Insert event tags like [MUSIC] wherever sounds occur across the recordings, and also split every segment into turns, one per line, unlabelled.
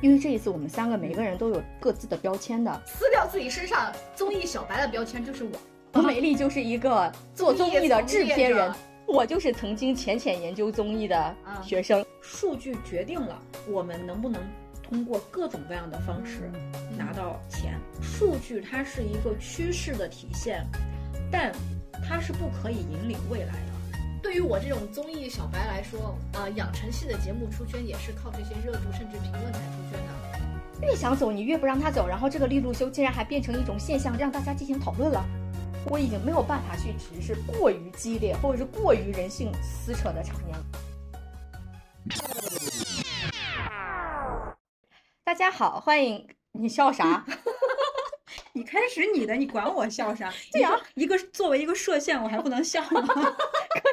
因为这一次我们三个每个人都有各自的标签的，
撕掉自己身上综艺小白的标签就是我。
我 [LAUGHS] 美丽就是一个做综艺的制片人，我就是曾经浅浅研究综艺的
啊
[LAUGHS]
学生。
数据决定了我们能不能通过各种各样的方式拿到钱。数据它是一个趋势的体现，但它是不可以引领未来的。
对于我这种综艺小白来说，啊、呃，养成系的节目出圈也是靠这些热度甚至评论才出圈的。
越想走，你越不让他走，然后这个利路修竟然还变成一种现象，让大家进行讨论了。我已经没有办法去直视过于激烈或者是过于人性撕扯的场面了。大家好，欢迎你笑啥？ [LAUGHS]
你开始你的，你管我笑啥？
对呀、
一个作为一个射线，我还不能笑吗？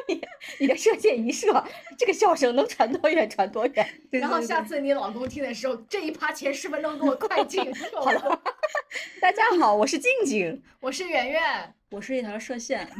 [LAUGHS]
你的射箭一射，这个笑声能传多远传多远？
对
然后
对对
下次你老公听的时候，这一趴前十分钟给我快
[LAUGHS]
进。好了，
大家好，我是静静。
我是圆圆，
我是一条射线。 [LAUGHS]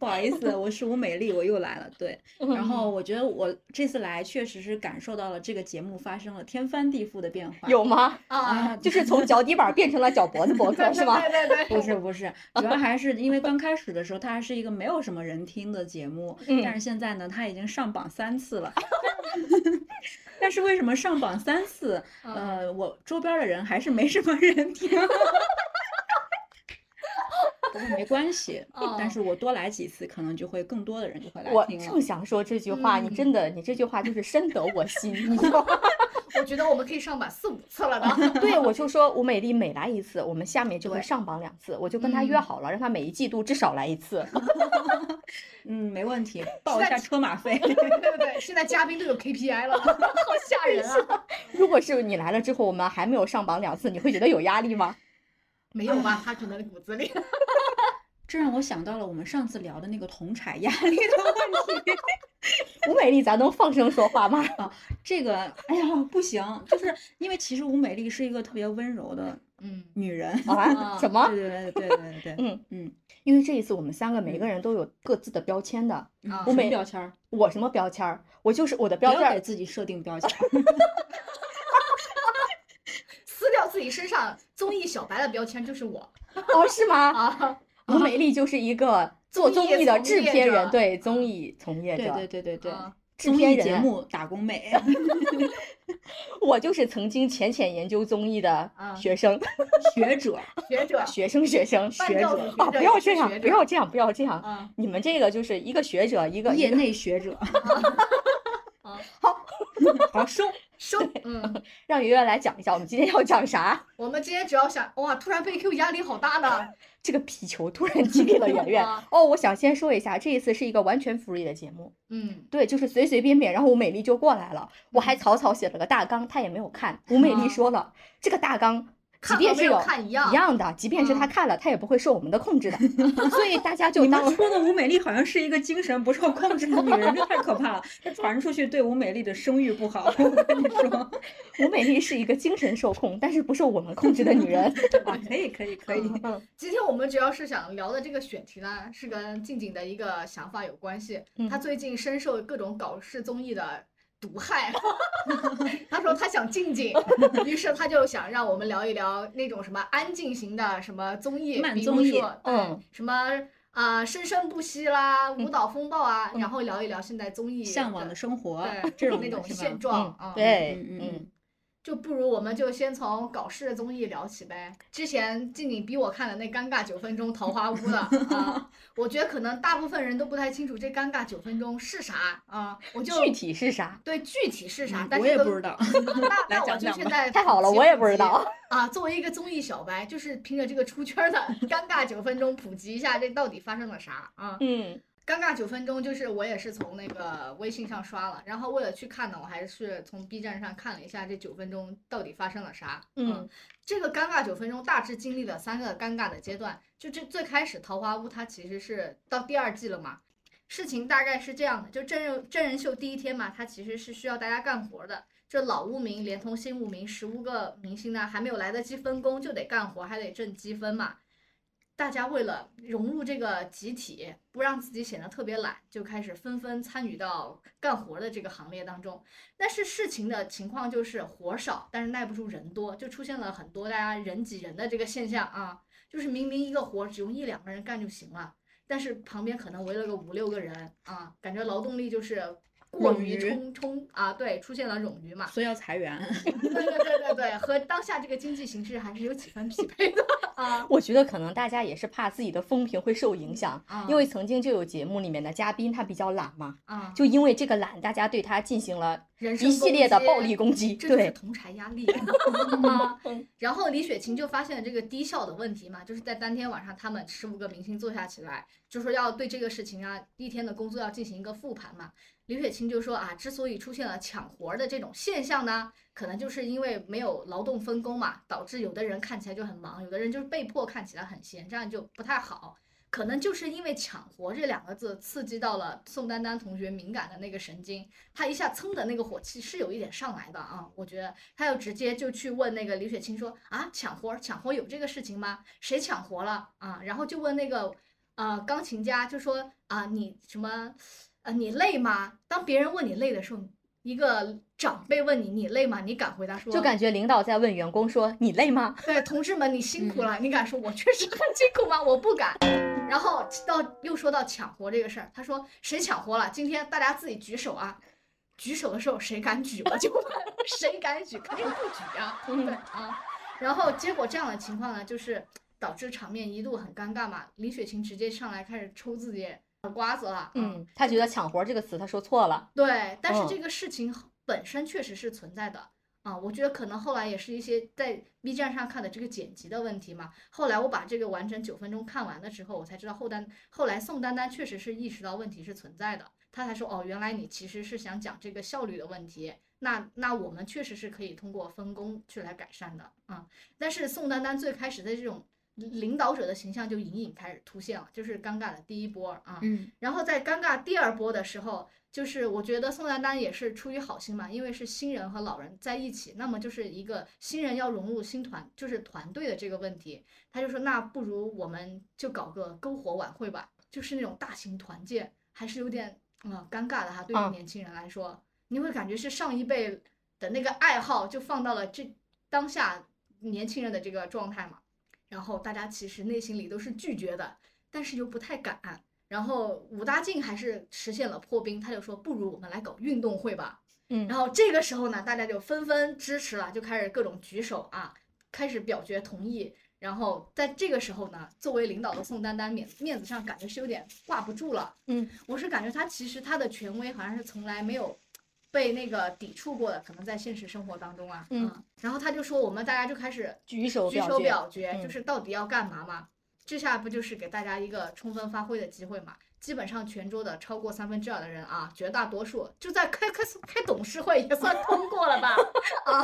不好意思，我是吴美丽，我又来了。对，
嗯
然后我觉得我这次来确实是感受到了这个节目发生了天翻地覆的变化。
有吗？
啊，
啊，
就是从脚底板变成了脚脖子博客
对
是吗？
对对对，
不是不是，主要还是因为刚开始的时候它还是一个没有什么人听的节目，
嗯
但是现在呢，它已经上榜三次
[LAUGHS]
了。但是为什么上榜三次？
嗯
呃，我周边的人还是没什么人
[LAUGHS]
听。不过没关系，但是我多来几次，可能就会更多的人就会来
哦我
听
正
了。嗯
想说这句话，你真的，你这句话就是深得我心，你知道吗？ [LAUGHS]
我觉得我们可以上榜四五次了
[LAUGHS]
呢。
对，我就说吴美丽每来一次，我们下面就会
对
上榜两次，我就跟她约好了，让她每一季度至少来一次。 [LAUGHS]
嗯，没问题，报一
现在
下车
[LAUGHS]
马费。
对对对，现在嘉宾都有 KPI
[LAUGHS]
了，好吓人啊！
如果是你来了之后，我们还没有上榜两次，你会觉得有压力吗？
没有吧？他可能骨
[LAUGHS]
子里。
这让我想到了我们上次聊的那个同产压力的问题。
吴美丽，咱能放声说话吗？
[LAUGHS] 这个，哎呀，不行，就是因为其实吴美丽是一个特别温柔的
嗯，
女人。嗯
啊，什么？
对对对对对对，
嗯
嗯，
因为这一次我们三个每个人都有各自的标签的。
[LAUGHS] 啊
嗯什
我
么
每
标签儿，
我什么标签儿？我就是我的
不
标签
要
儿
给，自己设定标签儿。
撕掉自己身上综艺小白的标签就是我
哦，是吗？ [LAUGHS]
啊，
吴美丽就是一个做综
综艺
艺的
从
制
业
片
者
人，对，综艺从业
[LAUGHS] 啊对嗯
者，
对对对对，
啊
制
综
片
艺节
人
目打工妹。
[LAUGHS] 我就是曾经浅浅研究综艺的
啊
学生，
[LAUGHS] 学者，
学者
学生，学生，
半
学
吊
者
子学
啊！
者
不
也
要
是
这样
学，
不
者
要这样，不要这样。
啊
你们这个就是一个学者，一个一
业
个
内学 [LAUGHS] 者，嗯
啊，
[LAUGHS] 好收。
收嗯，
让圆圆来讲一下，我们今天要讲啥？
我们今天只要想哇，突然被 Q 压力好
[LAUGHS]
大呢，
这个皮球突然激励了圆圆
[LAUGHS] 啊。
哦，我想先说一下，这一次是一个完全 free 的节目，
嗯，
对，就是随随便便，然后吴美丽就过来了，我还草草写了个大纲，她也没有看。吴美丽
啊
说了，这个大纲即
看
便
和
是
没有看一样
一样的，即便是她
啊
看了，她也不会受我们的控制
[LAUGHS]
的，所以大家就
你
当
们说的吴美丽好像是一个精神不受控制的女人，这太可怕了，这传出去对吴美丽的声誉不好。我跟你 [LAUGHS] 说，
吴美丽是一个精神受控，但是不受我们控制的女人。
啊，可以可以可以，
今天我们主要是想聊的这个选题呢，是跟静静的一个想法有关系
嗯。
她最近深受各种搞事综艺的毒害， [LAUGHS] 她说她想静
[LAUGHS]
静，于是她就想让我们聊一聊那种什么安静型的什么综艺，
慢
比
综
如
艺
说
嗯，
什么啊、生生不息啦，舞蹈风暴啊，然后聊一聊现在综艺
嗯向往的生活
[LAUGHS] 对
这种
那
的
种
是
[LAUGHS]
吧
现状啊、
嗯，对，
嗯嗯
嗯，
就不如我们就先从搞事的综艺聊起呗。之前静静逼我看的那《尴尬九分钟》《桃花坞》的啊，我觉得可能大部分人都不太清楚这《尴尬九分钟》是啥啊，我就
具体是啥？
对具体是啥，
嗯
但
我
是
也
都
不 [LAUGHS] 知道。
那
来
那我
讲
就
讲
现
吧
在
太好了，
普及
我也
普
不知
及
道。
啊。作为一个综艺小白，就是凭着这个出圈儿的尴尬九分钟普及一下，这到底发生了啥啊？
嗯
尴尬九分钟就是我也是从那个微信上刷了，然后为了去看呢，我还是从 B 站上看了一下这九分钟到底发生了啥。
嗯，
这个尴尬九分钟大致经历了三个尴尬的阶段，就这最开始桃花坞它其实是到第二季了嘛。事情大概是这样的，就真人真人秀第一天嘛，它其实是需要大家干活的。这老污名连同新污名，十五个明星呢，还没有来得及分工，就得干活，还得挣积分嘛。大家为了融入这个集体，不让自己显得特别懒，就开始纷纷参与到干活的这个行列当中。但是事情的情况就是活少，但是耐不住人多，就出现了很多大家人挤人的这个现象啊。就是明明一个活只用一两个人干就行了，但是旁边可能围了个五六个人啊，感觉劳动力就是过
冗
于
余
充充啊，对，出现了冗余嘛。 [LAUGHS]
所以要裁员。
对对对对对，和当下这个经济形势还是有几分匹配的 [LAUGHS] 啊
我觉得可能大家也是怕自己的风评会受影响，
啊！
因为曾经就有节目里面的嘉宾他比较懒嘛，
啊，
就因为这个懒，大家对他进行了
人身
一系列的
攻击
暴力攻击。
这就是
对，嗯
同柴压
[LAUGHS]
力 [LAUGHS] 啊。然后李雪琴就发现了这个低效的问题嘛，就是在当天晚上，他们十五个明星坐下起来，就说要对这个事情啊，一天的工作要进行一个复盘嘛。李雪琴就说啊，之所以出现了抢活儿的这种现象呢，可能就是因为没有劳动分工嘛，导致有的人看起来就很忙，有的人就是被迫看起来很闲，这样就不太好。可能就是因为“抢活”这两个字刺激到了宋丹丹同学敏感的那个神经，他一下噌的那个火气是有一点上来的啊，我觉得他又直接就去问那个李雪琴说啊，抢活儿抢活儿有这个事情吗？谁抢活了啊？然后就问那个呃钢琴家就说啊你什么呃你累吗？当别人问你累的时候，一个长辈问你你累吗？你敢回答说
就感觉领导在问员工说：“你累吗
对，同志们，你辛苦了。你敢说我确实很辛苦吗？我不敢。然后到又说到抢活这个事儿，他说谁抢活了？今天大家自己举手啊！举手的时候谁敢举，我就问 [LAUGHS] 谁敢举，肯定不举啊，对不对啊？然后结果这样的情况呢，就是导致场面一度很尴尬嘛。李雪琴直接上来开始抽自己耳瓜子了，？”啊
嗯，他觉得“抢活”这个词他说错了。
对，但是
嗯
这个事情本身确实是存在的啊、我觉得可能后来也是一些在 B 站上看的这个剪辑的问题嘛。后来我把这个完整九分钟看完的时候，我才知道后丹后来宋丹丹确实是意识到问题是存在的，她才说哦，原来你其实是想讲这个效率的问题。那那我们确实是可以通过分工去来改善的啊、但是宋丹丹最开始的这种领导者的形象就隐隐开始凸现了，就是尴尬的第一波啊。
嗯，
然后在尴尬第二波的时候，就是我觉得宋丹丹也是出于好心嘛，因为是新人和老人在一起，那么就是一个新人要融入新团，就是团队的这个问题，他就说那不如我们就搞个篝火晚会吧，就是那种大型团建，还是有点啊、呃尴尬的哈，对于
嗯
年轻人来说，你会感觉是上一辈的那个爱好就放到了这当下年轻人的这个状态嘛，然后大家其实内心里都是拒绝的，但是又不太敢。然后武大靖还是实现了破冰，他就说不如我们来搞运动会吧。
嗯
然，后这个时候呢，大家就纷纷支持了，就开始各种举手啊，开始表决同意。然后在这个时候呢，作为领导的宋丹丹面面子上感觉是有点挂不住了。
嗯，
我是感觉他其实他的权威好像是从来没有被那个抵触过的，可能在现实生活当中啊，
嗯
然后他就说我们大家就开始
举手
举
表
手
决。
表决，
嗯
就是到底要干嘛嘛？这下不就是给大家一个充分发挥的机会嘛？基本上全桌的超过三分之二的人啊，绝大多数就在开开开董事会也算通过了吧？啊，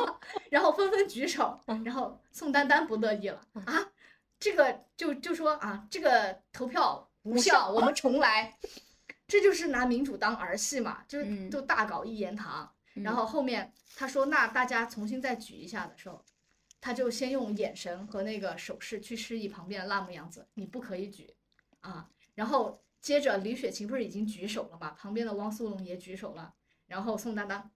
然后纷纷举手，然后宋丹丹不乐意了啊，这个就就说啊，这个投票无效，我们重来。这就是拿民主当儿戏嘛，就是
嗯
就大搞一言堂。然
嗯
后后面他说，那大家重新再举一下的时候，他就先用眼神和那个手势去示意旁边的辣目洋子，你不可以举啊。然后接着李雪琴不是已经举手了嘛，旁边的汪苏泷也举手了，然后宋丹丹。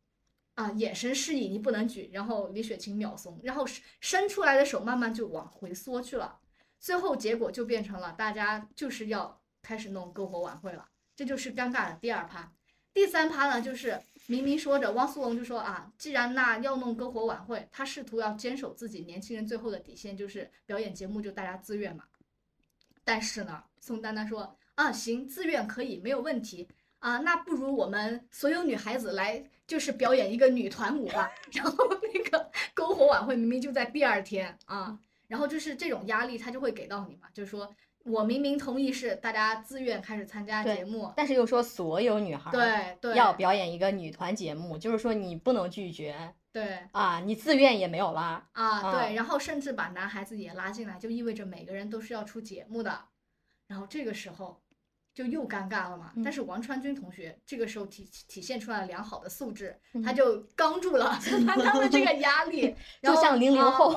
啊，眼神示意你不能举，然后李雪琴秒怂，然后伸伸出来的手慢慢就往回缩去了，最后结果就变成了大家就是要开始弄篝火晚会了，这就是尴尬的第二趴。第三趴呢，就是明明说着汪苏泷就说啊，既然那要弄篝火晚会，他试图要坚守自己年轻人最后的底线，就是表演节目就大家自愿嘛。但是呢，宋丹丹说啊，行，自愿可以，没有问题啊，那不如我们所有女孩子来，就是表演一个女团舞吧。 [LAUGHS] 然后那个篝火晚会明明就在第二天啊，然后就是这种压力，他就会给到你嘛，就是说我明明同意是大家自愿开始参加
对
节目，
但是又说所有女孩儿
对对，
要表演一个女团节目，就是说你不能拒绝
对。
啊，你自愿也没有啦。
啊，
啊
对，然后甚至把男孩子也拉进来，就意味着每个人都是要出节目的。然后这个时候，就又尴尬了嘛。
嗯
但是王传君同学这个时候体体现出来了良好的素质，
嗯
他就刚住了 [LAUGHS] 他他的这个压力，
[LAUGHS]
然
就
后
像零零
啊 [LAUGHS]
后，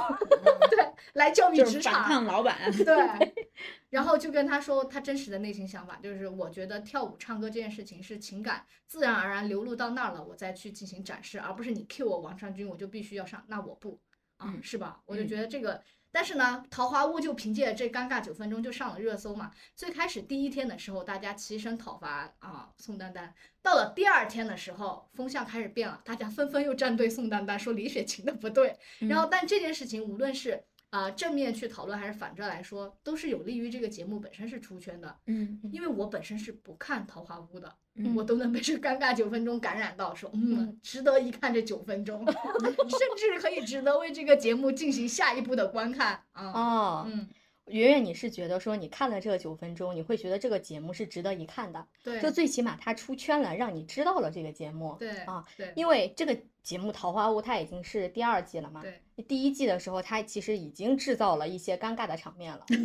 对来教育
就是
职
反
场，
抗老板，
[LAUGHS] 对，
[LAUGHS]
然后就跟他说他真实的内心想法，就是我觉得跳舞、唱歌这件事情是情感自然而然流露到那儿了，我再去进行展示，而不是你 cue 我王传君我就必须要上，那我不啊，
嗯
是吧？我就
嗯
觉得这个。但是呢，桃花坞就凭借这尴尬九分钟就上了热搜嘛。最开始第一天的时候，大家齐声讨伐啊宋丹丹。到了第二天的时候，风向开始变了，大家纷纷又站队宋丹丹，说李雪琴的不对。
嗯
然后，但这件事情无论是啊、正面去讨论还是反着来说，都是有利于这个节目本身是出圈的。
嗯，
因为我本身是不看《桃花坞》的，
嗯
我都能被这尴尬九分钟感染到，说嗯
嗯，
值得一看这九
[LAUGHS]
分钟，甚至可以值得为这个节目进行下一步的观看啊。
啊，
嗯，
圆圆，你是觉得说你看了这九分钟，你会觉得这个节目是值得一看的，
对，
就最起码它出圈了，让你知道了这个节目。
对
啊，
对
因为这个节目《桃花坞》它已经是第二季了嘛，
对，
第一季的时候它其实已经制造了一些尴尬的场面
[LAUGHS]
了。第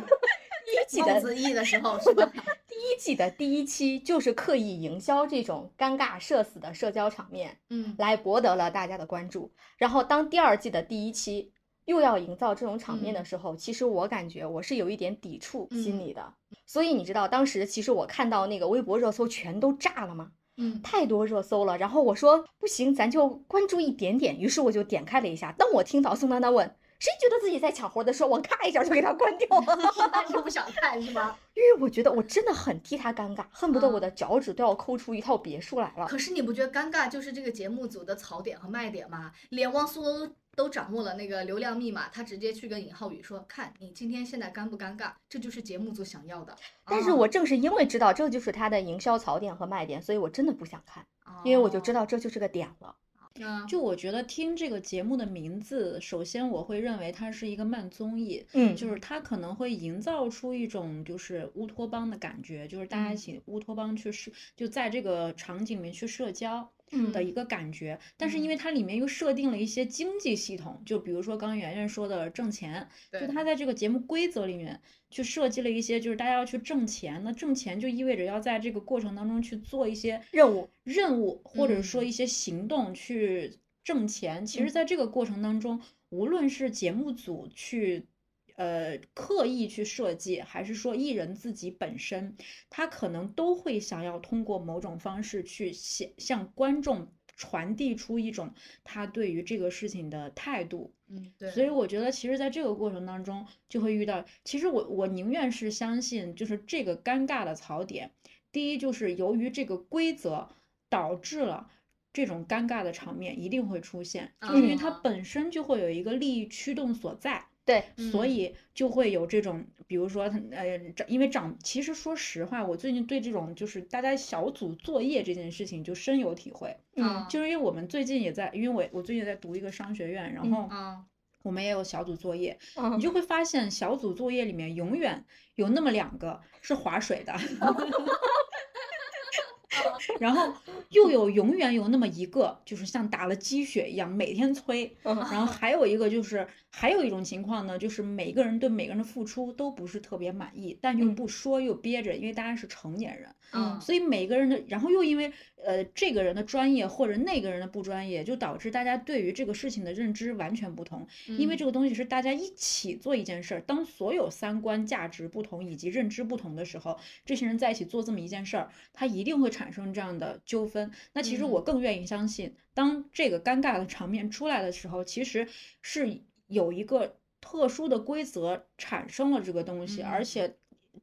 一季
孟
的
子义的时候是吧？
第一季的第一期就是刻意营销这种尴尬社死的社交场面， [LAUGHS]
嗯，
来博得了大家的关注。然后当第二季的第一期又要营造这种场面的时候，其实我感觉我是有一点抵触心理的。所以你知道，当时其实我看到那个微博热搜全都炸了嘛，
嗯，
太多热搜了。然后我说不行，咱就关注一点点。于是我就点开了一下，当我听到宋丹丹问。谁觉得自己在抢活的时候，我咔一下就给他关掉了， [LAUGHS]
实在是不想看是吧？
因为我觉得我真的很替他尴尬，恨不得我
嗯
的脚趾都要抠出一套别墅来了。
可是你不觉得尴尬就是这个节目组的槽点和卖点吗？连汪苏泷都掌握了那个流量密码，他直接去跟尹浩宇说：“看你今天现在尴不尴尬？”这就是节目组想要的。
但是
啊
我正是因为知道这就是它的营销槽点和卖点，所以我真的不想看，因为我就知，道这就是个点了。
哦嗯，
就我觉得听这个节目的名字，首先我会认为它是一个慢综艺，
嗯
就是它可能会营造出一种就是乌托邦的感觉，就是大家一起乌托邦去社，就在这个场景里面去社交的一个感觉。但是因为它里面又设定了一些经济系统，就比如说刚刚圆圆说的挣钱，就
对
它在这个节目规则里面去设计了一些，就是大家要去挣钱，那挣钱就意味着要在这个过程当中去做一些
任务，
任务，或者说
嗯
一些行动去挣钱。其实，在这个过程当中，无论是节目组去。呃，刻意去设计，还是说艺人自己本身，他可能都会想要通过某种方式去向向观众传递出一种他对于这个事情的态度。
嗯，对，
所以我觉得，其实在这个过程当中，就会遇到，其实我我宁愿是相信，就是这个尴尬的槽点，第一就是由于这个规则导致了。这种尴尬的场面一定会出现，就是因为它
啊
本身就会有一个利益驱动所在，
对，
所
嗯
以就会有这种，比如说他，呃，长因为长，其实说实话，我最近对这种就是大家小组作业这件事情就深有体会，
啊
就是因为我们最近也在，因为我我最近也在读一个商学院，然
嗯
后
啊，
我们也有小组作业，
嗯
你就会发现小组作业里面永远有那么两个是划水的，
哦
然后又有永远有那么一个就是像打了鸡血一样每天催，
嗯
然后还有一个就是还有一种情况呢，就是每个人对每个人的付出都不是特别满意，但又
嗯
不说又憋着，因为大家是成年人，
嗯，
所以每个人的，然后又因为呃这个人的专业或者那个人的不专业，就导致大家对于这个事情的认知完全不同。因为这
个，
个东西是大家一起做一件事儿，当所有三观、价值不同以及认知不同的时候，这些人在一起做这么一件事儿，它一定会产生这样的纠纷。那其实我
嗯
更愿意相信，当这个尴尬的场面出来的时候，其实是有一个特殊的规则产生了这个东西，而
嗯
且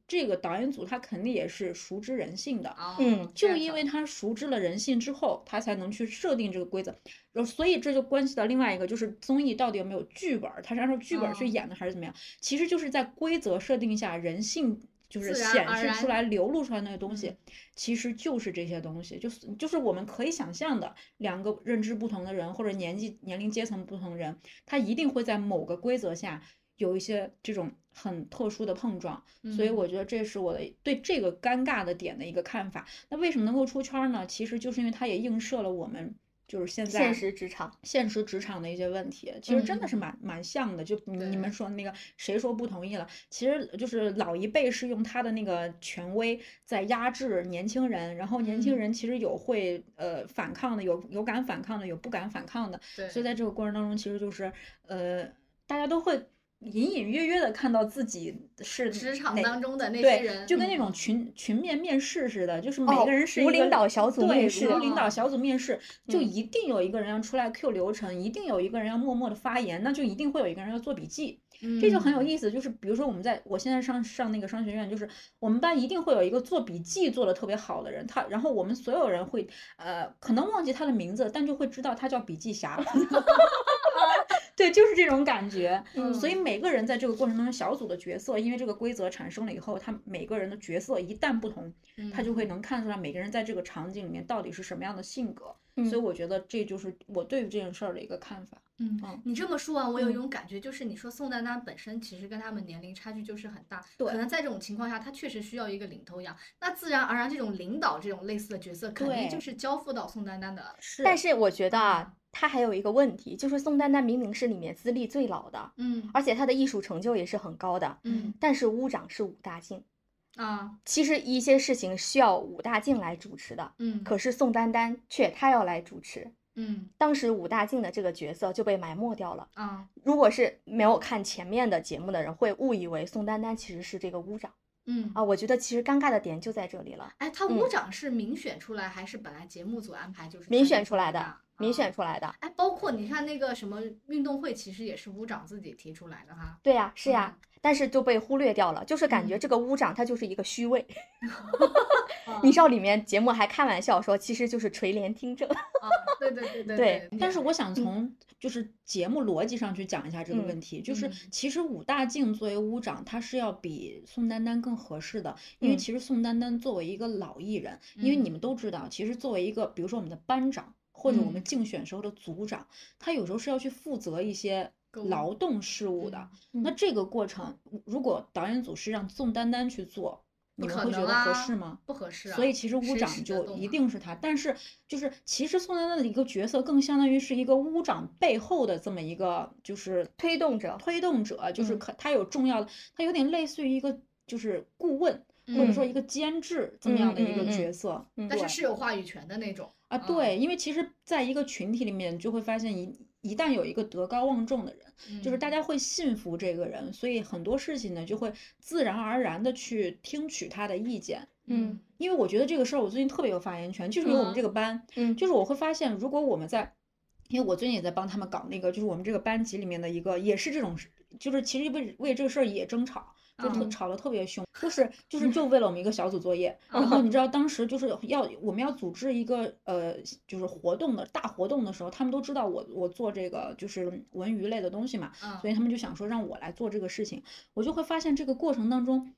这个导演组他肯定也是熟知人性的。
啊
嗯
这
就
样
因
子
为他熟知了人性之后，他才能去设定这个规则，然后所以这就关系到另外一个，就是综艺到底有没有剧本儿，他是按照剧本儿
哦
去演的还是怎么样？其实就是在规则设定下，人性就是
自然
显
而
示出
然
来、流露出来那个东西
嗯，
其实就是这些东西，就是就是我们可以想象的，两个认知不同的人或者年纪、年龄阶层不同的人，他一定会在某个规则下有一些这种很特殊的碰撞。所以
嗯
我觉得这是我的对这个尴尬的点的一个看法。那为什么能够出圈儿呢？其实就是因为它也映射了我们就是现在
现实职场，
现实职场的一些问题，其实真的是
嗯
蛮蛮像的。就你
对
你们说那个谁说不同意了，其实就是老一辈是用他的那个权威在压制年轻人，然后年轻
嗯
人其实有会呃反抗的，有有敢反抗的，有不敢反抗的。
对，
所以在这个过程当中，其实就是呃大家都会隐隐约约的看到自己是
职场
哪
当中的那些
对，
人，
就跟那
嗯
种群群面面试似的，就是每
哦
个人是
无
一
领
个
导小组
对
面试
无领导
哦
小组面试，就
嗯
一定有一个人要出来 Q 流程，一定有一个人要默默的发言，那就一定会有一个人要做笔记，这就很有
嗯
意思。就是比如说我们在我现在上上那个商学院，就是我们班一定会有一个做笔记做的特别好的人，他然后我们所有人会呃可能忘记他的名字，但就会知道他叫笔记侠。 [LAUGHS] 对，就是这种感觉。
嗯
所以每个人在这个过程当中，小组的角色，因为这个规则产生了以后，他每个人的角色一旦不同，他就会
嗯
能看出来每个人在这个场景里面到底是什么样的性格。所以我觉得这就是我对于这件事儿的一个看法。
嗯
嗯，
你这么说啊，我有一
嗯
种感觉，就是你说宋丹丹本身其实跟他们年龄差距就是很大，
对
可能在这种情况下，她确实需要一个领头羊，那自然而然这种领导这种类似的角色，肯定就
对
是交付到宋丹丹的了。
是
但是我觉得啊，他还有一个问题，就是宋丹丹明明是里面资历最老的，
嗯
而且她的艺术成就也是很高的，
嗯
但是屋长是武大靖。
嗯
啊
其实一些事情需要武大靖来主持的，
嗯，
可是宋丹丹却她要来主持。
嗯
当时武大靖的这个角色就被埋没掉了。
啊
如果是没有看前面的节目的人，会误以为宋丹丹其实是这个屋长
嗯
哦
啊。我觉得其实尴尬的点就在这里了，
哎，他
嗯
舞长是民选出来还是本来节目组安排就是
民
他
选
就
出来
是
的
啊，
民选。出来的。
哎，包括你看那个什么运动会，其实也是舞长自己提出来的哈。
对呀，是呀，但是就被忽略掉了，就是感觉
嗯
这个屋长他就是一个虚位。你知道里面节目还开玩笑说，其实就是垂帘听政。
啊，对对对对嗯
对
但是我想从就是节目逻辑上去讲一下这个问题，就是
嗯
其实武大靖作为屋长，他是要比宋丹丹更合适的，因为
嗯
其实宋丹丹作为一个老艺人，因为你
嗯
们都知道，其实作为一个比如说我们的班长或者我们
嗯
竞选时候的组长，他有时候是要去负责一些
购物
劳动事务的。那
嗯
这个过程，如果导演组是让宋丹丹去做，
不
你们
可
会觉
能
得合
啊
适吗？
不合适啊。
所以其实屋
谁
长
使得
就
动
一
啊
定是他，但是就是其实宋丹丹的一个角色更相当于是一个屋长背后的这么一个就是
推动者
推动者，就是
嗯
可他有重要的，他有点类似于一个就是顾问或者说一个监制这么样的一
嗯
个
嗯嗯
角色。
嗯
但是
对
是有话语权的那种
啊，
嗯
对，因为其实在一个群体里面，就会发现一一旦有一个德高望重的人，就是
嗯
大
家
家会信服这个人，所以很多事情呢就会自然而然的去听取他的意见。
嗯
因为我觉得这个事儿，我最近特别有发言权，就是因为我们这个班，
嗯
就是我会发现，如果我们在，因为我最近也在帮他们搞那个，就是我们这个班级里面的一个，也是这种事，就是其实为为这个事儿也争吵，就特
嗯
吵得特别凶，就是就是就为了我们一个小组作业，
嗯
然后你知道当时就是要我们要组织一个呃就是活动的大活动的时候，他们都知道我我做这个就是文娱类的东西嘛，
嗯
所以他们就想说让我来做这个事情，我就会发现这个过程当中，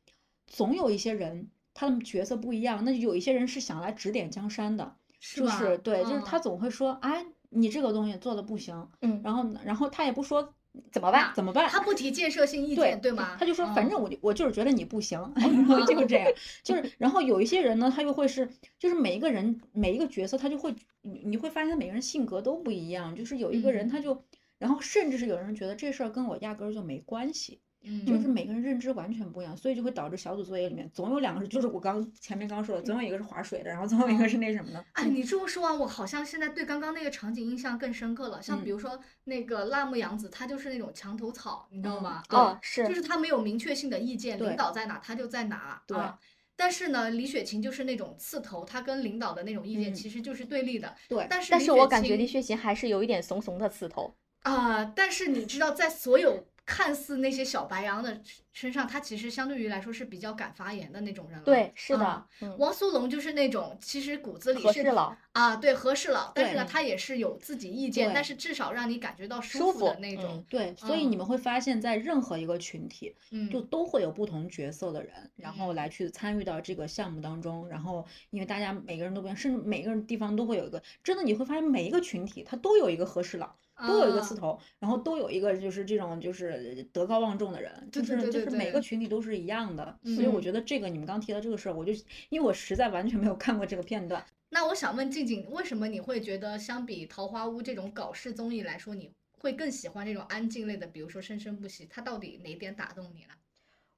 总有一些人他的角色不一样，那有一些人是想来指点江山的，
是
就
吧
是对，就是
嗯
他总会说，哎，你这个东西做的不行，
嗯
然后呢然后他也不说
怎么办？
怎么办，
他不提建设性意见，对吗？
他就说
嗯
反正我就我就是觉得你
[LAUGHS]
不行，然后就是这样，就是然后有一些人呢，他又会是就是每一个人每一个角色，他就会你你会发现他每个人性格都不一样，就是有一个
嗯
人他就，然后甚至是有人觉得这事儿跟我压根儿就没关系，
嗯
就是每个人认知完全不一样，所以就会导致小组作业里面总有两个是就是我刚前面刚说的，总有一个是划水的，然后总有一个是那什么的，
哎，你这么说完，我好像现在对刚刚那个场景印象更深刻了。像比
嗯
如说那个辣目洋子，她就是那种墙头草，你知道
嗯
吗？啊
对
哦，
就是是他没有明确性的意见，领
对
导在哪他就在哪。
对
啊但是呢，李雪琴就是那种刺头，她跟领导的那种意见
嗯
其实就是对立的。
对
但是
但
李
是
雪
我感觉
琴
李雪琴还是有一点怂怂的刺头。
啊、但是你知道，在所有看似那些小白羊的身上，他其实相对于来说是比较敢发言的那种人了。
对，是的
啊，
嗯，
王苏泷就是那种其实骨子里
合
是
适了。
啊，对，和事佬，但是呢，
对
他也是有自己意见，
对
但是至少让你感觉到
舒
舒
服
服的那种。
对，所以你
嗯
们会发现在任何一个群体，
嗯，
就都会有不同角色的人，然后来去参与到这个项目当中。然后，因为大家每个人都不一样，甚至每个人地方都会有一个，真的你会发现每一个群体它都有一个和事佬，都有一个
啊
刺头，然后都有一个就是这种就是德高望重的人，
对
就
对
是
对
就
对
是每
对
个群体都是一样的，所以我
嗯
觉得这个你们刚提到这个事儿，我就因为我实在完全没有看过这个片段，
那我想问静静，为什么你会觉得相比《桃花坞》这种搞事综艺来说，你会更喜欢这种安静类的，比如说《生生不息》，它到底哪点打动你了？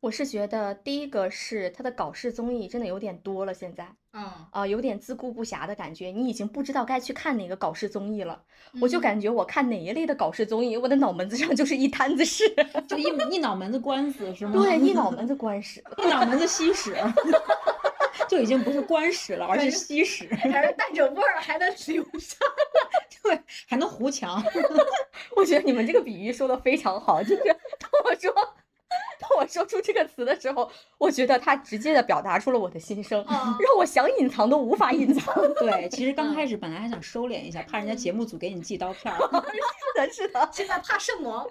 我是觉得第一个是他的搞事综艺真的有点多了，现在
嗯，
啊、有点自顾不暇的感觉，你已经不知道该去看哪个搞事综艺了。我
嗯
就感觉我看哪一类的搞事综艺，我的脑门子上就是一摊子事， [LAUGHS]
[LAUGHS]
就一一脑门子官司是吗？
对，一脑门子官司。
一脑门子吸屎， [LAUGHS] 就已经不是官屎了，而是吸屎，
觉还是带着味儿，还能留下。
对，还能糊墙。
[LAUGHS]
[LAUGHS]
我觉得你们这个比喻说的非常好，就是 [LAUGHS] 当我说当我说出这个词的时候，我觉得它直接的表达出了我的心声，
嗯
让我想隐藏都无法隐 [LAUGHS] 藏。
对，其实刚开始本来还想收敛一下，怕人
嗯
家节目组给你寄刀
[LAUGHS]
片儿。
是的，是的。
现在怕圣魔。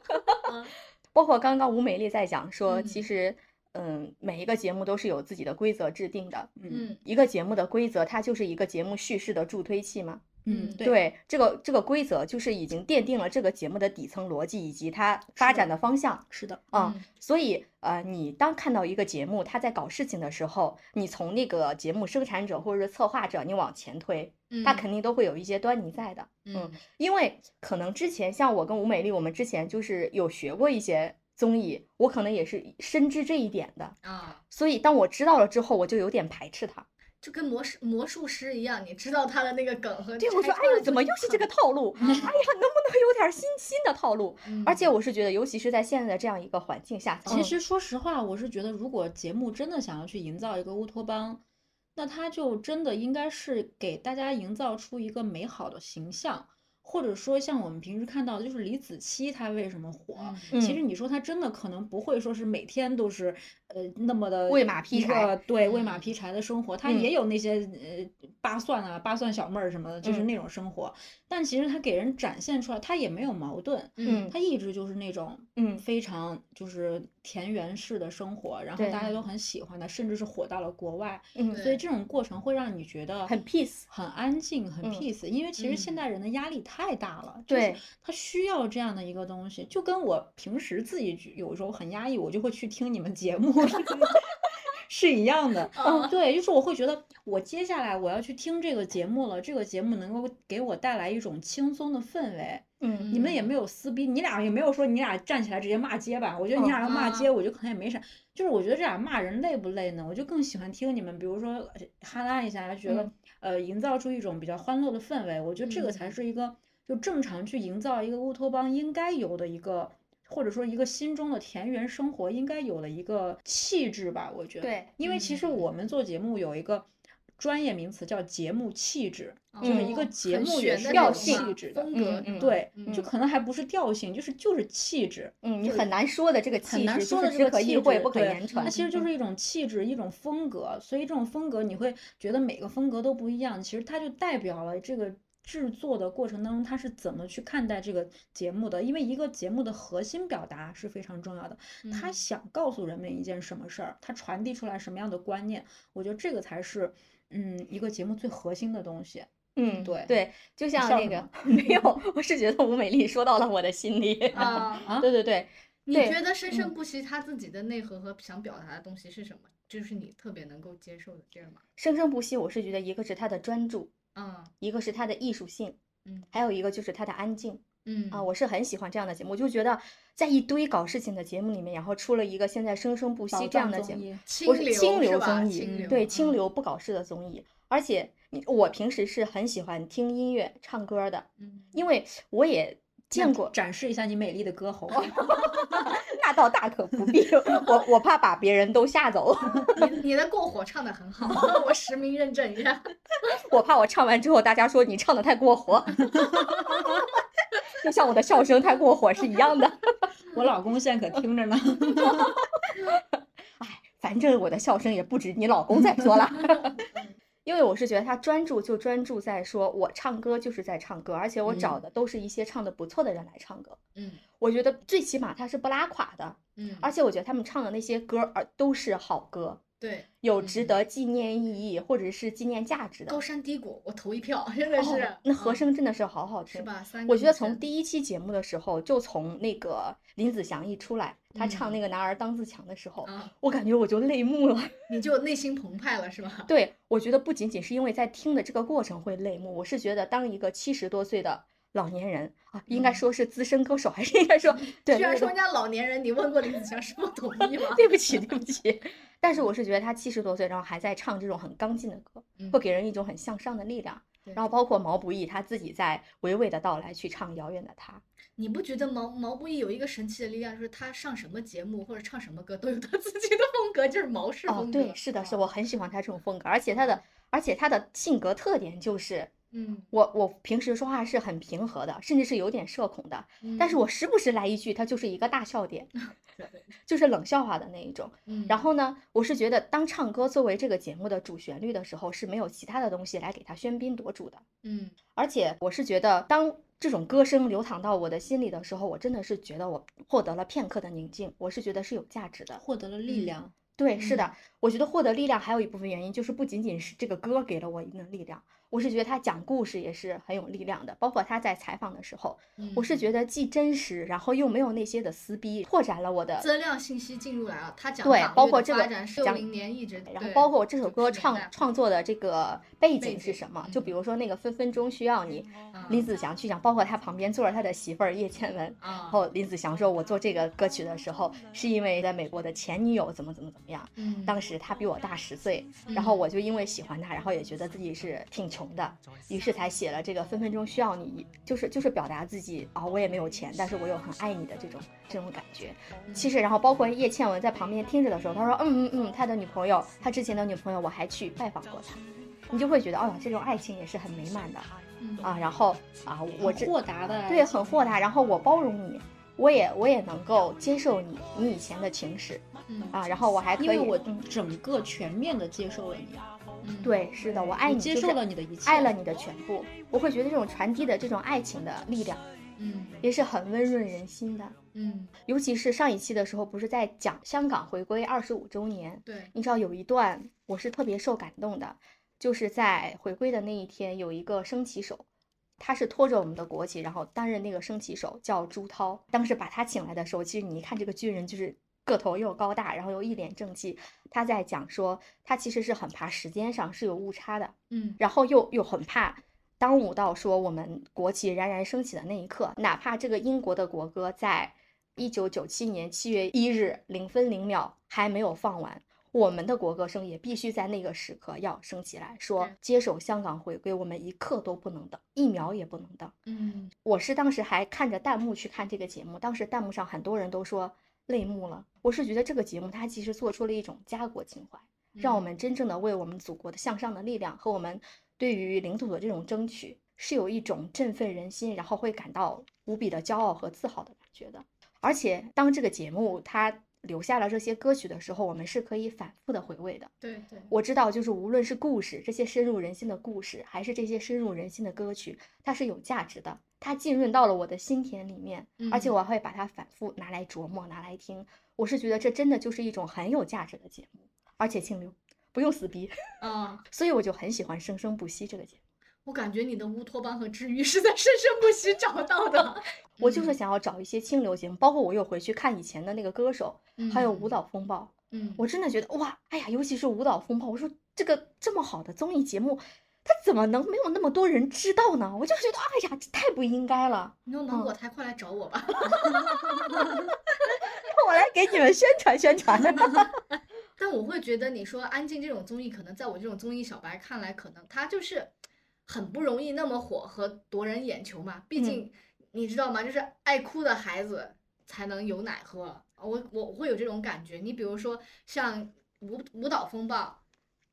嗯
包括刚刚吴美丽在讲说，
嗯
其实嗯，每一个节目都是有自己的规则制定的。
嗯
嗯
一个节目的规则，它就是一个节目叙事的助推器嘛。
嗯
嗯，
对，
这个这个规则就是已经奠定了这个节目的底层逻辑以及它发
的
展的方向。
是的，
嗯，所以呃，你当看到一个节目它在搞事情的时候，你从那个节目生产者或者是策划者，你往前推，
嗯
它肯定都会有一些端倪在的。
嗯
因为可能之前像我跟吴美丽，我们之前就是有学过一些综艺，我可能也是深知这一点的，
啊，
所以当我知道了之后，我就有点排斥它。
就跟魔术魔术师一样，你知道他的那个梗和
对，我说，
拆
哎
穿了
呦，怎么又是这个套路？哎呀，能
嗯
不能有点新新的套路？
嗯
而且我是觉得，尤其是在现在的这样一个环境下，
其实说实话，我是觉得，如果节目真的想要去营造一个乌托邦，那它就真的应该是给大家营造出一个美好的形象，或者说像我们平时看到的，就是李子柒她为什么火？
嗯
其
嗯
实你说他真的可能不会说是每天都是呃那么的
喂马劈
一个
柴，
对，喂马
嗯
劈柴的生活，他
嗯
也有那些呃扒蒜啊、扒蒜小妹儿什么的，就是
嗯
那种生活。但其实他给人展现出来，他也没有矛盾，
嗯
他一直就是那种
嗯
非常就是田园式的生活，然后
对
大家都很喜欢他，甚至是火到了国外。
嗯
对
所以这种过程会让你觉得
很 peace
很安静、很
嗯
peace，、因为其实现
嗯
代人的压力太大了，
对，
他需要这样的一个东西。就跟我平时自己就有时候很压抑，我就会去听你们节目。 [LAUGHS] 是一样的，
嗯
对，就是我会觉得，我接下来我要去听这个节目了，这个节目能够给我带来一种轻松的氛围。
嗯
你们也没有撕逼，你俩也没有说你俩站起来直接骂街吧？我觉得你俩要骂街，
啊
我就可能也没啥。就是我觉得这俩骂人累不累呢？我就更喜欢听你们，比如说呃哈拉一下，觉得
嗯
呃，营造出一种比较欢乐的氛围。我觉得这个才
嗯
是一个就正常去营造一个乌托邦应该有的一个，或者说一个心中的田园生活应该有的一个气质吧。我觉得，
对，
因为其实
嗯
我们做节目有一个专业名词叫节目气质，
嗯就是
一个
哦
节
很
目
玄
也是
的
有
那种
气
嘛
质的
风格
嗯
是
嗯
吗，
对，就
嗯
可能还不是调性，就是就是气质，
嗯，你
就
很难说的这个
很
气
难
质，
说
就
的
是
这
只
个
可
气
意
质，
会不可
对
言传
它。其实就是一种气质，一种风格，所以这种风格你会觉得每个风格都不一样，其实它就代表了这个。制作的过程当中，他是怎么去看待这个节目的？因为一个节目的核心表达是非常重要的，他
嗯
想告诉人们一件什么事儿，他传递出来什么样的观念，我觉得这个才是，嗯，一个节目最核心的东西。
嗯，
对
对，就像
笑
那
什
个
么
没有，我是觉得吴美丽说到了我的心里。
啊，
[LAUGHS]
啊
对对对，嗯
你
对
觉得生生
嗯
不息他自己的内核和想表达的东西是什么？就是你特别能够接受的这样吗？
生生不息，我是觉得一个是他的专注，
嗯
一个是他的艺术性，
嗯
还有一个就是他的安静
嗯
啊，我是很喜欢这样的节目，我就觉得在一堆搞事情的节目里面，然后出了一个现在生生不息
宝
这样
藏
的
综
节目，
艺
我
清
是
流
清
是
流
吧
综艺，
清流
对清
嗯
流不搞事的综艺。而且你我平时是很喜欢听音乐、唱歌的，
嗯
因为我也见
[LAUGHS]
过，
展示一下你美丽的歌 [LAUGHS] 喉。
那倒大可不必，我我怕把别人都吓走，
你你的过火唱的很好， [LAUGHS] 我实名认证一下。
我怕我唱完之后大家说你唱的太过火， [LAUGHS] 就像我的笑声太过火是一样的。
我老公现在可听着呢。
反正我的笑声也不止你老公在说
[LAUGHS]
了。 [LAUGHS] 因为我是觉得他专注就专注在说，我唱歌就是在唱歌，而且我找
嗯
的都是一些唱的不错的人来唱歌。
嗯
我觉得最起码他是不拉垮的，
嗯，
而且我觉得他们唱的那些歌儿呃都是好歌，
对，
有
嗯
值得纪念意义或者是纪念价值的。
高山低谷，我投一票，真的是
哦。那和
嗯
声真的是好好
是
听。
吧？三个
我觉得
女
从
生
第一期节目的时候，就从那个林子祥一出来，他唱
嗯
那个“男儿当自强”的时候，
啊，
我感觉我就泪目了。 [LAUGHS]
你就内心澎湃了是吧？ [LAUGHS]
对，我觉得不仅仅是因为在听的这个过程会泪目，我是觉得当一个七十多岁的老年人啊，应该
嗯
说是资深歌手，还是应该
[LAUGHS]
说对
居然
那个？
说人家老年人，你问过林子祥是否同意吗
[LAUGHS] 对不起，对不起。但是我是觉得他七十多岁，然后还在唱这种很刚劲的歌，会
嗯
给人一种很向上的力量。
对
然后包括毛不易他自己在娓娓的到来去唱《遥远的他》，
你不觉得毛毛不易有一个神奇的力量，就是他上什么节目或者唱什么歌都有他自己的风格，就是毛氏
哦
风，格。嗯
对，是的，是
啊
我很喜欢他这种风格，而且他的，而且他的性格特点就是，
嗯，
我我平时说话是很平和的，甚至是有点社恐的，但是
嗯
我时不时来一句，他就是一个大笑点，
[LAUGHS]
就是冷笑话的那一种。
嗯
然后呢，我是觉得当唱歌作为这个节目的主旋律的时候，是没有其他的东西来给他喧宾夺主的。
嗯
而且我是觉得，当这种歌声流淌到我的心里的时候，我真的是觉得我获得了片刻的宁静，我是觉得是有价值的。
[LAUGHS] 获得了力
嗯
量。
对，是的，我觉得获得力量还有一部分原因就是不仅仅是这个歌给了我一定的力量，我是觉得他讲故事也是很有力量的，包括他在采访的时候，我是
嗯
觉得既真实，然后又没有那些的撕逼，拓展了我的
资料信息进入来了，他讲
对
党
包
乐
括
的
这
发
个
展是六
讲
零年一直，
然后
对
包括我这首歌
90年
创
代
创作的这个背景是
景
什么？就
嗯
比如说那个分分钟需要你，
啊
林子祥去讲，包括他旁边坐着他的媳妇儿叶倩文。
啊
然，后林子祥说：“我做这个歌曲的时候，是因为在美国的前女友怎么怎么怎么样。
嗯
当时他比我大十岁，然后
嗯
我就因为喜欢他，然后也觉得自己是挺穷的，于是才写了这个分分钟需要你，就是就是表达自己啊，我也没有钱，但是我又很爱你的这种这种感觉。
嗯
其实，然后包括叶倩文在旁边听着的时候，他说嗯嗯嗯，他的女朋友，他之前的女朋友，我还去拜访过他，你就会觉得哦，这种爱情也是很美满的
嗯
啊。然后啊，我这
豁达的，
对，很豁达，然后我包容你。我也我也能够接受你你以前的情史
嗯
啊，然后我还可以
因为我
嗯
整个全面的接受了你，
嗯
对是的，我爱
我
你
接
就是
受了你的一切，
爱了你的全部，我会觉得这种传递的这种爱情的力量
嗯
也是很温润人心的。
嗯
尤其是上一期的时候，不是在讲香港回归二十五周年，
对
你知道有一段我是特别受感动的，就是在回归的那一天，有一个升旗手，他是拖着我们的国旗，然后担任那个升旗手，叫朱涛。当时把他请来的时候，其实你一看这个军人就是。个头又高大，然后又一脸正气，他在讲说，他其实是很怕时间上是有误差的，
嗯
然后又又很怕当务到说我们国旗冉冉升起的那一刻，哪怕这个英国的国歌在一九九七年七月一日零分零秒还没有放完，我们的国歌声也必须在那个时刻要升起来，说
是
接手香港回归，我们一刻都不能等，一秒也不能等。
嗯
我是当时还看着弹幕去看这个节目，当时弹幕上很多人都说泪目了。我是觉得这个节目它其实做出了一种家国情怀，让我
嗯
们真正的为我们祖国的向上的力量和我们对于领土的这种争取，是有一种振奋人心，然后会感到无比的骄傲和自豪的感觉的。而且，当这个节目它留下了这些歌曲的时候，我们是可以反复的回味的。
对对
我知道，就是无论是故事，这些深入人心的故事，还是这些深入人心的歌曲，它是有价值的，它浸润到了我的心田里面，而且
嗯
我还会把它反复拿来琢磨，拿来听。我是觉得这真的就是一种很有价值的节目，而且清流，不用死逼， [LAUGHS]
啊，
所以我就很喜欢《生生不息》这个节目。
我感觉你的乌托邦和治愈是在生生不息找到的，
我
嗯
就是想要找一些清流节目，包括我又回去看以前的那个歌手， [LAUGHS] 还有《舞
嗯
蹈风暴》，
嗯
我真的觉得哇，哎呀，尤其是舞蹈风暴，我说这个这么好的综艺节目，它怎么能没有那么多人知道呢？我就觉得哎呀，这太不应该了， [LAUGHS]
你有芒果台快来找我吧，
让我来给你们宣传宣传。 [LAUGHS]
但我会觉得你说《安静》这种综艺，可能在我这种综艺小白看来，可能它就是很不容易那么火和夺人眼球嘛。毕
嗯
竟你知道吗？就是爱哭的孩子才能有奶喝。我我我会有这种感觉。你比如说像舞舞蹈风暴，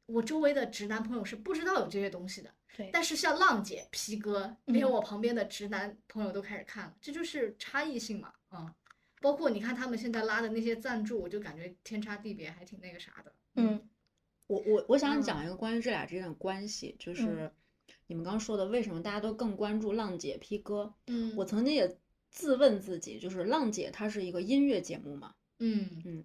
我周围的直男朋友是不知道有这些东西的。
对
但是像浪姐、皮哥，连
嗯
我旁边的直男朋友都开始看了，这就是差异性嘛，啊，包括你看他们现在拉的那些赞助，我就感觉天差地别，还挺那个啥的。
嗯
我我我想
嗯
讲一个关于这俩之间的关系，
嗯
就是你们刚刚说的，为什么大家都更关注浪姐 P 哥？
嗯，
我曾经也自问自己，就是浪姐它是一个音乐节目嘛，
嗯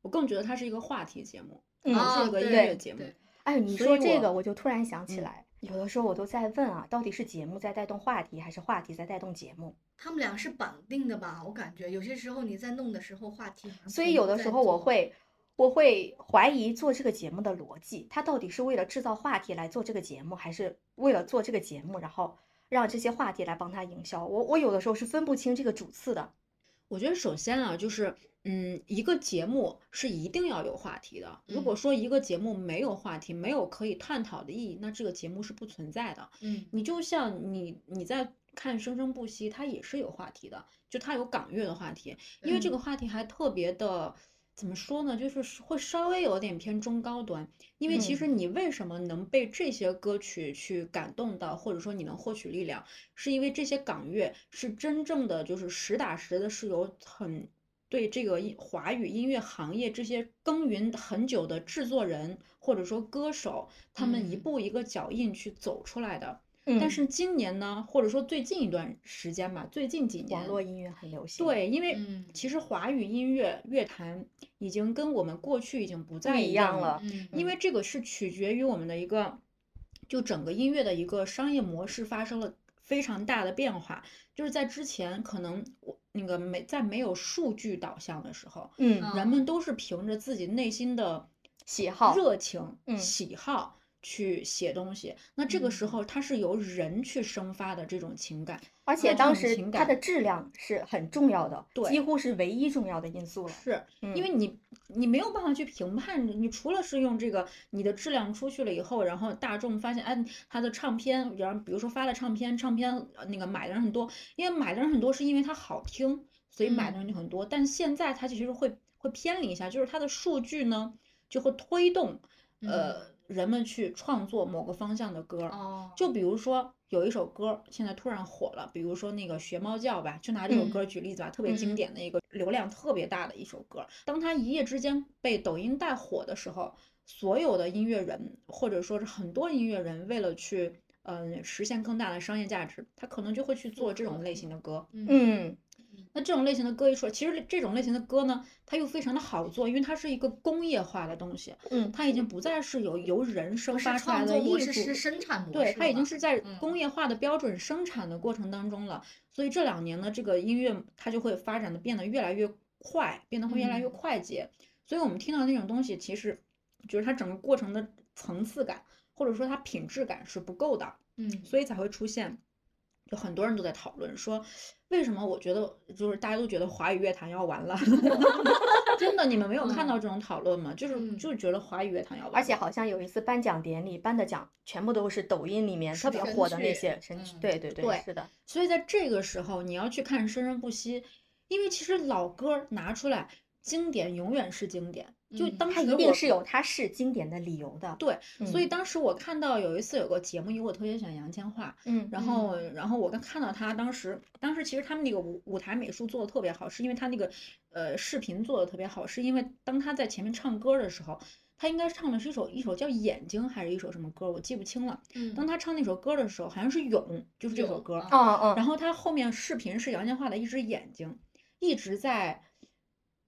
我更觉得它是一个话题节目，
嗯
它
啊
是一个音
对
乐节目。
对
哎，你
哦所
说
以
这
我
个，我就突然想起
嗯
来，有的时候我都在问啊，到底是节目在带动话题，还是话题在带动节目？
他们俩是绑定的吧？我感觉有些时候你在弄的时候话题好像
所
不
以有的
在
时候我
做
会，我会怀疑做这个节目的逻辑，它到底是为了制造话题来做这个节目，还是为了做这个节目，然后让这些话题来帮他营销？我我有的时候是分不清这个主次的。
我觉得首先啊，就是嗯，一个节目是一定要有话题的。如果
嗯
说一个节目没有话题，没有可以探讨的意义，那这个节目是不存在的。
嗯
你就像你你在看《生生不息》，它也是有话题的，就它有港乐的话题，因为这
嗯
个话题还特别的。怎么说呢？就是是会稍微有点偏中高端，因为其实
嗯
你为什么能被这些歌曲去感动到，或者说你能获取力量，是因为这些港乐是真正的就是实打实的，是有很对这个音华语音乐行业这些耕耘很久的制作人或者说歌手，他们一
嗯
步一个脚印去走出来的。
嗯
但是今年呢，或者说最近一段时间吧，最近几年，
网络音乐很流行，，
嗯对，因为
嗯
其实华语音乐乐坛已经跟我们过去已经不再
一
一
样
了，
嗯
因为这个是取决于我们的一个，就整个音乐的一个商业模式发生了非常大的变化，就是在之前可能我那个没在没有数据导向的时候，
嗯，
人们都是凭着自己内心的
喜好，
热情、
嗯
喜好去写东西。那这个时候，它是由人去生发的这种情感。
而且
这
当
种
时
情
它的
感
质量是很重要的，
对
几乎是唯一重要的因素了。
是
嗯
因为你，你没有办法去评判，你除了是用这个你的质量出去了以后，然后大众发现，哎，他的唱片，然后比如说发了唱片，唱片呃那个买的人很多，因为买的人很多是因为它好听，所以买的人就很多。但现在它其实会会偏离一下，就是它的数据呢就会推动呃人们去创作某个方向的歌儿。
哦，
就比如说有一首歌现在突然火了，比如说那个学猫叫吧，就拿这首歌举例子吧，特别
嗯
经典的一个流量特别大的一首歌，当它一夜之间被抖音带火的时候，所有的音乐人或者说是很多音乐人为了去嗯、实现更大的商业价值，他可能就
嗯
会去做这种类型的歌。
嗯，
那这种类型的歌一出来，其实这种类型的歌呢，它又非常的好做，因为它是一个工业化的东西，
嗯
它已经不再是由由人生
不是
发出来
创
的
作
艺
模
术
式，是生产模式了
对，
吧，
它已经是在
嗯
工业化的标准生产的过程当中了，所以这两年呢，这个音乐它就会发展的变得越来越快，变得会越来越
嗯
快捷，所以我们听到那种东西，其实就是它整个过程的层次感，或者说它品质感是不够的，
嗯
所以才会出现，就很多人都在讨论说，为什么我觉得就是大家都觉得华语乐坛要
[LAUGHS]
完了， [LAUGHS] 真的，你们没有看到这种讨论吗？就是
嗯
就是觉得华语乐坛要完了，
而且好像有一次颁奖典礼颁的奖全部都是抖音里面
是
特别
的
火的那
神曲
些神曲，
嗯
对对对，
对
是的，
所以在这个时候，你要去看《生生不息》，因为其实老歌儿拿出来，经典永远是经典。就
嗯
当
它
时
一定
我
是有它是经典的理由的。
对，所以
嗯
当时我看到有一次有个节目，因为我特别喜欢杨千嬅，
嗯
然后然后我刚看到她当时，当时其实他们那个舞舞台美术做的特别好，是因为她那个呃视频做的特别好，是因为当她在前面唱歌的时候，她应该唱的是一首一首叫《眼睛》还是一首什么歌，我记不清了。
嗯
当她唱那首歌的时候，好像是《勇》，就是这首
勇
歌。
啊
嗯嗯，
然后他后面视频是杨千嬅的一只眼睛一直在，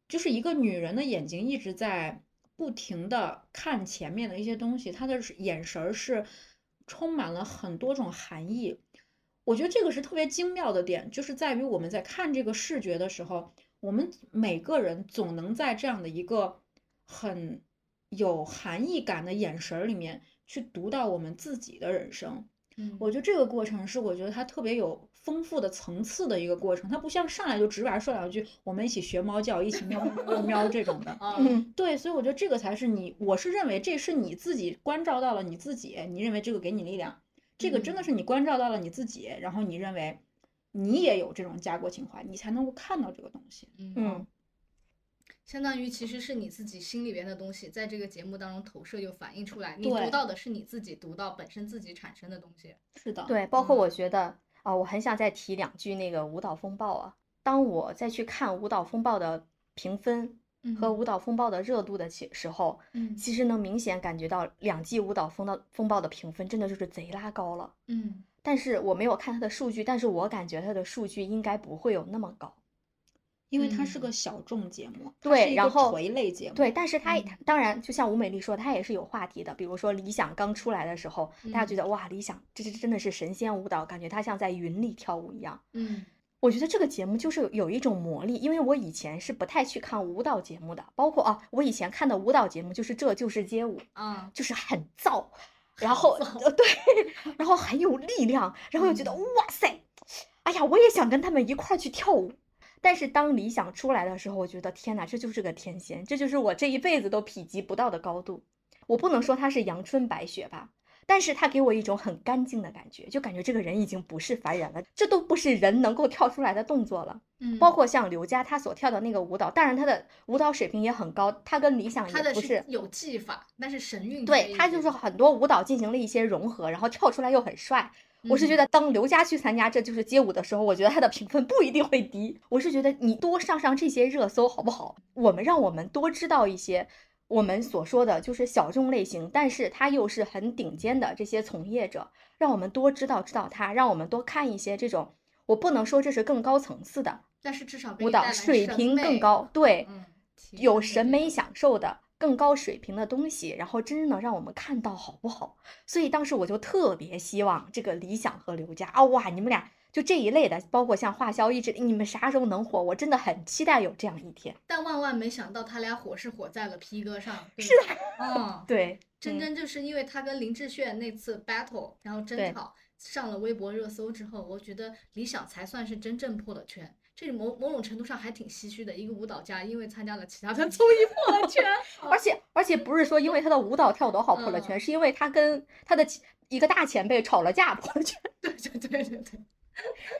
就是一个女人的眼睛一直在不停的看前面的一些东西，她的是眼神儿是充满了很多种含义。我觉得这个是特别精妙的点，就是在于我们在看这个视觉的时候，我们每个人总能在这样的一个很有含义感的眼神儿里面去读到我们自己的人生。
嗯。
我觉得这个过程是我觉得它特别有丰富的层次的一个过程，它不像上来就直白说两句，我们一起学猫叫，一起喵喵喵喵这种的 [LAUGHS]
啊
嗯
对，所以我觉得这个才是你，我是认为这是你自己关照到了你自己，你认为这个给你力量，这个真的
嗯
是你关照到了你自己，然后你认为你也有这种家国情怀，你才能够看到这个东西。
嗯，
嗯，
相当于其实是你自己心里边的东西，在这个节目当中投射又反映出来，你读
对
到的是你自己读到本身自己产生的东西。
是的，
对，包括
嗯
我觉得啊，我很想再提两句那个《舞蹈风暴》啊。当我再去看《舞蹈风暴》的评分
嗯
和《舞蹈风暴》的热度的其时候，
嗯
其实能明显感觉到两季《舞蹈风暴》风暴的评分真的就是贼拉高了。
嗯
但是我没有看它的数据，但是我感觉它的数据应该不会有那么高。
因为它是
嗯
个小众节目，它
对
是一
然
个
后
垂类节目，
对，但是它也
嗯
当然，就像吴美丽说，它也是有话题的。比如说理想刚出来的时候，大家
嗯
觉得哇，理想这这真的是神仙舞蹈，感觉她像在云里跳舞一样。
嗯
我觉得这个节目就是有有一种魔力，因为我以前是不太去看舞蹈节目的，包括啊，我以前看的舞蹈节目就是《这就是街舞》，
啊，
就是很燥，然后呃对， [LAUGHS] 然后很有力量，然后又觉得、
嗯
哇塞，哎呀，我也想跟他们一块儿去跳舞。但是当理想出来的时候，我觉得天哪，这就是个天仙，这就是我这一辈子都匹及不到的高度。我不能说他是阳春白雪吧，但是他给我一种很干净的感觉，就感觉这个人已经不是凡人了，这都不是人能够跳出来的动作了。
嗯，
包括像刘佳她所跳的那个舞蹈，当然她的舞蹈水平也很高，她跟理想
他的
也不是
有技法，但是神韵
对
缺
他
一
就是
点
很多舞蹈进行了一些融合，然后跳出来又很帅。我是觉
嗯
得当刘佳去参加这就是街舞的时候，我觉得他的评分不一定会低。我是觉得你多上上这些热搜好不好？我们让我们多知道一些我们所说的就是小众类型，但是他又是很顶尖的这些从业者，让我们多知道知道他，让我们多看一些这种。我不能说这是更高层次的
但是至少给
舞
你
蹈，
带来
水
审
平更
美，
高，对，
嗯，提
有
升的
审
这
美
种
享受的更高水平的东西，然后真正能让我们看到，好不好？所以当时我就特别希望这个理想和刘佳啊，哇，你们俩就这一类的，包括像画肖一直，你们啥时候能火？我真的很期待有这样一天。
但万万没想到，他俩火是火在了 P 哥上，对
是啊
吧，嗯，
对，
真
嗯
真就是因为他跟林志炫那次 battle，然后
对
争吵上了微博热搜之后，我觉得李想才算是真正破了圈。这某某种程度上还挺唏嘘的，一个舞蹈家因为参加了其他的综艺破了圈，
[LAUGHS] 而且而且不是说因为他的舞蹈跳多好破了圈，
嗯
是因为他跟他的其一个大前辈吵了架破了圈，
[LAUGHS] 对对对对对，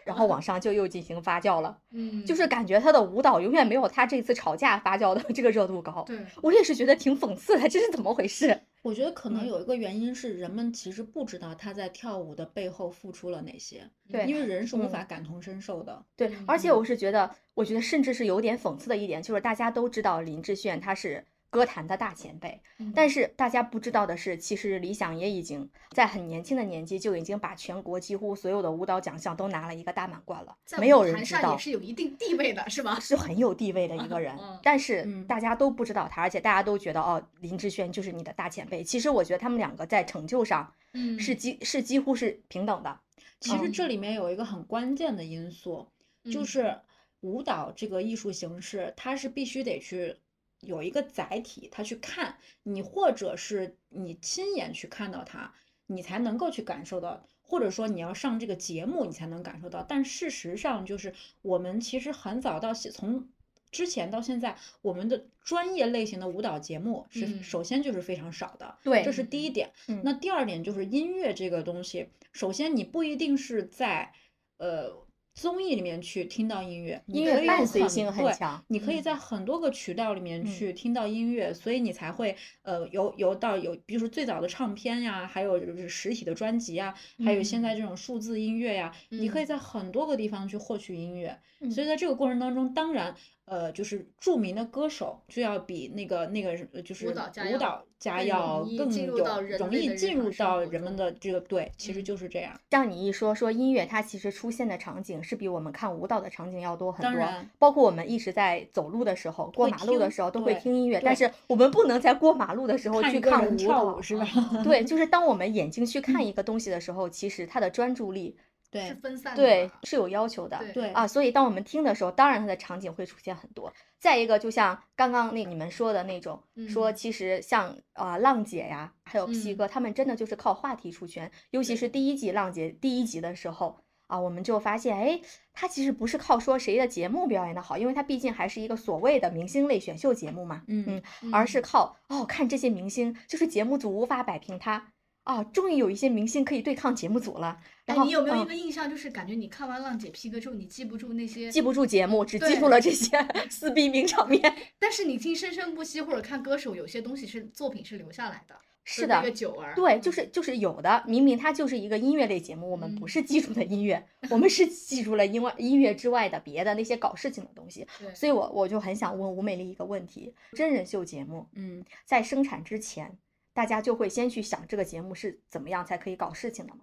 然后网上就又进行发酵了，
[LAUGHS] 嗯，
就是感觉他的舞蹈永远没有他这次吵架发酵的 [LAUGHS] 这个热度高。
对，
我也是觉得挺讽刺的，这是怎么回事？
我觉得可能
嗯
有一个原因是人们其实不知道他在跳舞的背后付出了哪些，
对
因为人是无
嗯
法感同身受的。
对，而且
嗯
我是觉得，我觉得甚至是有点讽刺的一点，就是大家都知道林志炫他是歌坛的大前辈，
嗯
但是大家不知道的是，其实李想也已经在很年轻的年纪就已经把全国几乎所有的舞蹈奖项都拿了一个大满贯了，
在
没
舞
有人
坛
知
上
道
也是有一定地位的，是吧？
[LAUGHS] 是很有地位的一个人
嗯，
但是
嗯
大家都不知道他，而且大家都觉得哦，林志炫就是你的大前辈。其实我觉得他们两个在成就上
嗯
是几是几乎是平等的，
其实
嗯
这里面有一个很关键的因素，就
嗯
是舞蹈这个艺术形式，它是必须得去有一个载体，它去看你，或者是你亲眼去看到它，你才能够去感受到，或者说你要上这个节目，你才能感受到。但事实上，就是我们其实很早到现从。之前到现在，我们的专业类型的舞蹈节目是
嗯
首先就是非常少的，
对
这是第一点。
嗯
那第二点就是音乐这个东西，首先你不一定是在呃综艺里面去听到音乐，你
音
可
乐
以
伴
有
随
很
性很
对
强。
你可以在很多个渠道里面
嗯
去听到音乐，所以你才会呃有有到有，比如说最早的唱片呀，还有就是实体的专辑呀，还有现在
嗯
这种数字音乐呀，你可以
嗯
在很多个地方去获取音乐。
嗯
所以在这个过程当中，当然呃就是著名的歌手就要比那个那个呃就是
舞蹈家
舞
要
蹈家
更
要
容易
更
进入到
有
人
容
类的
易
日
进
常
入
生
到
活
人们
中
的这个对，其实
嗯
就是这样。
像你一说说音乐，它其实出现的场景是比我们看舞蹈的场景要多很
当
多
然。
包括我们一直在走路的时候、过
会
马路的
听
时候都会
对
听音乐，
对
但是我们不能在过马路的时候
看
去
一个
看
人
舞
跳
蹈
舞。是吧？ [LAUGHS]
啊
对，就是当我们眼睛去看一个东西的时候，其实它的专注力
对
是，分散的
对
吧
是有要求的。
对
对
啊，所以当我们听的时候，当然它的场景会出现很多。再一个，就像刚刚那你们说的那种，说
嗯
其实像啊、呃浪姐呀，还有 P
嗯
哥，他们真的就是靠话题出圈，尤其是第一集浪姐第一集的时候。啊，我们就发现，哎，他其实不是靠说谁的节目表演的好，因为他毕竟还是一个所谓的明星类选秀节目嘛，
嗯
嗯，而是靠哦，看这些明星，就是节目组无法摆平他，啊，终于有一些明星可以对抗节目组了。然
哎
后
你有没有一
嗯
个印象，就是感觉你看完《浪姐 P 哥》之后，你记不住那些，
记不住节目，只记
对
住了这些 [LAUGHS] 撕逼名场面。
但是你听《生生不息》或者看歌手，有些东西是作品是留下来的。就是那
的
个，九儿，
对，就
嗯
是就是有的，明明它就是一个音乐类节目，我们不
嗯
是记住的音乐，我们是记住了音外音乐之外的别的那些搞事情的东西。
对，
所以我我就很想问吴美丽一个问题：真人秀节目
嗯，
在生产之前，大家就会先去想这个节目是怎么样才可以搞事情的吗？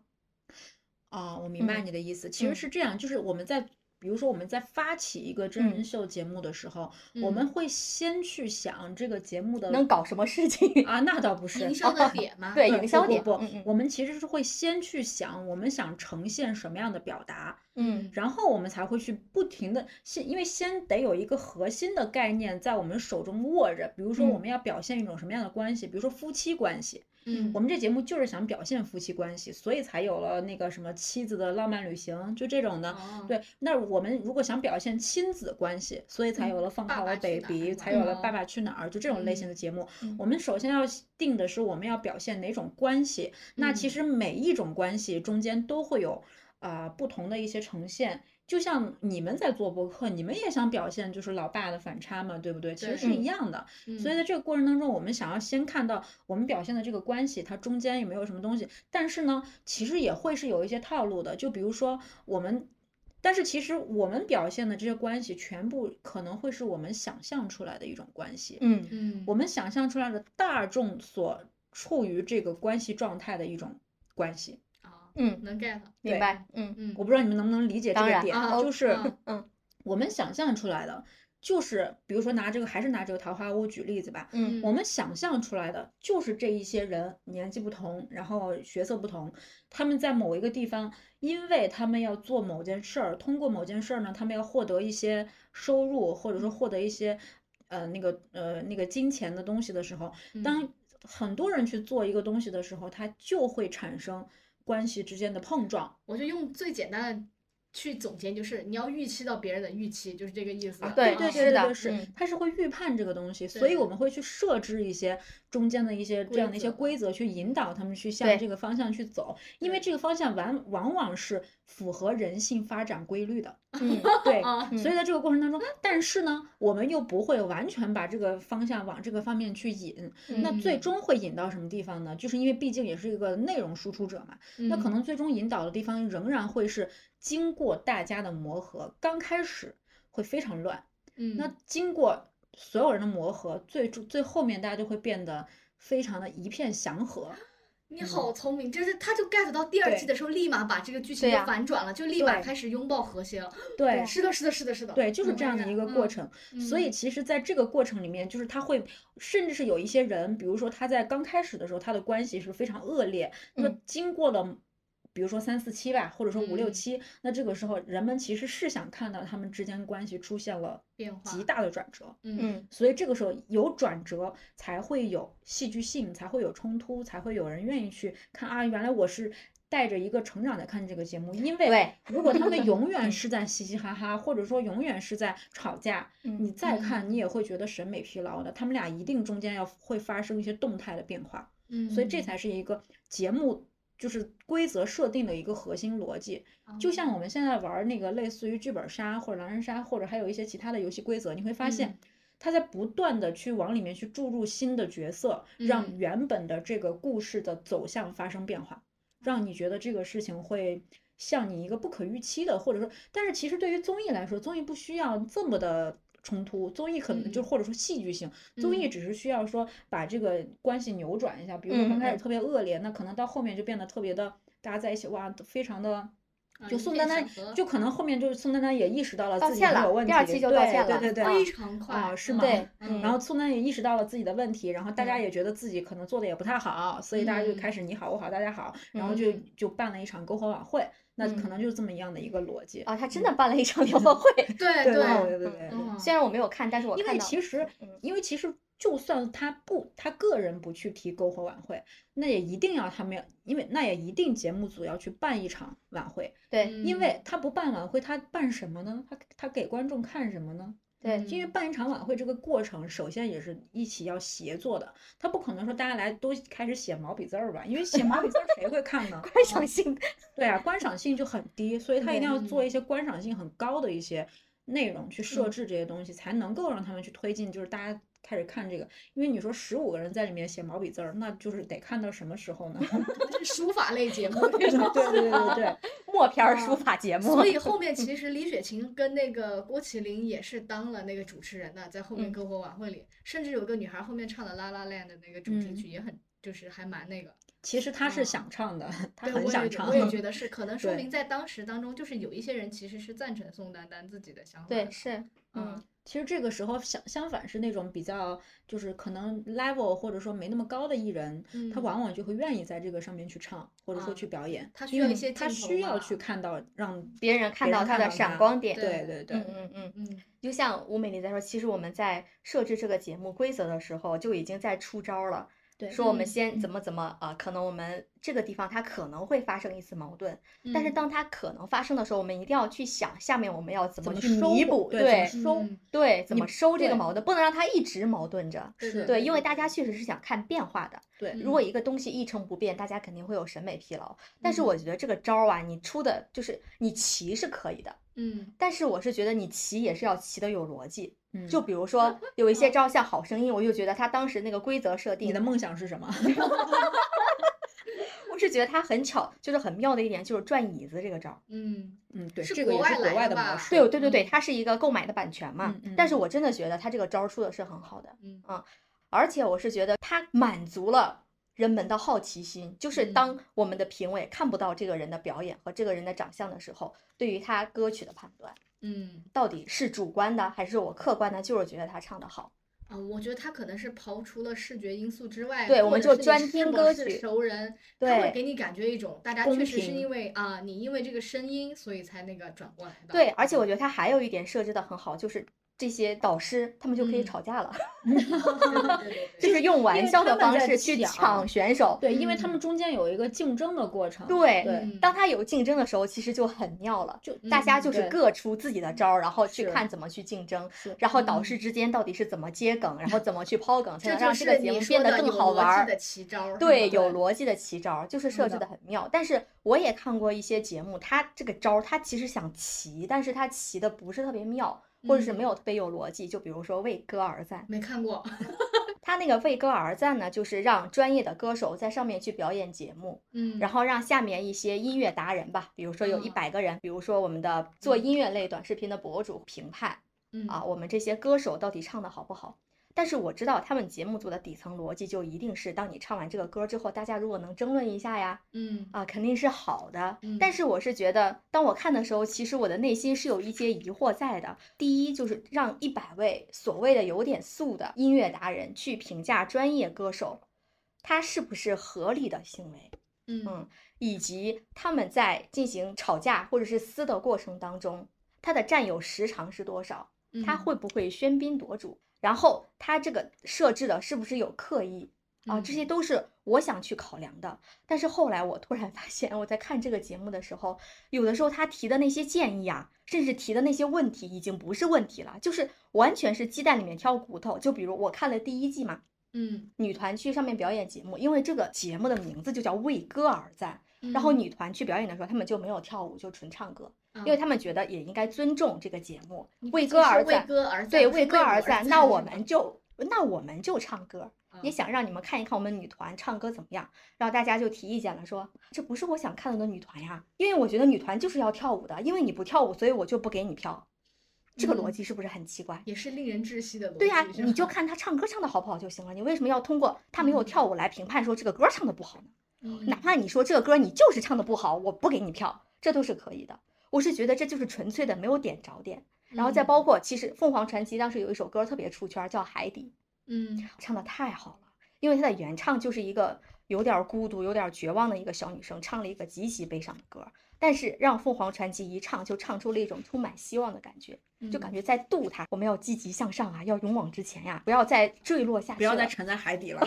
啊，我明白
嗯
你的意思。其实
嗯
是这样，就是我们在比如说我们在发起一个真人秀节目的时候，我
嗯
们会先去想这个节目的
能搞什么事情？ [LAUGHS]
啊，那倒不是
营，销
[LAUGHS]
的点吗？
对
不
营销
不
点，
不
嗯嗯
我们其实是会先去想我们想呈现什么样的表达，
嗯
然后我们才会去不停的先，因为先得有一个核心的概念在我们手中握着。比如说，
嗯
我们要表现一种什么样的关系，比如说夫妻关系。
嗯
我们这节目就是想表现夫妻关系，所以才有了那个什么妻子的浪漫旅行，就这种的。
哦
对，那我们如果想表现亲子关系，所以才有了《放
嗯爸
开我
爸去哪儿
baby》，才
嘛
有了
哦
《爸爸去哪儿》，就这种类型的节目。
嗯
我们首先要定的是我们要表现哪种关系。那其
嗯
实每一种关系中间都会有啊、呃不同的一些呈现。就像你们在做博客，你们也想表现就是老爸的反差嘛，对不对？其实
对
是一样的。所以在
嗯
这个过程当中，我们想要先看到我们表现的这个关系，它中间有没有什么东西。但是呢，其实也会是有一些套路的，就比如说我们，但是其实我们表现的这些关系，全部可能会是我们想象出来的一种关系，
嗯
嗯，
我们想象出来的大众所处于这个关系状态的一种关
啊
系。
嗯，
能 get，
明
对
白，嗯
嗯，
我不知道你们能不能理解这
当
个
然
点，
啊
就是
嗯
我们想象出来的，就是比如说拿这个还是拿这个桃花坞举例子吧，
嗯
我们想象出来的就是这一些人年纪不同，然后学色不同，他们在某一个地方，因为他们要做某件事儿，通过某件事儿呢，他们要获得一些收入，或者说获得一些呃那个呃那个金钱的东西的时候，
嗯
当很多人去做一个东西的时候，它就会产生关系之间的碰撞
我就用最简单的去总结，就是你要预期到别人的预期，就是这个意思。
对
对
啊
是
对对
的
对，是
嗯，
它是会预判这个东西，所以
对
我们会去设置一些中间的一些这
规
样的一些
则
规则，去引导他们去
对
向这个方向去走，因为
对
这个方向往往往是符合人性发展规
[LAUGHS]
律的，
嗯
对。
啊，
所以在这个过程当中，但是呢，我们又不会完全把这个方向往这个方面去引，那最
嗯
终会引到什么地方呢？就是因为毕竟也是一个内容输出者嘛，那可
嗯
能最终引导的地方仍然会是经过大家的磨合，刚开始会非常乱，
嗯
那经过所有人的磨合，最终最后面大家就会变得非常的一片祥和。
你好聪明，就是他就 get 到第二
嗯对
季的时候，立马把这个剧情
对
就
呀
反转了，就立马
对
开始拥抱和谐了。
对
是的，是的，是的，是的。
对，就是
嗯
这样的一个过。程。所以
嗯
其实在这个过程里面，就是他会，甚至是有一些人，比如说他在刚开始的时候，他的关系是非常恶劣，那
嗯
经过了。比如说三四期吧，或者说五六
嗯
期，那这个时候人们其实是想看到他们之间关系出现了
变化
极大的转折，
嗯
嗯
所以这个时候有转折，才会有戏剧性，才会有冲突，才会有人愿意去看啊。原来我是带着一个成长在看这个节目，因为
对嗯
如果他
[LAUGHS]
们永远是在嘻嘻哈哈，或者说永远是在吵架， [LAUGHS] 你
嗯
再看你也会觉得审美疲劳的。他们俩一定中间要会发生一些动态的变化，
嗯，
所以这才是一个节目。就是规则设定的一个核心逻辑，
哦
就像我们现在玩那个类似于剧本杀或者狼人杀，或者还有一些其他的游戏规则，你会发现
嗯
他在不断的去往里面去注入新的角色，让
嗯
原本的这个故事的走向发生变化，让你觉得这个事情会像你一个不可预期的，或者说，但是其实对于综艺来说，综艺不需要这么的。冲突综艺可能就
嗯
或者说戏剧性，综艺
嗯
只是需要说把这个关系扭转一下，比如说刚开
嗯嗯
始特别恶劣，那可能到后面就变得特别的，大家在一起哇，非常的
啊
就
一
宋
片
丹丹
祥和
就可能后面就是宋丹丹也意识到了
道
自己
歉
很
了
有问题，
第二期就道
对
歉了
对对对
非。常快
啊是吗
对嗯
然后宋丹也意识到了自己的问题，然后大家
嗯
也觉得自己可能做的也不太好，所以大家就开始你好我好大家好，然后就
嗯
就办了一场篝火晚会，那
嗯
可能就是这么一样的一个逻辑。
啊，他真的办了一场联欢会，
哎对
[LAUGHS] 对哦
吧
对对对对
嗯
虽然我没有看，但是我
因
看
为
到
其实
嗯，
因为其实就算他不，他个人不去提篝火晚会，那也一定要他们要，因为那也一定节目组要去办一场晚会，
嗯
对
因为他不办晚会，他办什么呢？他他给观众看什么呢？
对，
因为办一场晚会这个过程，首先也是一起要协作的，他不可能说大家来都开始写毛笔字儿吧，因为写毛笔字儿谁会看呢？
[LAUGHS] 观赏性
对啊，观赏性就很低，所以他一定要做一些观赏性很高的一些内容去设
嗯
置这些东西，才能够让他们去推进，就是大家开始看这个。因为你说十五个人在里面写毛笔字儿，那就是得看到什么时候呢？ [LAUGHS]
这嗯是书法类节目，
对对对对 [LAUGHS] 对，
默片儿书法节目
[LAUGHS] 所，
[LAUGHS]
以后面其实李雪琴跟那个郭麒麟也是当了那个主持人的，在后面
嗯
篝火晚会里，甚至有个女孩后面唱的《La La Land》的那个主题曲也很，就是还蛮那个，
其实他是
啊
想唱的， [LAUGHS] 他
对，
很
我
想
也
唱。 [LAUGHS]
我也觉得是，可能说
对
明在当时当中，就是有一些人其实是赞成宋丹丹自己的想法的。
对，是，嗯
嗯，
其实这个时候相相反是那种比较就是可能 level 或者说没那么高的艺人，
嗯
他往往就会愿意在这个上面去唱，或者说去表演，
他需
因
要
为
一些
他
镜头
需要
嘛
去看到让
别人看
别
到
人
他的
到
闪
他
光点。
对
对
对对，
嗯嗯嗯，
嗯，
就像吴美丽在说，其实我们在设置这个节目规则的时候就已经在出招了。
对
说我
嗯
们先怎么怎么啊、呃可能我们这个地方它可能会发生一次矛盾，
嗯
但是当它可能发生的时候，我们一定要去想下面我们要怎
怎
么
么
去
收
弥
获
补，
对
对
怎么收
嗯
对，怎
你
么收这个
对
矛盾，不能让它一直矛盾着。
对
是
对，因为大家确实是想看变化的。
对
如果一个东西一成不变，大家肯定会有审美疲劳。但是
嗯
我觉得这个招儿啊，你出的就是你骑是可以的，
嗯
但是我是觉得你骑也是要骑的有逻辑。
嗯
就比如说有一些招儿像《好声音》，我就觉得他当时那个规则设定，
你的梦想是什么？ [LAUGHS]
我是觉得他很巧，就是很妙的一点就是转椅子这个招儿。
嗯
嗯，对，
是
这个
国
也
外
是国
来
外
的
的
吧
模式，
对对对对，它是一个购买的版权嘛
嗯。嗯
但是我真的觉得他这个招儿出的是很好的，
嗯
而且我是觉得它满足了人们的好奇心，就是
嗯
当我们的评委看不到这个人的表演和这个人的长相的时候，对于他歌曲的判断
嗯
到底是主观的还是我客观的，就是觉得他唱的好。
啊，我觉得他可能是刨除了视觉因素之外，
对我
或
们
者
就是
你
专
是
听
否
歌
是
曲
熟人，他会
对
给你感觉一种大家
公
确实是
平
因为啊，你因为这个声音，所以才那个转过来的。嗯
对，而且
[LAUGHS]
我觉得他还有一点设置的很好，就是这些导师他们就可以
嗯
吵架了，
对对对
就
对
是用玩
为
笑
他
的
们
方
在
式去
抢
抢选手。
对，因为他
嗯
们中间有一个竞争的过程，
对
对，
嗯
当他有竞争的时候，其实就很妙了。
就
大家
嗯
就是
对
各出自己的招儿，然后去
是
看怎么去竞争
是，
然后导师
嗯
之间到底是怎么接梗，然后怎么去抛
[LAUGHS]
梗，才
这
能
就
让这个
是
节
你
目
说
变得
的
更
有
好
逻
玩
辑的
儿。
奇招儿，嗯
对，有
对
逻辑的奇招儿，就是设置
的
的很妙。但是我也看过一些节目，他这个招儿他其实想骑，但是他骑的不是特别妙，或者是没
嗯
有特别有逻辑。就比如说为歌而赞，
没看过，
他那个为歌而赞呢，就是让专业的歌手在上面去表演节目，
嗯，哦
然后让下面一些音乐达人吧，比如说有一百个人，比如说我们的做音乐类短视频的博主评判
嗯
啊，，我们这些歌手到底唱的好不好？但是我知道他们节目组的底层逻辑就一定是，当你唱完这个歌之后，大家如果能争论一下呀，
嗯
啊，肯定是好的。但
嗯
是我是觉得，当我看的时候，其实我的内心是有一些疑惑在的。第一，就是让一百位所谓的有点素的音乐达人去评价专业歌手，他是不是合理的行为？
嗯
嗯，以及他们在进行吵架或者是撕的过程当中，他的占有时长是多少？他
嗯
会不会喧宾夺主？然后他这个设置的是不是有刻意啊？这
嗯
些都是我想去考量的。但是后来我突然发现，我在看这个节目的时候，有的时候他提的那些建议啊，甚至提的那些问题，已经不是问题了，就是完全是鸡蛋里面挑骨头。就比如我看了第一季嘛，
嗯，
女团去上面表演节目，因为这个节目的名字就叫为歌而战。然后
嗯，
女团去表演的时候，她们就没有跳舞，就纯唱歌，因为她们觉得也应该尊重这个节目，为歌而
为
战。
歌而
对，
为
为歌而
战
战，
是
那
吧
我们就那我们就唱歌。也
嗯
想让你们看一看我们女团唱歌怎么样，然后大家就提意见了说，这不是我想看到的女团呀，因为我觉得女团就是要跳舞的，因为你不跳舞，所以我就不给你票。这个逻
嗯
辑是不是很奇怪？
也是令人窒息的逻辑，
对呀、
是
你就
吧
看她唱歌唱的好不好就行了，你为什么要通过她没有
嗯
跳舞来评判说这个歌唱的不好呢？
嗯
哪怕你说这个歌你就是唱的不好，我不给你票，这都是可以的。我是觉得这就是纯粹的没有点着点，然后
嗯
嗯
再包括其实凤凰传奇当时有一首歌特别出圈，叫《海底
嗯》，
唱的太好了，因为它的原唱就是一个有点孤独、有点绝望的一个小女生，唱了一个极其悲伤的歌，但是让凤凰传奇一唱就唱出了一种充满希望的感觉，
嗯
就感觉在渡它，我们要积极向上啊，要勇往直前呀、不要再坠落下去了，
不要再沉在海底了。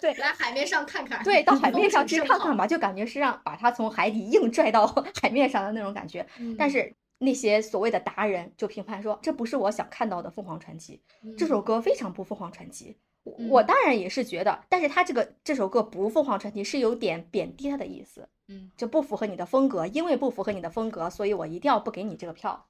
对
来海面上看看，
对，到海面上
[LAUGHS]
去
去
看看吧，就感觉是让把他从海底硬拽到 [LAUGHS] 海面上的那种感觉。
嗯
但是那些所谓的达人就评判说，这不是我想看到的凤凰传奇，这首歌非常不凤凰传奇。我我
嗯
当然也是觉得，但是他这个这首歌不凤凰传奇是有点贬低他的意思，
嗯
这不符合你的风格，因为不符合你的风格，所以我一定要不给你这个票。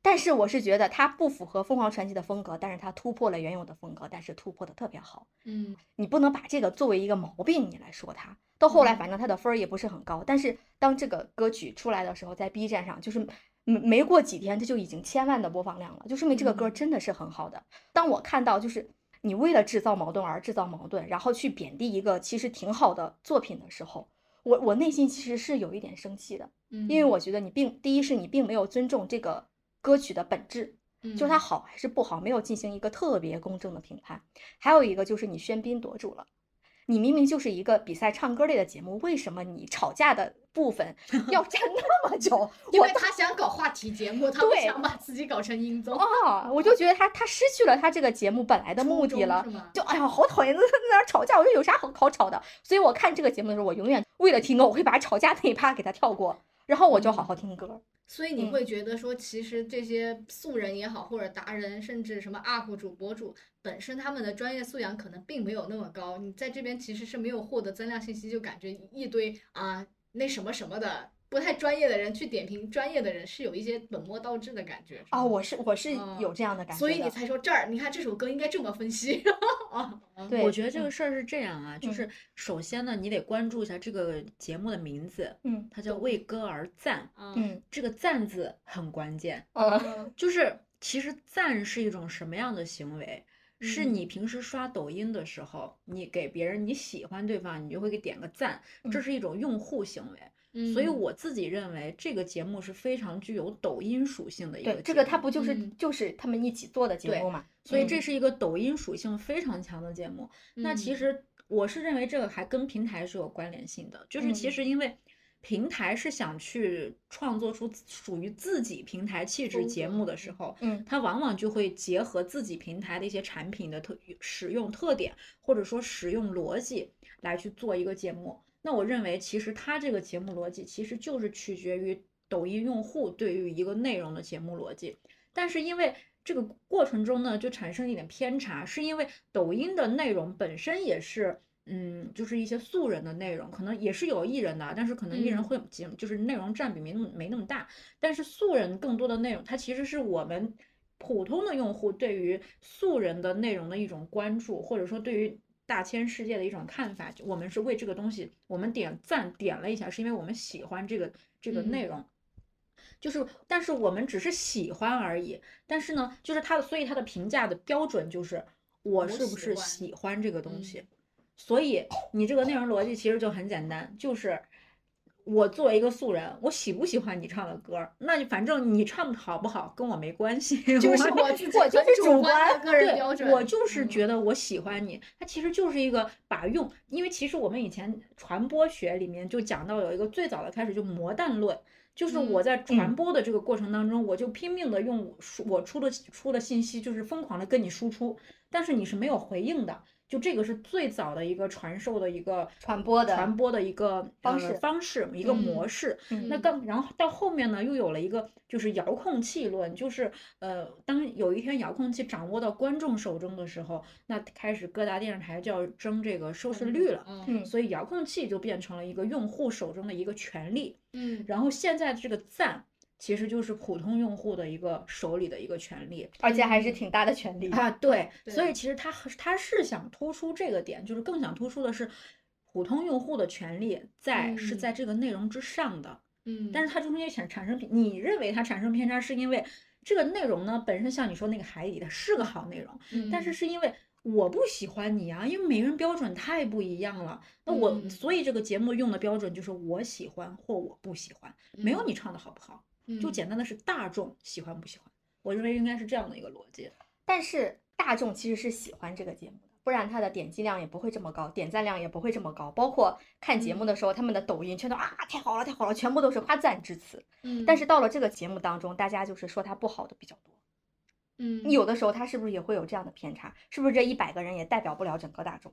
但是我是觉得它不符合凤凰传奇的风格，但是它突破了原有的风格，但是突破的特别好。
嗯
你不能把这个作为一个毛病你来说它。到后来，
嗯
反正它的分儿也不是很高，但是当这个歌曲出来的时候，在 B 站上就是没没过几天，它就已经千万的播放量了，就说明这个歌
嗯
真的是很好的。当我看到就是你为了制造矛盾而制造矛盾，然后去贬低一个其实挺好的作品的时候，我我内心其实是有一点生气的，
因
因为我觉得你并第一是你并没有尊重这个歌曲的本质，
嗯
就是它好还是不好，没有进行一个特别公正的评判。还有一个就是你喧宾夺主了，你明明就是一个比赛唱歌类的节目，为什么你吵架的部
[LAUGHS]
分要站那么久？
因
我
为他想搞话题
[LAUGHS]
节目，他不
对
想把自己搞成音综
啊，我就觉得他他失去了他这个节目本来的目的了
初衷。是吗？
就哎呀，好讨厌，在那儿吵架，我就有啥好好吵的。所以我看这个节目的时候，我永远为了听歌，我会把吵架那一趴给他跳过，然后我就
嗯
好好听歌。
所以你
嗯
会觉得说，其实这些素人也好，或者达人，甚至什么 UP 主、博主，本身他们的专业素养可能并没有那么高。你在这边其实是没有获得增量信息，就感觉一堆啊那什么什么的不太专业的人去点评专业的人，是有一些本末倒置的感觉。是
啊，
吗
我是我是
嗯
有这样的感觉
所
的，
以你才说这儿，你看这首歌应该这么分
[LAUGHS]
析。啊，
对，
我觉得这个事儿是这样啊，就
嗯
是首先呢，你得关注一下这个节目的名字，
嗯
它叫“为歌而赞
嗯
嗯”，
这个“赞”字很关键。
嗯
就是其实赞是一种什么样的行为？是
嗯
你平时刷抖音的时候，你给别人你喜欢对方，你就会给点个赞，这
嗯
是一种用户行为。
嗯，
所以我自己认为这个节目是非常具有抖音属性的一个
对，这
节
个它
目
不就是
嗯
就是他们一起做的节
对
目嘛？
所以
嗯
这是一个抖音属性非常强的节目。那其
嗯
实我是认为这个还跟平台是有关联性的，就是其
嗯
实因为平台是想去创作出属于自己平台气质
风
节
格
目的
嗯
时候，
嗯
它往往就会结合自己平台的一些产品的特使用特点，或者说使用逻辑来去做一个节目。那我认为，其实它这个节目逻辑其实就是取决于抖音用户对于一个内容的节目逻辑。但是因为这个过程中呢，就产生了一点偏差，是因为抖音的内容本身也是。嗯，就是一些素人的内容，可能也是有艺人的啊，但是可能艺人
嗯
会节目就是内容占比没那么没那么大，但是素人更多的内容，它其实是我们普通的用户对于素人的内容的一种关注，或者说对于大千世界的一种看法。就我们是为这个东西，我们点赞点了一下，是因为我们喜欢这个这个
嗯
内容。就是，但是我们只是喜欢而已。但是呢，就是它的，所以它的评价的标准就是我
我
是不
喜
是
欢
喜欢这个东
嗯
西。所以你这个内容逻辑其实就很简单，就是我作为一个素人，我喜不喜欢你唱的歌儿，那你反正你唱的好不好跟我没关系，
[LAUGHS] 就
我
是我自己
我就
很
是
主
主
观的个人
对
标准，
我就是
嗯
觉得我喜欢你，它其实就是一个把用，因为其实我们以前传播学里面就讲到有一个最早的开始就磨蛋论，就是
嗯
我在传
嗯
播的这个过程当中，我就拼命的用我出的出的信息，就是疯狂的跟你输出，但是你是没有回应的。就这个是最早的一个传授的一个
传播的
传播的一个
方
呃
式
方式一个模
嗯
式，
嗯
那
嗯
更然后到后面呢，又有了一个就是遥控器论，就是呃，当有一天遥控器掌握到观众手中的时候，那开始各大电视台就要争这个收视率了。
嗯
嗯
所以遥控器就变成了一个用户手中的一个权利，
嗯，
然后现在这个赞其实就是普通用户的一个手里的一个权利
而且还是挺大的权利。
啊，对，所
对
以其实他还是他是想突出这个点，就是更想突出的是普通用户的权利在是
嗯
在这个内容之上的，
嗯，
但是它中间产产生偏，你认为它产生偏差，是因为这个内容呢本身像你说那个海底的是个好内容，
嗯
但是是因为我不喜欢你啊，因为每个人标准太不一样了。那我、
嗯
所以这个节目用的标准就是我喜欢或我不喜欢，没有你唱的好不好，就
嗯
简单的是大众喜欢不喜欢。我认为应该是这样的一个逻辑。
但是大众其实是喜欢这个节目的，不然它的点击量也不会这么高，点赞量也不会这么高。包括看
嗯
节目的时候，他们的抖音全都啊太好了太好了，全部都是夸赞之词。
嗯，
但是到了这个节目当中，大家就是说它不好的比较多。
嗯
你有，的时候它是不是也会有这样的偏差？是不是这一百个人也代表不了整个大众？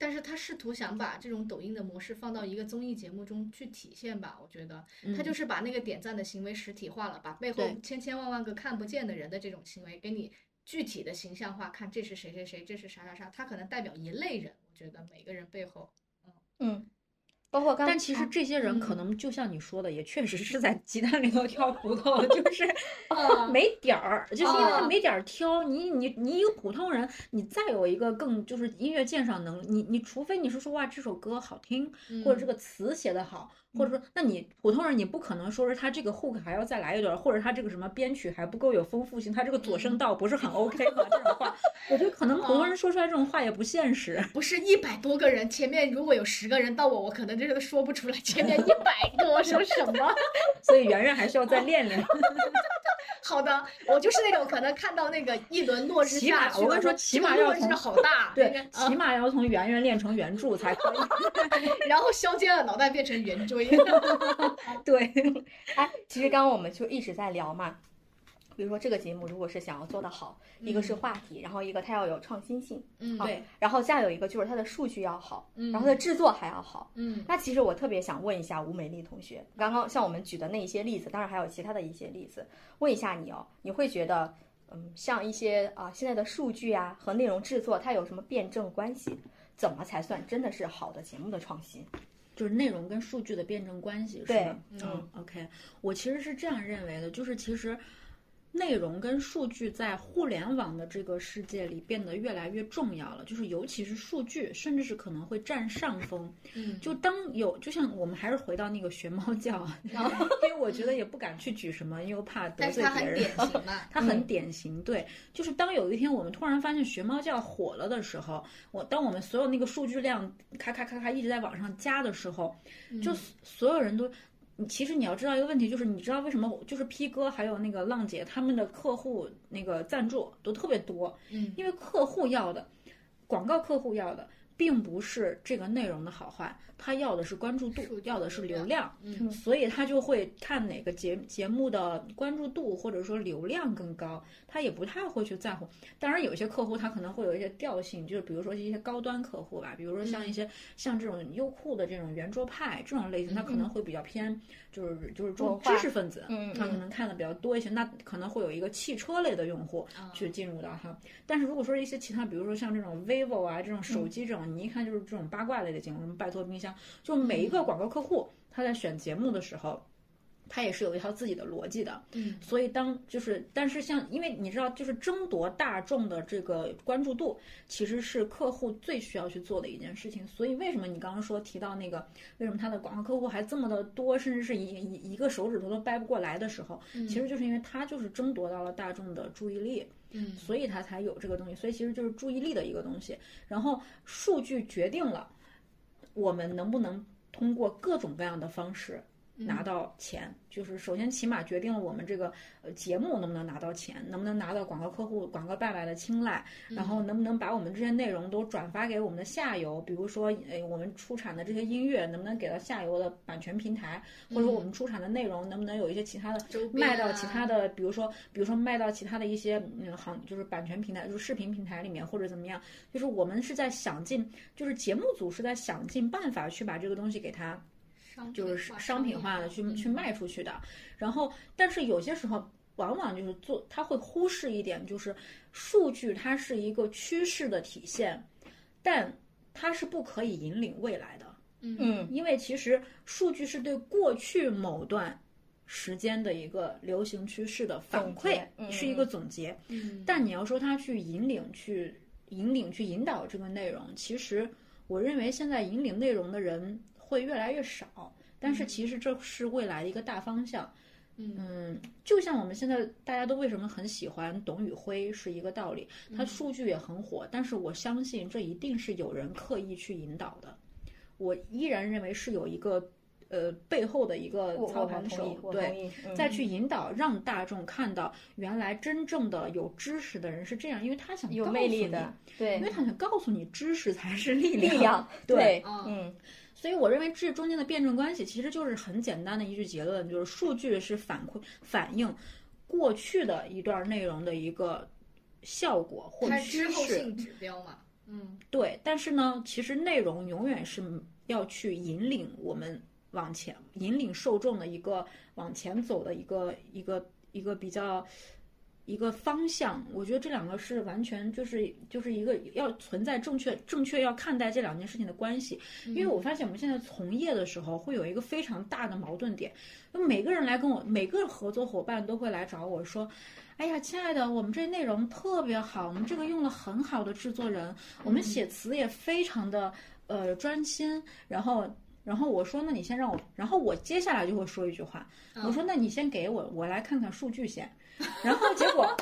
但是他试图想把这种抖音的模式放到一个综艺节目中去体现吧，我觉得他就是是把那个点赞的行为实体化了，把背后
嗯对
千千万万个看不见的人的这种行为给你具体的形象化，看这是谁谁谁，这是啥啥啥，他可能代表一类人，我觉得每个人背后，
嗯，包括刚
但其实
啊
这些人可
嗯
能就像你说的，也确实是在鸡蛋里头挑骨头，
[LAUGHS]
就是哦没点儿，就是因为
啊
他没点儿挑。你你你一个普通人，你再有一个更就是音乐鉴赏能力，你你除非你是说哇这首歌好听，
嗯
或者这个词写得好，或者说那你普通人你不可能说是他这个 hook 还要再来一段儿，或者他这个什么编曲还不够有丰富性，他这个左
嗯
声道不是很 OK 嘛？这种话，我觉得可能
哦
普通人说出来这种话也不现实。
不是一百多个人，前面如果有十个人到我，我可能真的说不出来。前面一百个，我说什么？ [LAUGHS]
所以圆圆还需要再练练。
好的，我就是那种可能看到那个一轮落日
起
下
码
去，
我跟你说
这
起
个
码
落
要
日
从
好大，啊那
对
个，
起码要从圆圆练成圆柱才可以。
然后削尖了脑袋变成圆锥。 [LAUGHS]
[LAUGHS] 对，
哎，其实刚刚我们就一直在聊嘛，比如说这个节目如果是想要做得好，一
嗯
个是话题，然后一个它要有创新性，
嗯，
[LAUGHS]
啊
对，
对，
然后再有一个就是它的数据要好，
嗯
然后它的制作还要好。
嗯
那其实我特别想问一下吴美丽同学，刚刚像我们举的那一些例子，当然还有其他的一些例子，问一下你哦，你会觉得，嗯，像一些啊、现在的数据啊和内容制作，它有什么辩证关系？怎么才算真的是好的节目的创新？
就是内容跟数据的辩证关系，是
对
吧？
嗯
嗯，OK，我其实是这样认为的，就是其实内容跟数据在互联网的这个世界里变得越来越重要了，就是尤其是数据，甚至是可能会占上风。
嗯，
就当有，就像我们还是回到那个学猫叫， [LAUGHS] 因为我觉得也不敢去举什么，因为怕得
但是
罪
它
别
很
人
典。型嘛，
它很典型，对，就是当有一天我们突然发现学猫叫火了的时候，我当我们所有那个数据量咔咔咔咔一直在往上加的时候， [LAUGHS] 就所所有人都。你其实你要知道一个问题，就是你知道为什么就是 P 哥还有那个浪姐他们的客户那个赞助都特别多，
嗯
因为客户要的，广告客户要的，并不是这个内容的好坏，他要的是关注度
数，据
要的是
流
流量，
嗯
所以他就会看哪个节节目的关注度或者说流量更高，他也不太会去在乎。当然，有些客户他可能会有一些调性，就是比如说一些高端客户吧，比如说像
嗯
一些、像这种优酷的这种圆桌派这种类型，他可能会比较偏就是就是这
文
种
化
知识分子，
嗯
他可能看的比较多一些，那可能会有一个汽车类的用户
啊
去进入到他。但是如果说一些其他，比如说像这种 vivo 啊，这种手机这种，你一看就是这种八卦类的节目，什么拜托冰箱，就每一个广告客户他在选节目的时候。他也是有一套自己的逻辑的，
嗯
所以当就是，但是像因为你知道，就是争夺大众的这个关注度，其实是客户最需要去做的一件事情。所以为什么你刚刚说提到那个，为什么他的广告客户还这么的多，甚至是一一一个手指头都掰不过来的时候，
嗯
其实就是因为他就是争夺到了大众的注意力。
嗯
所以它才有这个东西。所以其实就是注意力的一个东西。然后数据决定了我们能不能通过各种各样的方式拿到钱，就是首先起码决定了我们这个呃节目能不能拿到钱，能不能拿到广告客户、广告爸爸的青睐，然后能不能把我们这些内容都转发给我们的下游，比如说呃我们出产的这些音乐能不能给到下游的版权平台，或者说我们出产的内容能不能有一些其他的
周边
卖到其
啊
他的，比如说，比如说卖到其他的一些嗯行，就是版权平台，就是视频平台里面或者怎么样，就是我们是在想尽，就是节目组是在想尽办法去把这个东西给它就是商品化嗯的去
嗯
去卖出去的。然后，但是有些时候往往就是做，他会忽视一点，就是数据它是一个趋势的体现，但它是不可以引领未来的。
嗯
嗯
因为其实数据是对过去某段时间的一个流行趋势的反
总
馈
结，嗯
是一个总结。
嗯，
但你要说它去引领、去引领、去引导这个内容，其实我认为现在引领内容的人会越来越少。但
嗯
是其实这是未来的一个大方向。嗯，就像我们现在大家都为什么很喜欢董宇辉是一个道理，他
嗯
数据也很火，但是我相信这一定是有人刻意去引导的。我依然认为是有一个呃背后的一个
嗯我
操
我很
盘
同
手
意，，我同
对，
意。嗯
再去引导让大众看到原来真正的有知识的人是这样，因为他想
有
告
魅
诉
力
你
的，
因为
对
他想告诉你知识才是
[LAUGHS]
力
力
量。
量，对，
啊
嗯，
所以我认为这中间的辩证关系其实就是很简单的一句结论，就是数据是反馈反映过去的一段内容的一个效果或
它
趋
之后
势。
性指标嘛，嗯
对，但是呢，其实内容永远是要去引领我们往前，引领受众的一个往前走的一个一个一个比较一个方向。我觉得这两个是完全就是就是一个要存在正确正确要看待这两件事情的关系。
嗯
因为我发现我们现在从业的时候会有一个非常大的矛盾点，就每个人来跟我每个合作伙伴都会来找我说。哎呀，亲爱的，我们这内容特别好，我们这个用了很好的制作人，我们写词也非常的呃专心。然后，然后我说，那你先让我，然后我接下来就会说一句话，我说，那你先给我，我来看看数据先。然后结果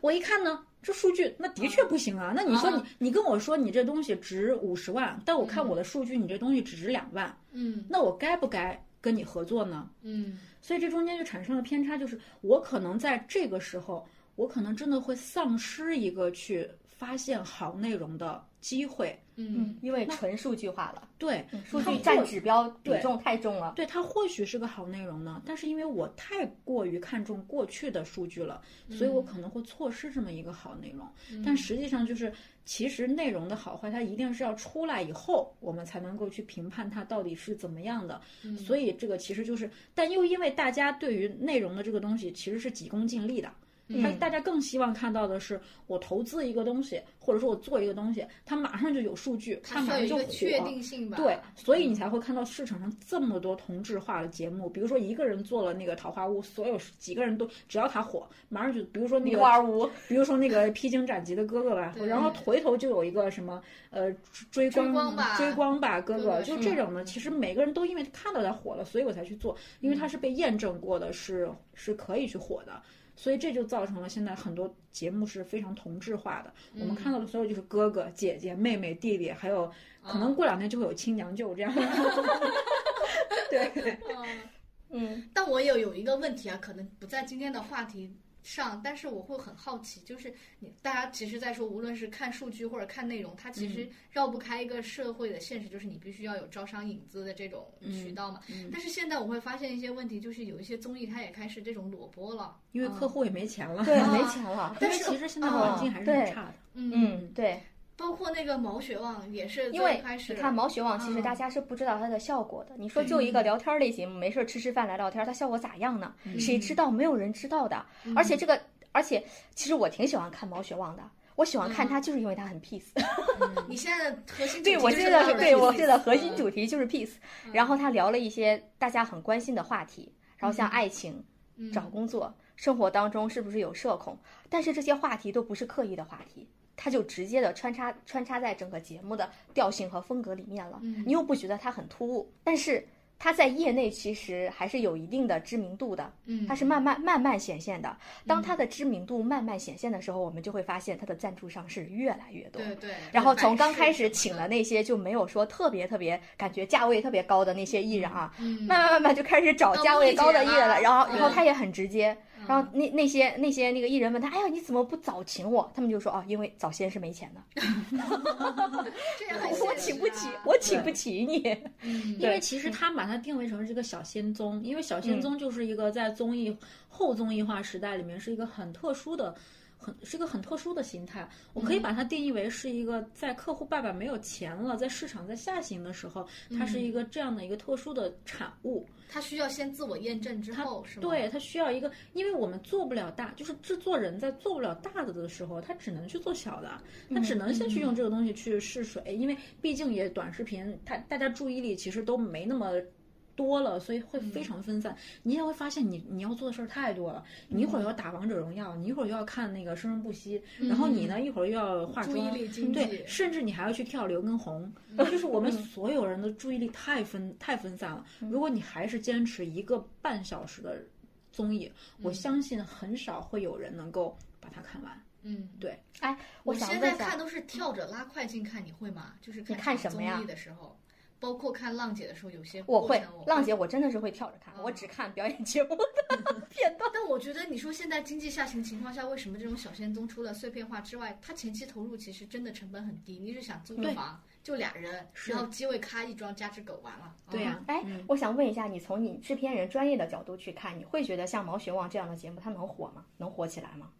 我一看呢，这数据那的确不行啊。那你说你
啊
你跟我说你这东西值五十万，但我看
嗯
我的数据，你这东西只值两万，
嗯
那我该不该跟你合作呢？
嗯
所以这中间就产生了偏差，就是我可能在这个时候，我可能真的会丧失一个去发现好内容的机会。
嗯
因为纯数据化了，
对，
数
它
据
或
占指标比
对
嗯重太重了。
对，它或许是个好内容呢，但是因为我太过于看重过去的数据了，所以
嗯
我可能会错失这么一个好内容。但实际上就是，其实内容的好坏，它一定是要出来以后，我们才能够去评判它到底是怎么样的。
嗯
所以这个其实就是，但又因为大家对于内容的这个东西其实是急功近利的。他
嗯
大家更希望看到的是，我投资一个东西，或者说我做一个东西，它马上就有数据，它
需
马
要有
上
一个
就火。
确定性吧？嗯
对，所以你才会看到市场上这么多同质化的节目，比如说一个人做了那个桃花坞，所有几个人都只要他火，马上就比如说那
你
个
花无
比如说那个披荆斩棘的哥哥吧，
对
然后回头就有一个什么呃
追
追光
光吧嗯
追光吧哥
哥
哥，
哥
就是这
吗
种的，其实每个人都因为看到它火了，所以我才去做，因
嗯
为它是被验证过的是，是可以去火的。所以这就造成了现在很多节目是非常同质化的，我们
嗯
看到的所有就是哥哥、姐姐、妹妹、弟弟，还有
啊
可能过两天就会有亲娘舅这样的。 [LAUGHS]
[LAUGHS]
对，
嗯
嗯，
但我也有一个问题啊，可能不在今天的话题上，但是我会很好奇，就是你大家其实在说，无论是看数据或者看内容，它其
嗯
实绕不开一个社会的现实，就是你必须要有招商引资的这种
嗯
渠道嘛。但是现在我会发现一些问题，就是有一些综艺它也开始这种裸播了，
因为客户也没钱了，
对，
啊
没钱了。
因
但
为
是
其实现在环境还是很
对
差的。
嗯，
嗯，对，
包括那个毛血旺也是
因为
最开始
你看毛血旺，其实
嗯
大家是不知道它的效果的。你说就一个聊天类节目，没事儿吃吃饭聊聊天，它效果咋样呢？谁知道？没有人知道的。
嗯
而且这个，而且其实我挺喜欢看毛血旺的，我喜欢看它就是因为它很 peace。
你现在的
[LAUGHS]
核心
嗯对
主题
我
就
现
是
在
聊
对我
这
现
个
在
意思
核心主题就是 peace，然后他聊了一些大家很关心的话题，然后像爱情、
嗯
找工作、生活当中是不是有社恐，但是这些话题都不是刻意的话题。他就直接的穿插穿插在整个节目的调性和风格里面了，
嗯
你又不觉得他很突兀，但是他在业内其实还是有一定的知名度的，
嗯
它是慢慢慢慢显现的。当它的知名度慢慢显现的时候，我们就会发现它的赞助商是越来越多。
对对，
然后从刚开始请的
的，
那些就没有说特别特别感觉价位特别高的那些艺人啊，
嗯
慢慢慢慢就开始找
到
价位高的艺人
木姐
了，
了
然后然后
嗯
他也很直接，
嗯
然后那那些那些那个艺人问他，哎呀你怎么不早请我？他们就说哦，因为早先是没钱的，
这也很
我
现
请
实
不起
啊，
我请不起你。
嗯
因为其实他把它定位成是一个小仙踪，因为小仙踪就是一个在综艺后综艺化时代里面是一个很特殊的。很是一个很特殊的形态，我可以把它定义为是一个在客户爸爸没有钱了，在市场在下行的时候，它是一个这样的一个特殊的产物。
他需要先自我验证之后，是吗？
对，它需要一个，因为我们做不了大，就是制作人在做不了大的的时候，他只能去做小的，他
嗯
只能先去用这个东西去试水，因为毕竟也短视频，它大家注意力其实都没那么。多了，所以会
嗯
非常分散。你也会发现你，你要做的事儿太多了。你
嗯
一会儿要打王者荣耀，你一会儿又要看那个生生不息，然后你呢一会儿又要化
注意
妆，
力经济，
对，甚至你还要去跳刘畊宏，就是我们所有人的注意力太分太分散了。如果你还是坚持一个半小时的综艺，我相信很少会有人能够把它看完。
嗯，
对。
哎，
我
想
现
问
在
一下
看，都是跳着拉快进看，你会吗？就是
你看什么呀
综艺的时候，包括看浪姐的时候，有些
我
过
会
程我嗯
浪姐，。我真的是会跳着看，我只看表演节目的片段。
但我觉得你说现在经济下行情况下，为什么这种小仙踪除了碎片化之外，它前期投入其实真的成本很低？你就想租个
对
房，就俩人，
是
然后机位咔一装，加只狗完了。
对呀、
哎
嗯，
我想问一下，你从你制片人专业的角度去看，你会觉得像毛血旺这样的节目，它能火吗？能火起来吗？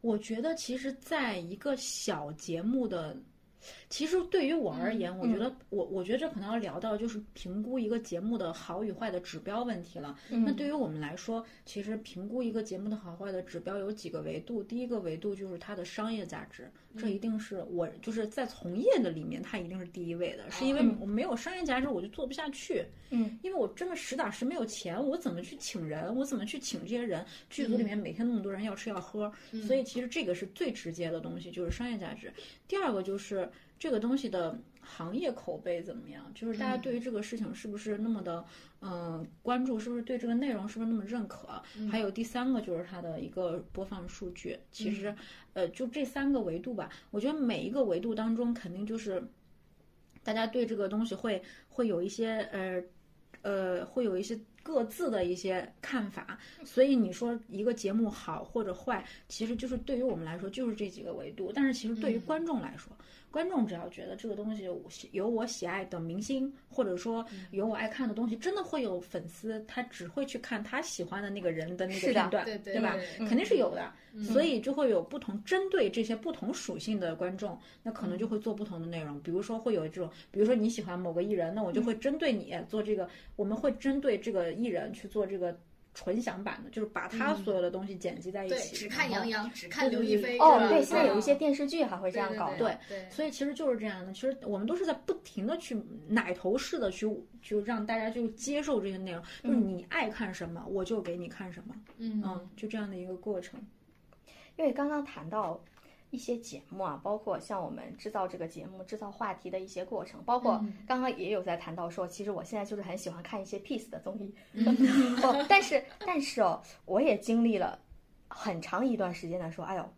我觉得其实在一个小节目的其实对于我而
嗯
言，我觉得我我觉得这可能要聊到就是评估一个节目的好与坏的指标问题了。那
嗯
对于我们来说，其实评估一个节目的好坏的指标有几个维度。第一个维度就是它的商业价值，
嗯
这一定是我就是在从业的里面，它一定是第一位的，是因为
嗯
我没有商业价值，我就做不下去。
嗯，
因为我真的实打实没有钱，我怎么去请人？我怎么去请这些人？剧组里
嗯
面每天那么多人要吃要喝，所以其实这个是最直接的东西，就是商业价值。第二个就是这个东西的行业口碑怎么样，就是大家对于这个事情是不是那么的嗯、呃关注，是不是对这个内容是不是那么认可？还有第三个就是它的一个播放数据。其实，呃，就这三个维度吧，我觉得每一个维度当中肯定就是。大家对这个东西会会有一些呃呃，会有一些各自的一些看法，所以你说一个节目好或者坏，其实就是对于我们来说就是这几个维度，但是其实对于观众来说，观众只要觉得这个东西我喜有我喜爱的明星，或者说
嗯
有我爱看的东西，真的会有粉丝他只会去看他喜欢的那个人的那个
是的
片段，
对对
对吧？
对
肯定是有的，
嗯
所以就会有不同针对这些不同属性的观众，那可能就会做不同的内
嗯
容。比如说会有这种，比如说你喜欢某个艺人，那我就会针对你做这个，我们会针对这个艺人去做这个纯享版的，就是把他所有的东西剪辑在一
嗯对，
起，
只
然
看
后
杨洋，只看
对
刘
对
亦
对
菲，
哦
吧，
对，现在有一些
对
电视剧还会这样搞的。
对对，
所以其实就是这样的，其实我们都是在不停的去奶头式的去，就让大家就接受这些内容，就是你爱看什么，我就给你看什么，
嗯
嗯，就这样的一个过程。
因为刚刚谈到一些节目啊，包括像我们制造这个节目、制造话题的一些过程，包括
嗯
刚刚也有在谈到说，其实我现在就是很喜欢看一些 peace 的综艺， [LAUGHS] 哦，但是但是哦，我也经历了。很长一段时间的说，哎呦，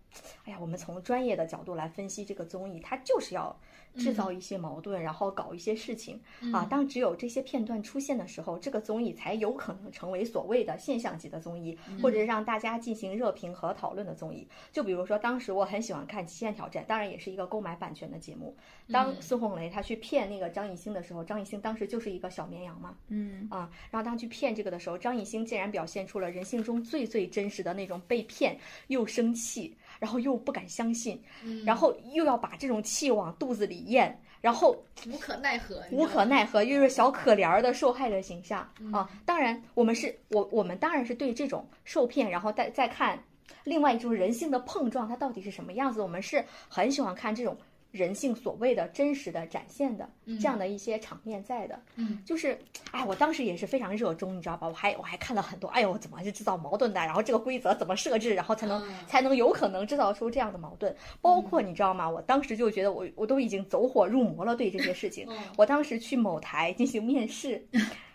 哎呀，我们从专业的角度来分析这个综艺，它就是要制造一些矛盾，然后搞一些事情
嗯
啊。当只有这些片段出现的时候，这个综艺才有可能成为所谓的现象级的综艺，或者让大家进行热评和讨论的综艺。就比如说，当时我很喜欢看《极限挑战》，当然也是一个购买版权的节目。当孙红雷他去骗那个张艺兴的时候，张艺兴当时就是一个小绵羊嘛，
嗯
啊，然后他去骗这个的时候，张艺兴竟然表现出了人性中最最真实的那种被骗又生气，然后又不敢相信，
嗯
然后又要把这种气往肚子里咽，然后
无可奈何，你
无
知
可
道吗
奈何，又是小可怜儿的受害者形象啊。当然，我们是我我们当然是对这种受骗，然后再再看另外一种人性的碰撞，它到底是什么样子，我们是很喜欢看这种人性所谓的真实的展现的这样的一些场面在的。
嗯，
就是哎，我当时也是非常热衷，你知道吧？我还我还看了很多，哎呦，怎么去制造矛盾的？然后这个规则怎么设置，然后才能、
嗯
才能有可能制造出这样的矛盾。包括你知道吗？我当时就觉得我我都已经走火入魔了，对这些事情。
嗯
[LAUGHS] 我当时去某台进行面
[LAUGHS]
试，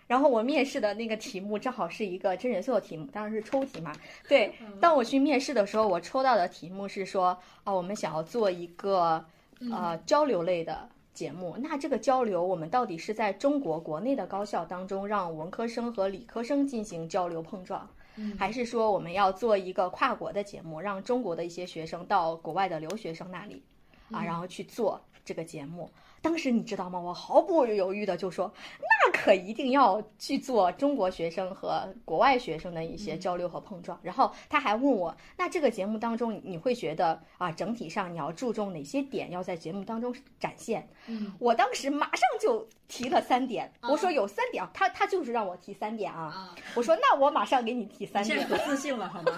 然后我面试的那个题目正好是一个真人秀的题目，当然是抽题嘛。对，
嗯
当我去面试的时候，我抽到的题目是说，啊，我们想要做一个呃交流类的。节目，那这个交流，我们到底是在中国国内的高校当中让文科生和理科生进行交流碰撞，还是说我们要做一个跨国的节目，让中国的一些学生到国外的留学生那里啊，然后去做这个节目？当时你知道吗？我毫不犹豫的就说，那可一定要去做中国学生和国外学生的一些交流和碰撞。然后他还问我，那这个节目当中你会觉得啊，整体上你要注重哪些点要在节目当中展现？
嗯，
我当时马上就提了三点，我说有三点，啊他他就是让我提三点啊。
啊，
我说那我马上给你提三
现在
点。
可自信了，好 [LAUGHS] 吗？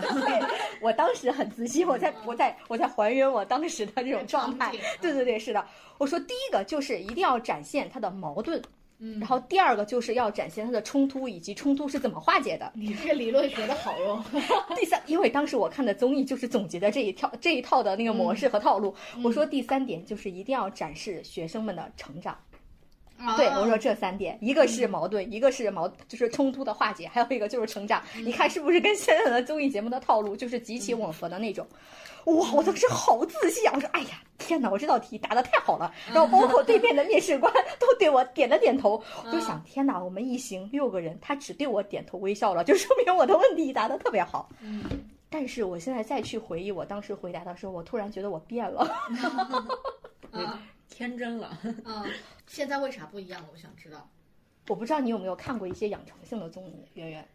我当时很自信，我在我在我在还原我当时的这种状态
嗯场景。
对对对，是的。我说第一个就是一定要展现它的矛盾，
嗯
然后第二个就是要展现它的冲突以及冲突是怎么化解的。
你这个理论学的好
哦
哟，
第三，因为当时我看的综艺就是总结的这一套这一套的那个模式和套路。我说第三点就是一定要展示学生们的成长。
啊
对，我说这三点，一个是矛盾，一个是矛，就是冲突的化解，还有一个就是成长。你看是不是跟现在的综艺节目的套路就是极其吻合的那种？哇，我当时好自信啊！我说，哎呀，天哪，我这道题答的太好了。然后包括对面的面试官都对我点了点头，我就想，天哪，我们一行六个人，他只对我点头微笑了，就说明我的问题答的特别好。
嗯
但是我现在再去回忆我当时回答的时候，我突然觉得我变了。 [LAUGHS]
嗯
嗯
啊
天真了。
啊，现在为啥不一样了？我想知道。
我不知道你有没有看过一些养成性的综艺，圆圆。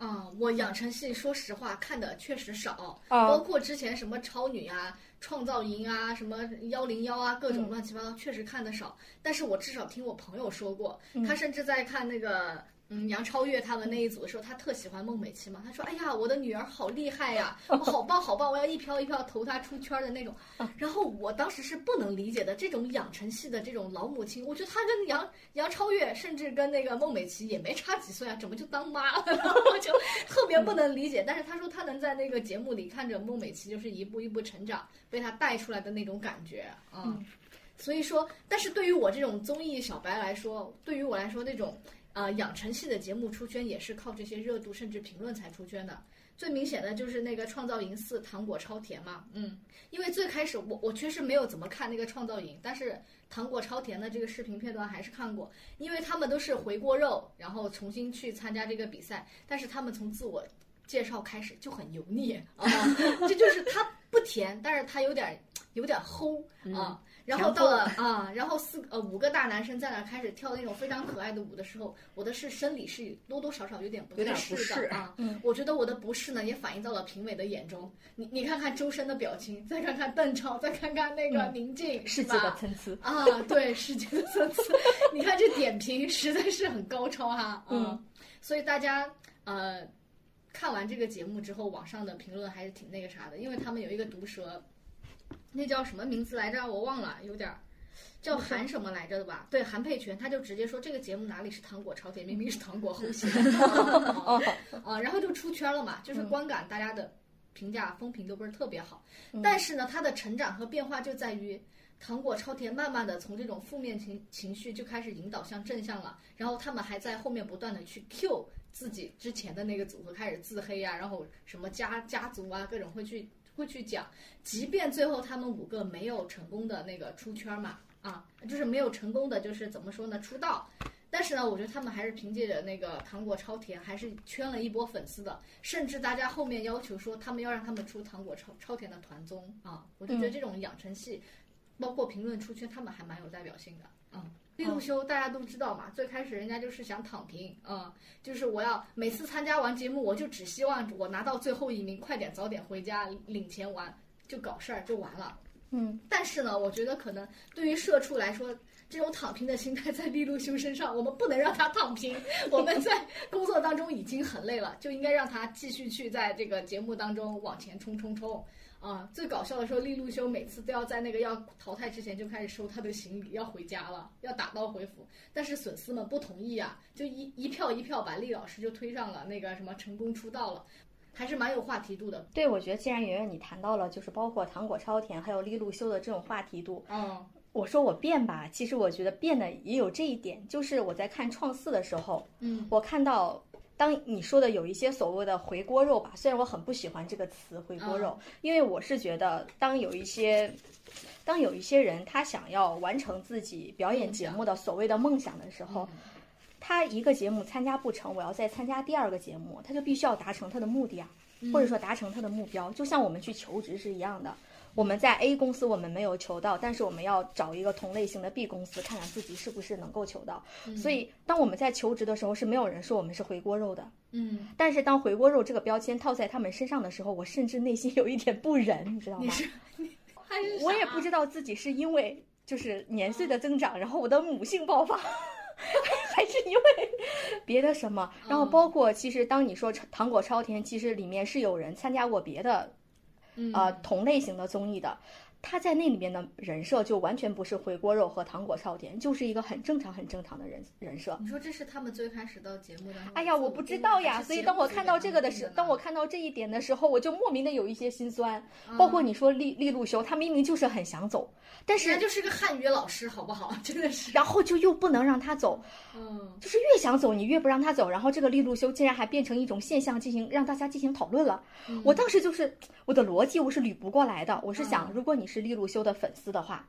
嗯啊、我养成系说实话看的确实少，
啊
包括之前什么超女啊，创造营啊、什么幺零幺啊，各种乱七八糟，确实看的少。但是我至少听我朋友说过，他甚至在看那个。嗯，杨超越他们那一组的时候，他特喜欢孟美岐嘛。他说：“哎呀，我的女儿好厉害呀，我好棒好棒，我要一票一票投她出圈的那种。”然后我当时是不能理解的，这种养成系的这种老母亲，我觉得她跟杨杨超越，甚至跟那个孟美岐也没差几岁啊，怎么就当妈了？ [LAUGHS] 然后我就特别不能理解。但是他说他能在那个节目里看着孟美岐就是一步一步成长，被他带出来的那种感觉啊。嗯所以说，但是对于我这种综艺小白来说，对于我来说那种。呃，养成系的节目出圈也是靠这些热度甚至评论才出圈的。最明显的就是那个《创造营四》糖果超甜嘛，嗯，因为最开始我我确实没有怎么看那个《创造营》，但是糖果超甜的这个视频片段还是看过，因为他们都是回锅肉，然后重新去参加这个比赛，但是他们从自我介绍开始就很油腻啊， [LAUGHS] 这就是它不甜，但是它有点有点齁
嗯
啊。然后到了啊，然后四呃五个大男生在那开始跳那种非常可爱的舞的时候，我的是生理是多多少少有点不
有
太
点不
适
适
的啊。我觉得我的不适呢也反映到了评委的眼中。你你看看周深的表情，再看看邓超，再看看那个宁静，
世
是
界的
吧？
参差。
啊，对，世界的层次，你看这点评实在是很高超哈、啊。
嗯，
所以大家呃看完这个节目之后，网上的评论还是挺那个啥的，因为他们有一个毒舌，那叫什么名字来着？我忘了，有点儿。叫韩什么来着的吧？对，韩佩泉，他就直接说这个节目哪里是糖果朝天，明明是糖果 [LAUGHS] 后期啊啊，然后就出圈了嘛，就是观感大家的评价风评都不是特别好，但是呢，他的成长和变化就在于糖果超甜慢慢的从这种负面情情绪就开始引导向正向了，然后他们还在后面不断的去 Q 自己之前的那个组合开始自黑啊，然后什么家家族啊各种会去会去讲，即便最后他们五个没有成功的那个出圈嘛，啊，就是没有成功的就是怎么说呢出道。但是呢，我觉得他们还是凭借着那个糖果超甜，还是圈了一波粉丝的。甚至大家后面要求说，他们要让他们出糖果超超甜的团综啊，我就觉得这种养成系包括评论出圈，他们还蛮有代表性的。嗯，利路修大家都知道嘛，最开始人家就是想躺平，嗯，就是我要每次参加完节目，我就只希望我拿到最后一名，快点早点回家领钱完就搞事儿就完了。
[LAUGHS] 嗯，
但是呢，我觉得可能对于社畜来说，这种躺平的心态在利路修身上，我们不能让他躺平。我们在工作当中已经很累了，就应该让他继续去在这个节目当中往前冲冲冲。啊，最搞笑的时候，利路修每次都要在那个要淘汰之前就开始收他的行李，要回家了，要打道回府。但是粉丝们不同意啊，就一一票一票把厉老师就推上了那个什么成功出道了，还是蛮有话题度的。
对，我觉得既然圆圆你谈到了，就是包括糖果超甜还有利路修的这种话题度，
嗯
我说我变吧，其实我觉得变的也有这一点，就是我在看创四的时候，
嗯
我看到当你说的有一些所谓的回锅肉吧，虽然我很不喜欢这个词“回锅肉”，因为我是觉得当有一些当有一些人他想要完成自己表演节目的所谓的梦想的时候，
嗯
他一个节目参加不成，我要再参加第二个节目，他就必须要达成他的目的啊，
嗯
或者说达成他的目标，就像我们去求职是一样的。我们在 A 公司我们没有求到，但是我们要找一个同类型的 B 公司，看看自己是不是能够求到。
嗯
所以，当我们在求职的时候，是没有人说我们是回锅肉的。
嗯。
但是，当回锅肉这个标签套在他们身上的时候，我甚至内心有一点不忍，你知道吗？
还是
我也不
道。
知道自己是因为就是年岁的增长，然后我的母性爆发，还是因为别的什么。然后包括其实当你说超糖果超甜，其实里面是有人参加过别的
嗯
呃同类型的综艺的。他在那里面的人设就完全不是回锅肉和糖果超甜，就是一个很正常、很正常的人人设。
你说这是他们最开始到节目当中。
哎呀，我不知道呀，所以当我看到这个的时，当我看到这一点的时候，我就莫名的有一些心酸。
嗯
包括你说利利路修，他明明就是很想走，但
人
是
家就是个汉语老师，好不好？真的是，
然后就又不能让他走，
嗯
就是越想走你越不让他走，然后这个利路修竟然还变成一种现象进行让大家进行讨论了。
嗯
我当时就是我的逻辑我是捋不过来的，我是想，如果你是利路修的粉丝的话，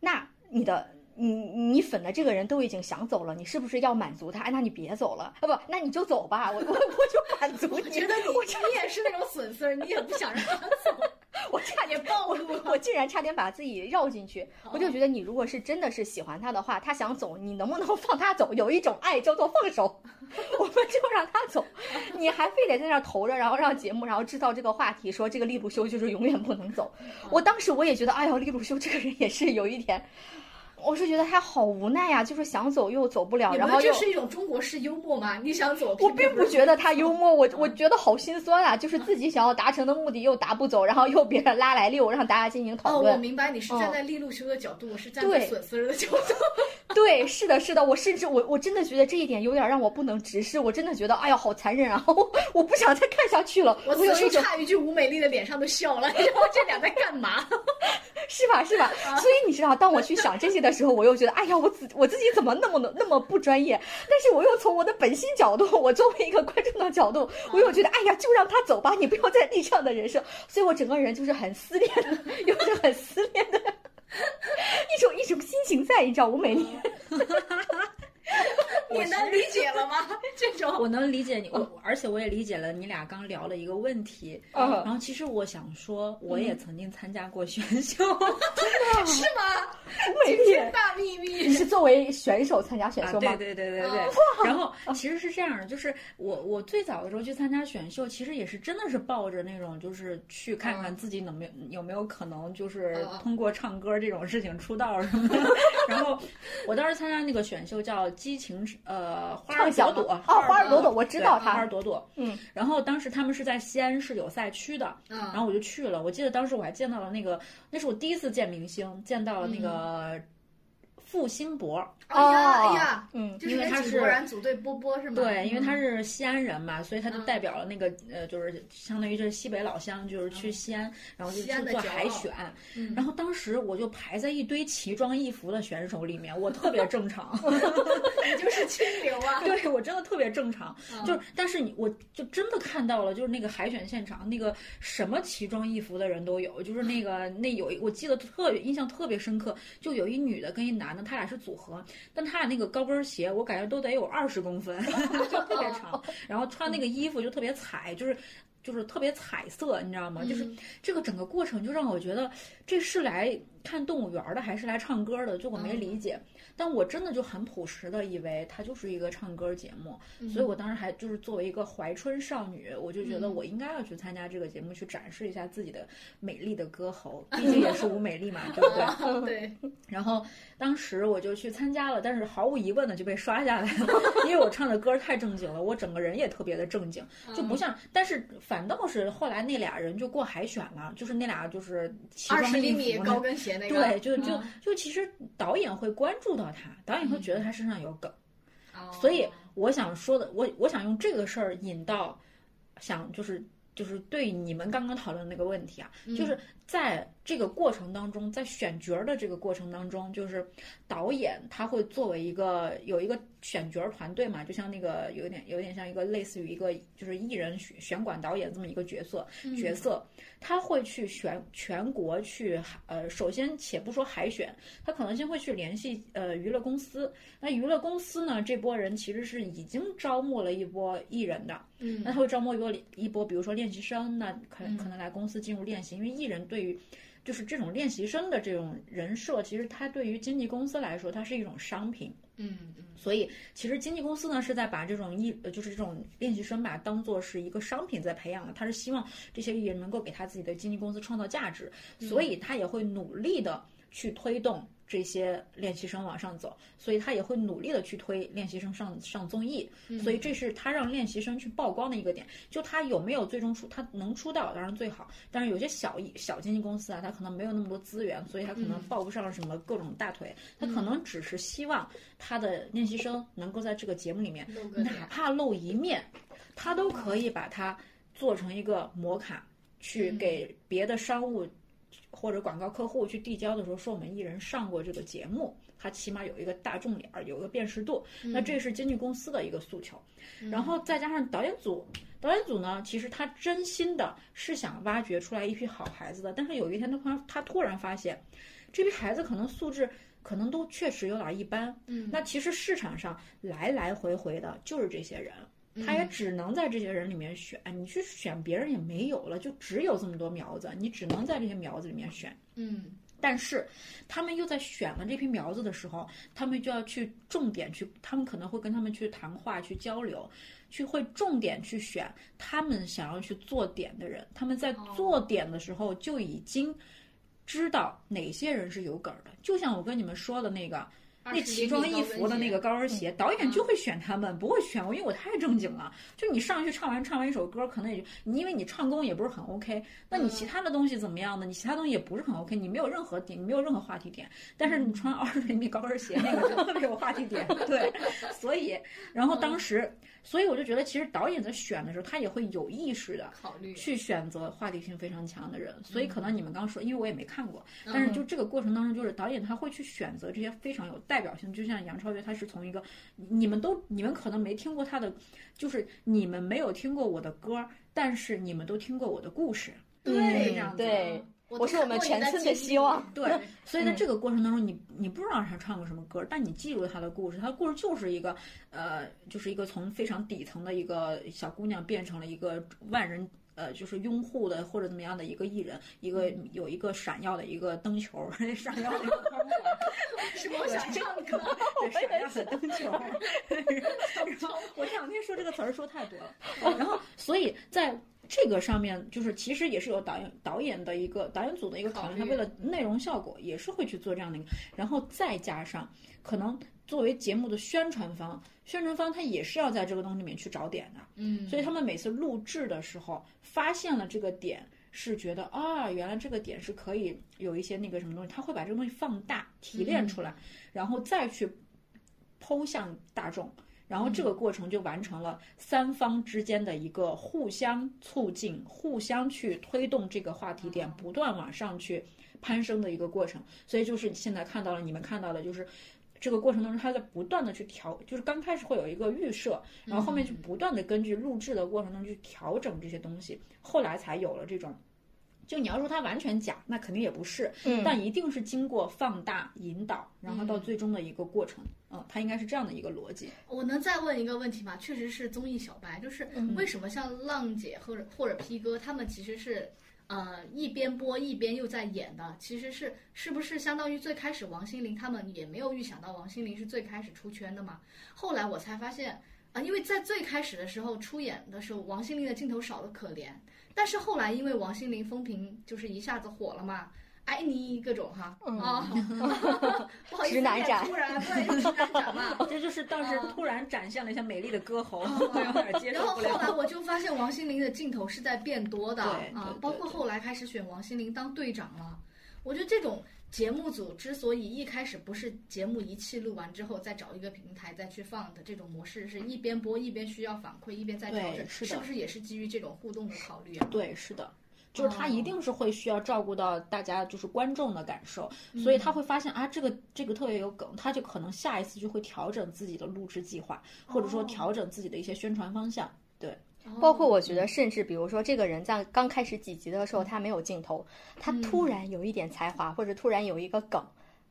那你的。你你粉的这个人都已经想走了，你是不是要满足他？哎，那你别走了，啊不，那你就走吧，我我我就满足你。
觉得你你也是那种损丝儿，你也不想让他走。
[LAUGHS] 我我差点暴露了，哦我竟然差点把自己绕进去。我就觉得你如果是真的是喜欢他的话，他想走，你能不能放他走？有一种爱叫做放手， [LAUGHS] 我们就让他走，你还非得在那儿投着，然后让节目，然后制造这个话题，说这个利路修就是永远不能走。我当时我也觉得，哎呦，利路修这个人也是有一点。我是觉得他好无奈呀、就是想走又走不了，
你
然
们
后又
这是一种中国式幽默吗？你想走，
我并不觉得他幽默，我我觉得好心酸啊！就是自己想要达成的目的又达不走，然后又别人拉来遛，让大家进行
哦，
讨
我
论。
明白你是站在利路修的角度，我是站在
对
笋丝儿的角度。
对，是的，是的，我甚至我我真的觉得这一点有点让我不能直视，我真的觉得哎呀好残忍啊！ [LAUGHS] 我我不想再看下去了，
我
我
此
有
处
一种
差一句，吴美丽的脸上都笑了，你知道这俩在干嘛？
是吧是吧？
啊
所以你知道，当我去想这些的时候，我又觉得哎呀，我自我自己怎么那么能那么不专业？但是我又从我的本心角度，我作为一个观众的角度，我又觉得哎呀，就让他走吧，你不要再立这样的人设。所以我整个人就是很撕裂的， [LAUGHS] 有种很撕裂的一种一种心情在，你知道，我每天
你能理解了吗？这种
哦我能理解你，我而且我也理解了你俩刚聊的一个问题。
嗯
然后其实我想说，我也曾经参加过选秀，
是吗？
我每
天
天。
大秘密
你。啊是作为选手参加选
啊，
秀吗？哦
对对对对对。然后其实是这样的，就是我我最早的时候去参加选秀，其实也是真的是抱着那种就是去
嗯
看看自己能没有有没有可能就是
嗯嗯
通过唱歌这种事情出道
[LAUGHS]
什么的。然后我当时参加那个选秀叫《激情之呃花儿
畅
朵
想吗
朵》嗯
哦，花儿朵朵，我知
对
道
花儿
他，
朵朵。
嗯，
然后当时他们是在西安市有赛区的，然
嗯，
后我就去了。我记得当时我还见到了那个，那是我第一次见明星，见到
嗯
了那个付辛博。
哎呀哎呀，
嗯，
就是
哦因为
跟
他
井
是
柏然组队波波是吗？
对，因为他
嗯
是西安人嘛，所以他就
嗯
代表了那个、呃，就是相当于就是西北老乡，就是去西安，然后
嗯
就
西安的
去做
骄
海
傲
选。
嗯
然后当时我就排在一堆奇装异服的选手里面，我特别正
[LAUGHS]
常，
你 [LAUGHS] 就是清流啊。
[LAUGHS] 对我真的特别正常。
嗯
[LAUGHS] 就是，但是你我就真的看到了，就是那个海选现场，那个什么奇装异服的人都有，就是那个那有一，我记得特别印象特别深刻，就有一女的跟一男的，他俩是组合，但他俩那个高跟鞋，我感觉都得有二十公分，就特
哦
别长，然后穿那个衣服就特别彩，就是。就是特别彩色，你知道吗？就是
嗯
这个整个过程就让我觉得，这是来看动物园儿的还是来唱歌儿的？就我没
嗯
理解，但我真的就很朴实的以为它就是一个唱歌节目，
嗯
所以我当时还就是作为一个怀春少女，我就觉得
嗯
我应该要去参加这个节目，去展示一下自己的美丽的歌喉，毕竟也是吴美丽嘛，对不对？
嗯对，
然后当时我就去参加了，但是毫无疑问的就被刷下来了， [LAUGHS] 因为我唱的歌太正经了，我整个人也特别的正经，
嗯
就不像。但是反倒是后来那俩人就过海选了，就是那俩就是奇
二十
装
厘
异
米
服
高
的。
跟鞋那个，
对，就就
嗯
就其实导演会关注到他，导演会觉得他身上有梗，
哦
所以我想说的，我我想用这个事儿引到，想就是就是对你们刚刚讨论的那个问题啊，
嗯
就是在这个过程当中，在选角儿的这个过程当中，就是导演他会作为一个有一个选角儿团队嘛，就像那个有点有点像一个类似于一个就是艺人选选管导演这么一个角色
嗯
角色，他会去选全国去呃，首先且不说海选，他可能先会去联系呃娱乐公司，那娱乐公司呢这波人其实是已经招募了一波艺人的，
嗯
那他会招募一波一波，比如说练习生，那可
嗯
可能来公司进入练习，因为艺人对于就是这种练习生的这种人设，其实他对于经纪公司来说，它是一种商品。
嗯嗯
所以其实经纪公司呢是在把这种艺，呃就是这种练习生吧，当做是一个商品在培养的，他是希望这些艺人能够给他自己的经纪公司创造价值，
嗯
所以他也会努力的去推动。这些练习生往上走，所以他也会努力的去推练习生上上综艺，
嗯，
所以这是他让练习生去曝光的一个点，就他有没有最终出，他能出道当然最好，但是有些小一小经纪公司啊，他可能没有那么多资源，所以他可能
嗯
抱不上什么各种大腿，他可能只是希望他的练习生能够在这个节目里面，
露个
哪
脸，
怕露一面，他都可以把它做成一个模卡，去
嗯
给别的商务或者广告客户去递交的时候，说我们艺人上过这个节目，他起码有一个大众脸儿，有一个辨识度。
嗯
那这是经纪公司的一个诉求，然后再加上导演组，导演组呢，其实他真心的是想挖掘出来一批好孩子的，但是有一天他突然他突然发现，这批孩子可能素质可能都确实有点一般，
嗯
那其实市场上来来回回的就是这些人，
嗯
他也只能在这些人里面选，哎你去选别人也没有了，就只有这么多苗子，你只能在这些苗子里面选。
嗯
但是他们又在选了这批苗子的时候，他们就要去重点去，他们可能会跟他们去谈话、去交流，去会重点去选他们想要去做点的人。他们在
哦
做点的时候就已经知道哪些人是有梗儿的。就像我跟你们说的那个。那
20
奇装
厘米
异
高跟
服的那
鞋嗯
个高跟鞋，导演就会选他们，不会选我，因为我太正经了。就你上去唱完唱完一首歌，可能也就你因为你唱功也不是很 OK，那你其
嗯
他的东西怎么样呢？你其他东西也不是很 OK，你没有任何点，你没有任何话题点。但是你穿
嗯
二十厘米高跟鞋那个就特别有话题点，
[LAUGHS]
对。所以，然后
嗯
当时，所以我就觉得，其实导演在选的时候，他也会有意识的
考虑，
去选择话题性非常强的人。所以可能你们刚说，因为我也没看过，
嗯
但是就这个过程当中，就是导演他会去选择这些非常有代表性，就像杨超越，他是从一个你你们都你们可能没听过他的，就是你们没有听过我的歌，但是你们都听过我的故事。
对
这样
嗯
子
对，
嗯我
我
都
是
看
我们
过你
全村的
经
希
历
望
对，所以在
嗯
这个过程当中，你你不知道他唱过什么歌，但你记住了他的故事。他的故事就是一个，呃，就是一个从非常底层的一个小姑娘变成了一个万人。呃，就是拥护的或者怎么样的一个艺人，一个
嗯
有一个闪耀的一个灯球， [LAUGHS] 闪耀的一个光
[LAUGHS]
环，
是我想唱歌，
[LAUGHS] 对，闪耀的灯球。 [LAUGHS] 然 [LAUGHS] 后我这两天说这个词儿说太多了，然后所以在这个上面，就是其实也是有导演导演的一个导演组的一个考
考
虑，
虑
他为了内容效果也是会去做这样的一个，然后再加上可能作为节目的宣传方，宣传方他也是要在这个东西里面去找点的，
嗯，
所以他们每次录制的时候发现了这个点，是觉得啊，原来这个点是可以有一些那个什么东西，他会把这个东西放大提炼出来，然后再去剖向大众。然后这个过程就完成了三方之间的一个互相促进、互相去推动这个话题点
哦
不断往上去攀升的一个过程。所以就是现在看到了，你们看到的就是这个过程当中，他在不断的去调，就是刚开始会有一个预设，然后后面就不断的根据录制的过程中去调整这些东西，后来才有了这种。就你要说它完全假，那肯定也不是，
嗯
但一定是经过放大、引导，然后到
嗯
最终的一个过程。嗯，它应该是这样的一个逻辑。
我能再问一个问题吗？确实是综艺小白，就是
嗯
为什么像浪姐或者或者 P 哥他们其实是呃一边播一边又在演的，其实是是不是相当于最开始王心凌他们也没有预想到王心凌是最开始出圈的嘛？后来我才发现啊、因为在最开始的时候出演的时候，王心凌的镜头少的可怜，但是后来因为王心凌风评就是一下子火了嘛。爱你各种哈、
嗯
啊， [LAUGHS] 不好意思，
直男
有点
斩
突然对直男斩嘛，
这就是当时突然展现了一下美丽的歌喉，
哦
我有点接
然
受
后
不
后
了。
来我就发现王心凌的镜头是在变多的
对对
啊
对，
包括后来开始选王心凌当队长了。我觉得这种节目组之所以一开始不是节目一气录完之后再找一个平台再去放的这种模式，是一边播一边需要反馈，一边在调
对
整，
是
是
的
不是也是基于这种互动的考虑啊？
对，是的，就是他一
哦
定是会需要照顾到大家就是观众的感受，
嗯
所以他会发现啊，这个这个特别有梗，他就可能下一次就会调整自己的录制计划，或者说
哦
调整自己的一些宣传方向。对，
包括我觉得，甚至比如说，这个人在刚开始几集的时
嗯
候，他没有镜头，他突然有一点才华，或者突然有一个梗，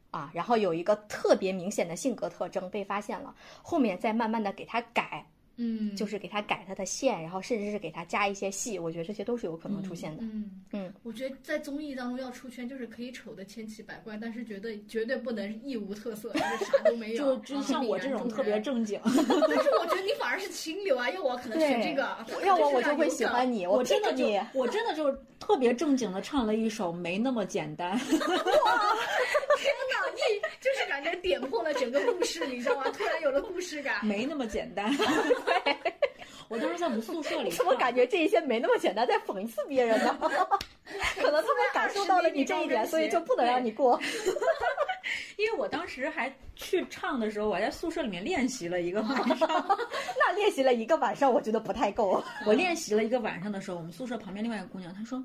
啊，然后有一个特别明显的性格特征被发现了，后面再慢慢的给他改，
嗯，
就是给他改他的线，然后甚至是给他加一些戏，我觉得这些都是有可能出现的。
嗯
嗯，
我觉得在综艺当中要出圈，就是可以丑的千奇百怪，但是绝对绝对不能一无特色，就是啥都没有
[LAUGHS] 就，就
啊
像我这种特别。正经，
[LAUGHS] 但是我觉得你反而是清流啊，要我可能选这个，
要我
是
我就
让
会
有
喜
梗
欢你，
我
听
真的
着
就
你，
我真的就特别正经的唱了一首《没那么简单》，
天哪，你就是感觉点破了整个故事，你知道吗？突然有了故事
嗯
感。
没那么简单。我当时在我们宿舍
[LAUGHS]
里
怎
唱，
么感觉这一些没那么简单，在讽刺别人呢？可能他们感受到了你这一点，所以就不能让你过。
因为我当时还去唱的时候，我还在宿舍里面练习了一个晚上。
那练习了一个晚上，我觉得不太够。
我练习了一个晚上的时候，我们宿舍旁边另外一个姑娘，她说：“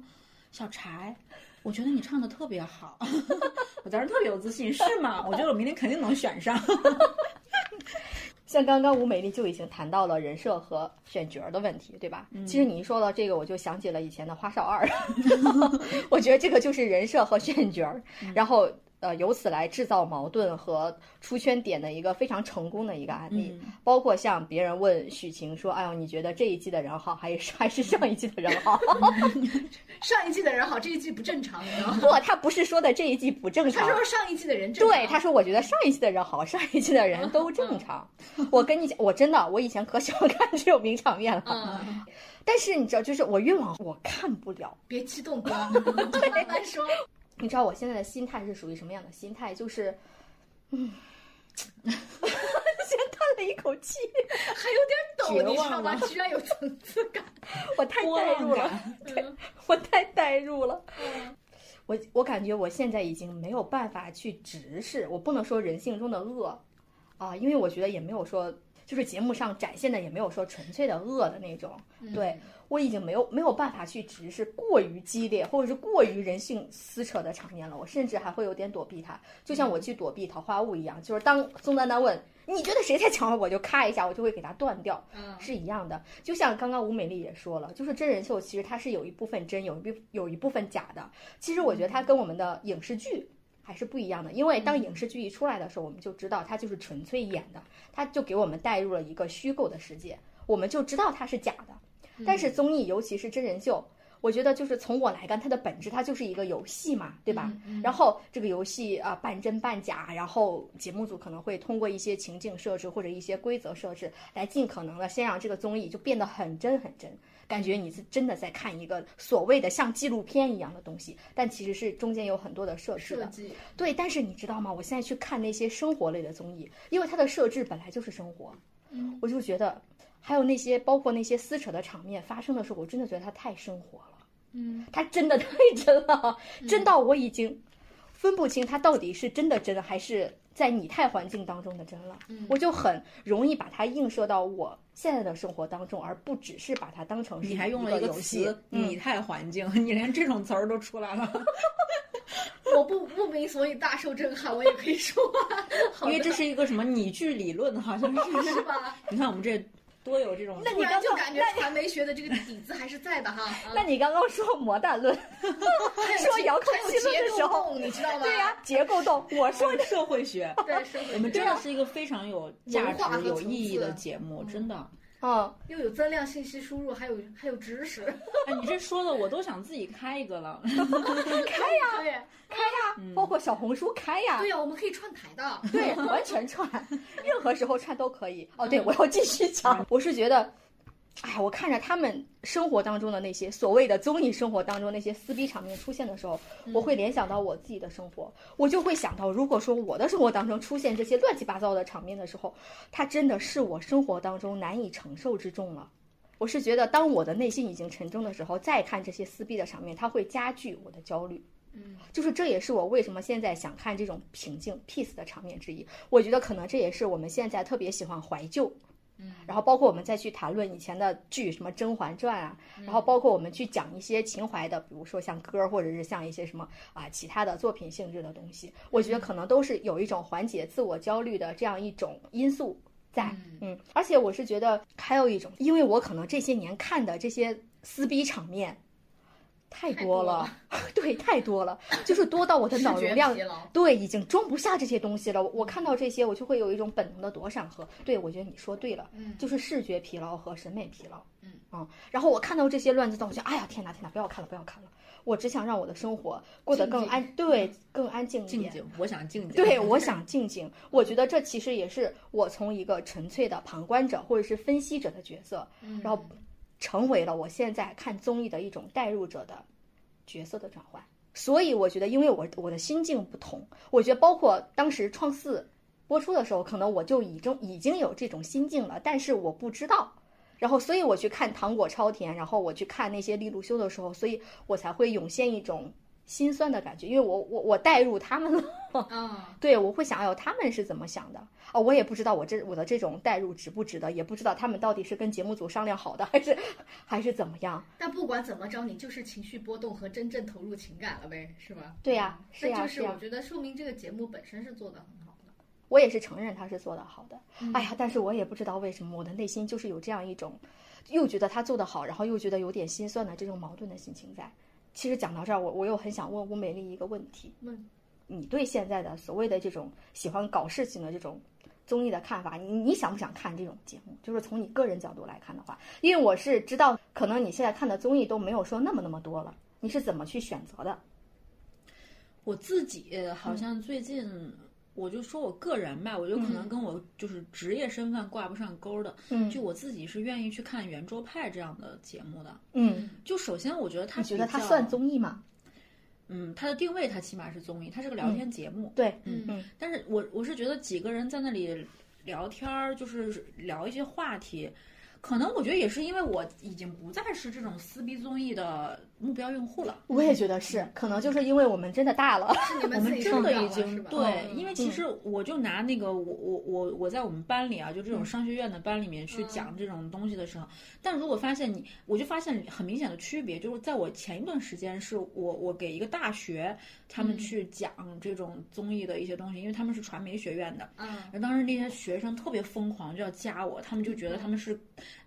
小柴，我觉得你唱的特别好。” [LAUGHS] 我当时特别有自信，是吗？我觉得我明天肯定能选上。
像刚刚吴美丽就已经谈到了人设和选角儿的问题，对吧？其实你一说到这个，我就想 [LAUGHS] 起了以前的花少二，我觉得这个就是人设和选角儿，然后呃，由此来制造矛盾和出圈点的一个非常成功的一个案例。
嗯
包括像别人问许晴说：“哎呦，你觉得这一季的人好，还是还是上一季的人好？” [LAUGHS]
上一季的人好，这一季不正常，你知道吗？
不，他不是说的这一季不正
他
常，
说上一季的人正常，
嗯对，他说我觉得上一季的人好，上一季的人都正常。我跟你讲，我真的，我以前可喜欢看这种名场面了。
嗯，
但是你知道，就是我越往我看不了。
别激
[LAUGHS]
动哥，慢慢说。
你知道我现在的心态是属于什么样的心态？就是， [LAUGHS] 嗯，先叹了一口气，
还有点
绝
抖，你知道
望
吗？
了
居然有
[LAUGHS]
层次感。
我太
波
代入
浪
了，
感，
我太代入了。
嗯
我我感觉我现在已经没有办法去直视，我不能说人性中的恶啊，因为我觉得也没有说，就是节目上展现的也没有说纯粹的恶的那种。
嗯
对我已经没有没有办法去直视过于激烈或者是过于人性撕扯的场面了，我甚至还会有点躲避它，就像我去躲避桃花坞一样，就是当宋丹丹问你觉得谁在抢，我就咔一下，我就会给它断掉。
嗯，
是一样的。就像刚刚吴美丽也说了，就是真人秀其实它是有一部分真，有一部有一部分假的。其实我觉得它跟我们的影视剧还是不一样的，因为当影视剧一出来的时候，我们就知道它就是纯粹演的，它就给我们带入了一个虚构的世界，我们就知道它是假
嗯
的。但是综艺，尤其是真人秀，我觉得就是从我来看，它的本质它就是一个游戏嘛，对吧？
嗯？嗯
然后这个游戏啊、半真半假，然后节目组可能会通过一些情境设置或者一些规则设置，来尽可能的先让这个综艺就变得很真很真，感觉你是真的在看一个所谓的像纪录片一样的东西，但其实是中间有很多的设置
设
的。
计，
对，但是你知道吗？我现在去看那些生活类的综艺，因为它的设置本来就是生活，
嗯
我就觉得，还有那些包括那些撕扯的场面发生的时候，我真的觉得它太生活了。
嗯，
它真的太 [LAUGHS] 真了，真到我已经分不清它到底是真的真，还是在拟态环境当中的真了。
嗯
我就很容易把它映射到我现在的生活当中，而不只是把它当成是
你还用了
一
一个
游戏
词“
嗯
拟态环境”，你连这种词儿都出来了，
我不不明所以大受震撼，我也可以说，好
因为
的
这是一个什么拟剧理论，好像是。 [LAUGHS]
是吧？
你看我们这多有这种，
那
突
你
然
刚
就
刚
感觉传媒学的这个底子还是在的哈。啊
那你刚刚说魔蛋论，
还有
[LAUGHS] 说
结
遥控
还有
器论
结
的
构
时候
动你知道吗？
对呀、 [LAUGHS] 结构洞，我说的
社会学，
对，是会
我们
这
真
啊
的
样
是一个非常有价
文化和
值、有
层
意义的
次
节目，真的。
嗯，
又有增量信息输入，还有还有知识，
哎，你这说的我都想自己开一个了。
开呀、
对
嗯
包括小红书开呀、
啊
对
[LAUGHS]
呀，我们可以串台的。
对，完全 [LAUGHS] 串，任何时候串都可以。哦，对，我要继续讲，我是觉得，哎，我看着他们生活当中的那些所谓的综艺生活当中那些撕逼场面出现的时候，我会联想到我自己的生活，我就会想到，如果说我的生活当中出现这些乱七八糟的场面的时候，它真的是我生活当中难以承受之重了。我是觉得，当我的内心已经沉重的时候，再看这些撕逼的场面，它会加剧我的焦虑。
嗯，
就是这也是我为什么现在想看这种平静 peace 的场面之一。我觉得可能这也是我们现在特别喜欢怀旧，
嗯，
然后包括我们再去谈论以前的剧，什么《甄嬛传》啊，
嗯
然后包括我们去讲一些情怀的，比如说像歌或者是像一些什么啊其他的作品性质的东西，我
嗯
觉得可能都是有一种缓解自我焦虑的这样一种因素在。嗯，而且我是觉得还有一种，因为我可能这些年看的这些撕逼场面太
太
多
多
了， [LAUGHS] 对，太多了，就是多到我的
视
脑容
觉
量
疲劳，
对已经装不下这些东西了。我看到这些，我就会有一种本能的躲闪和对我觉得你说对了，
嗯，
就是视觉疲劳和审美疲劳。
嗯
啊，然后我看到这些乱七八糟，我就哎呀天哪天哪，不要看了不要看了，我只想让我的生活过得
静
更
静嗯
安，对，更安静一点。
静静，我想静静。
对，我想静静。我觉得这其实也是我从一个纯粹的旁观者或者是分析者的角色，
嗯
然后成为了我现在看综艺的一种代入者的角色的转换。所以我觉得，因为我我的心境不同，我觉得包括当时《创四》播出的时候，可能我就已经已经有这种心境了，但是我不知道。然后，所以我去看糖果超甜，然后我去看那些利路修的时候，所以我才会涌现一种心酸的感觉，因为我我我带入他们了。
哦
啊，
对，我会想要他们是怎么想的哦，我也不知道我这我的这种代入值不值得，也不知道他们到底是跟节目组商量好的，还是还是怎么样？
但不管怎么着，你就是情绪波动和真正投入情感了呗，是吧？嗯
对呀是
那
呀
就是
是呀
我觉得说明这个节目本身是做的很好的。
我也是承认他是做的好的，
嗯
哎呀，但是我也不知道为什么我的内心就是有这样一种，又觉得他做的好，然后又觉得有点心酸的这种矛盾的心情在。其实讲到这儿，我我又很想问吴美丽一个问题，
问
你对现在的所谓的这种喜欢搞事情的这种综艺的看法，你你想不想看这种节目？就是从你个人角度来看的话，因为我是知道，可能你现在看的综艺都没有说那么那么多了，你是怎么去选择的？
我自己
嗯
好像最近，我就说我个人吧，我就可能跟我就是职业身份挂不上钩的，
嗯
就我自己是愿意去看圆桌派这样的节目的。
嗯，
就首先我觉得它
你觉得
比
它
较
算综艺吗？
嗯，它的定位它起码是综艺，它是个聊
嗯
天节目。
对，
嗯
嗯
但是我我是觉得几个人在那里聊天儿，就是聊一些话题，可能我觉得也是因为我已经不再是这种撕逼综艺的目标用户了。
我也觉得是，嗯可能就是因为我们真的大了，
是你
我
们自
们
己
真
上
的
岗
已
了是
经
吧？
对，
嗯
因为其实我就拿那个我我我我在我们班里啊，就这种商学院的班里面去
嗯
讲这种东西的时候，但如果发现你，我就发现很明显的区别，就是在我前一段时间是我我给一个大学他们
嗯
去讲这种综艺的一些东西，因为他们是传媒学院的，
嗯，
当时那些学生特别疯狂，就要加我，他们就觉得他们是，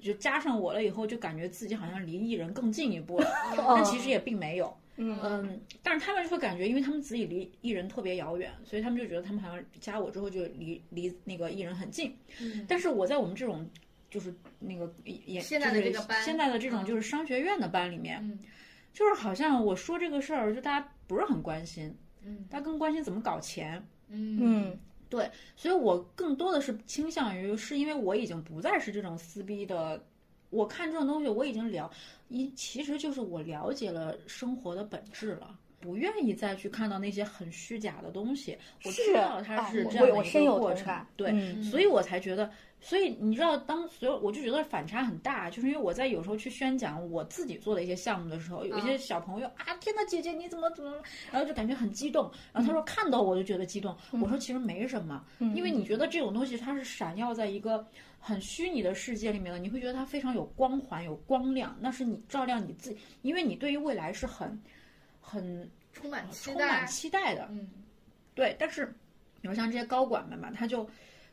就加上我了以后，就感觉自己好像离艺人更进一步
[LAUGHS]
了，
哦
但其实也并没有。
嗯
嗯，但是他们就会感觉，因为他们自己离艺人特别遥远，所以他们就觉得他们好像加我之后就离离那个艺人很近。
嗯
但是我在我们这种就是那个也
现在的这个班
现在的这种
嗯
就是商学院的班里面，
嗯
就是好像我说这个事儿，就大家不是很关心，
嗯
大家更关心怎么搞钱。
嗯
嗯
所以我更多的是倾向于，是因为我已经不再是这种撕逼的。我看这种东西，我已经了，一其实就是我了解了生活的本质了，不愿意再去看到那些很虚假的东西。我
是
知道它
啊
是
我
这样
我
的
深
一个
有
过
同
程，
感
对，
嗯
所以我才觉得，所以你知道，当所有我就觉得反差很大，啊就是因为我在有时候去宣讲我自己做的一些项目的时候，有一
嗯
些小朋友啊，天呐，姐姐你怎么怎么，然后就感觉很激动，然后
嗯
他说看到我就觉得激动，我说其实没什么，因为你觉得这种东西它是闪耀在一个很虚拟的世界里面的，你会觉得它非常有光环、有光亮，那是你照亮你自己，因为你对于未来是很很
充满期
充满
待，
期待的，
嗯
对，但是你说像这些高管们吧，他就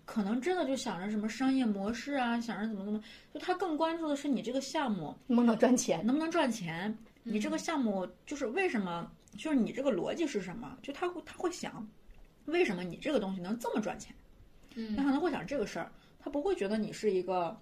可能真的就想着什么商业模式啊，想着怎么怎么，就他更关注的是你这个项目哎
能不能赚钱？
能不能赚钱，你这个项目就是为什么，就是你这个逻辑是什么，就他会他会想，为什么你这个东西能这么赚钱，他
嗯
可能会想这个事儿，他不会觉得你是一个。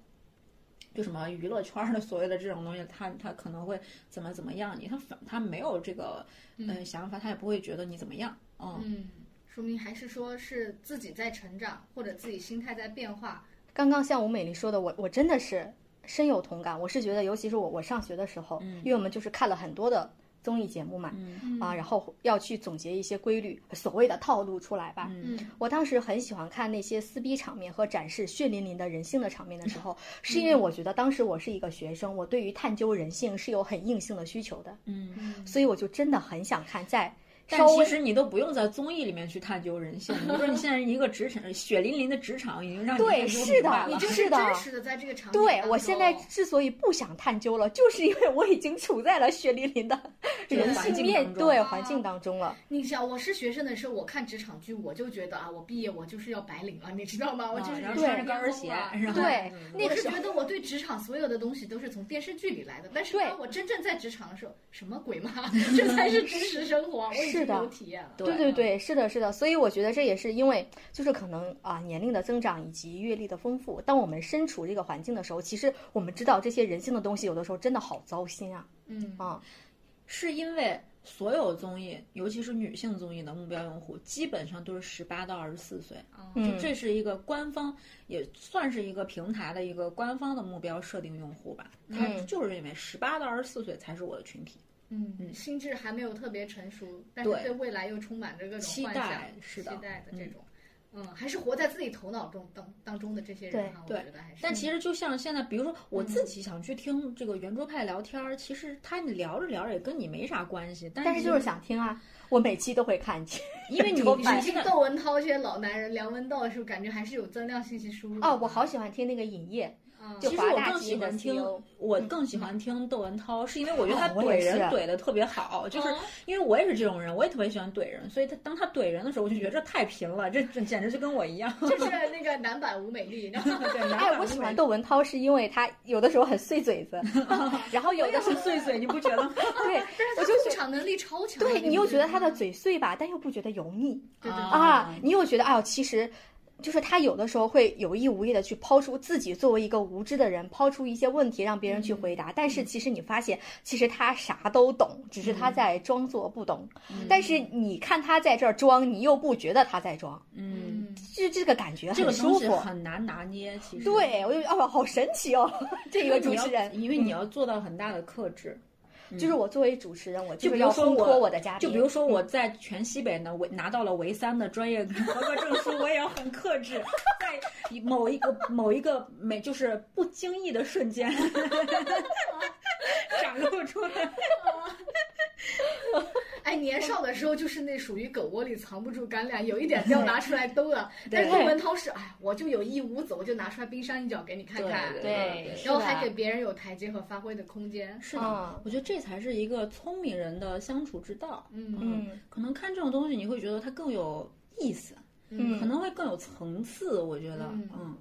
就什么娱乐圈儿的所谓的这种东西，他他可能会怎么怎么样你，他反他没有这个呃想法，他也不会觉得你怎么样，嗯，
嗯，说明还是说是自己在成长，或者自己心态在变化。
刚刚像吴美丽说的，我我真的是深有同感。我是觉得，尤其是我我上学的时候，
嗯
因为我们就是看了很多的综艺节目嘛，啊，然后要去总结一些规律，所谓的套路出来吧。
嗯
我当时很喜欢看那些撕逼场面和展示血淋淋的人性的场面的
[LAUGHS]
时候，是因
嗯
为我觉得当时我是一个学生，我对于探究人性是有很硬性的需求的，
嗯，
所以我就真的很想看在
但
稍
其
微
实你都不用在综艺里面去探究人性，比如说你现在一个职场血淋淋的职场，已经让你
对啊
探究
是
明
的
白
你
了
就是是
的
真实的在这个场景
对
当
我现在
哦
中
之所以不想探究了，就是因为我已经处在了血淋淋的
这个
人
环
性
境
面
当中
对
啊
环境当中了。
你想，我是学生的时候，我看职场剧，我就觉得啊，我毕业我就是要白领了，你知道吗？我就
啊
是
然后
对
穿着高跟鞋，然后嗯
对那
我
个
是
时候
觉得我对职场所有的东西都是从电视剧里来的，但是
对
当我真正在职场的时候，什么鬼嘛？ [LAUGHS] 这才是真实生活，我
是
已经
的
有体验了。
对
对对对，是的，是的，所以我觉得这也是因为，就是可能啊、年龄的增长以及阅历的丰富，当我们身处这个环境的时候，其实我们知道这些人性的东西，有的时候真的好糟心啊
嗯
啊！
是因为所有综艺，尤其是女性综艺的目标用户，基本上都是十八到二十四岁，
嗯
嗯，
这是一个官方，也算是一个平台的一个官方的目标设定用户吧，他
嗯
就是认为十八到二十四岁才是我的群体，
嗯，心智还没有特别成熟，但是
对
对未来又充满着各种
期
幻想
待、是的
期待的这种，嗯，还是活在自己头脑中当当中的这些人哈，我
对
觉得还是。
但其实就像现在，比如说我
嗯
自己想去听这个圆桌派聊天儿，其实他聊着聊着也跟你没啥关系，但
但是就是想听啊，我每期都会 [LAUGHS] 看，
因为你
头
你
发
你
是听
听
的
窦文涛这些老男人梁文道的时候，感觉还是有增量信息输入的
哦，我好喜欢听那个尹烨，
嗯
哦就
其实
华
我
大
更
基
喜
因的
欢听
CEO，
我更喜欢听窦文涛，是因为我觉得他
哦我
怼
也
人
是
怼的特别好，就是
嗯
因为我也是这种人，我也特别喜欢怼人，所以他当他怼人的时候，我就觉得这太贫了，这这简直就跟我一样。 [LAUGHS]
就是那个男版吴美丽，然后
对，
哎，我喜欢窦文涛是因为他有的时候很碎嘴 [LAUGHS] 子，然后有的
要
[LAUGHS] 时
是
候
碎嘴，你不觉得
[LAUGHS]
吗？
对，
但
我就
是他控
觉
场能力超强啊，
哎对
那
你
个
又
女
觉得
的
他的，嘴碎吧，但又不觉得油腻
对对对，
哦
啊，你又觉得哎呦，其实就是他有的时候会有意无意的去抛出自己作为一个无知的人，抛出一些问题让别人去回
嗯
答，但是其实你发现，其实他啥都懂，只是他在装作不懂。
嗯
但是你看他在这儿装，你又不觉得他在装，
嗯，
嗯，
就这个感觉
这个
很
东
舒
西
服。
很难拿捏，其实。
对，我就哦，好神奇哦， [LAUGHS] 这一
因 [LAUGHS]
个
为
主
你要
持人。嗯
因为你要做到很大的克制。
就是我作为主持人，我就
就比
是
如
要
说
烘
我，
托我的嘉宾。
就比如说我在全西北呢，我拿到了唯三的专业合格证书，我也要很克制，在某一个某一个每就是不经意的瞬间 [LAUGHS] 展露出来。
哎，
嗯
年少的时候就是那属于狗窝里藏不住干粮，有
[LAUGHS]
一点要拿出来兜的。但是
对
窦文涛是，哎，我就有一屋子，我就拿出来冰山一角给你看看，
对
对，
然后还给别人有台阶和发挥的空间。
是的，
嗯
我觉得这才是一个聪明人的相处之道。
嗯
嗯
可能看这种东西，你会觉得它更有意思，
嗯
可能会更有层次。我觉得，
嗯
嗯，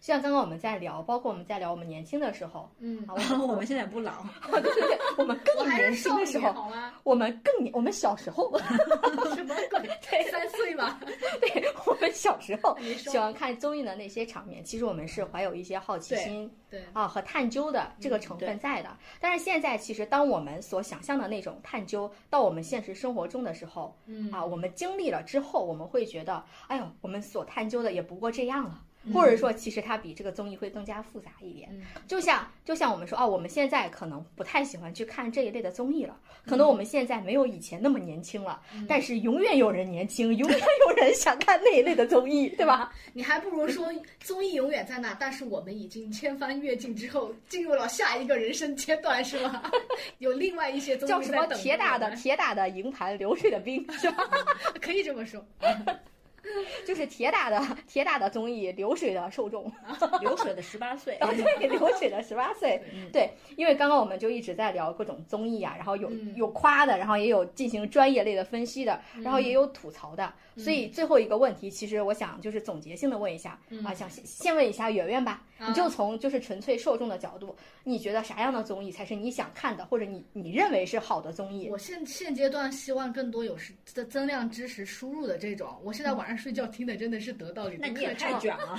就像刚刚我们在聊，包括我们在聊我们年轻的时候，
嗯
啊，，
然 [LAUGHS] 后我们现在不老，
对对对，我们
我
更
还
年
是
轻
少
的
女啊
时
好
候，
吗？
我们更年，我们小时候， [LAUGHS]
什么鬼？ [LAUGHS] 三岁吧？
对，我们小时候
你
喜
说
欢看综艺的那些场面，其实我们是怀有一些好奇
对嗯
心
对，
啊和探究的这个成分在的。但是现在，其实当我们所想象的那种探究到我们现实生活中的时候，
嗯
啊，我们经历了之后，我们会觉得，哎呦，我们所探究的也不过这样了。或者说，其实它比这个综艺会更加复杂一点。
嗯
就像就像我们说哦，我们现在可能不太喜欢去看这一类的综艺了，可
嗯
能我们现在没有以前那么年轻了，但是永远有人年轻，永远有人想看那一类的综艺，对吧？
你还不如说综艺永远在那，但是我们已经千帆越尽之后，进入了下一个人生阶段，是吗？ [LAUGHS] 有另外一些嗯综
叫
艺
什
在
么
等着
铁打
我
的
们 [LAUGHS]
铁打的营盘流水的兵是吧？
可以这么说。
就是铁打的铁打的综艺，流水的受
嗯
[LAUGHS] 众，
流水的十八岁。
然后对流水的十八岁，[LAUGHS]
嗯
对，因为刚刚我们就一直在聊各种综艺啊，然后有
嗯
有夸的，然后也有进行专业类的分析的，然
嗯
后也有吐槽的，所以最后一个问题，其实我想就是总结性的问一下
嗯
啊，想先先问一下圆圆吧，
啊
你就从就是纯粹受众的角度，你觉得啥样的综艺才是你想看的，或者你你认为是好的综艺？
我现现阶段希望更多有是增增量知识输入的这种。我现在晚上睡觉听的真的是得到里
那
的
你
课
也
程，
太卷了，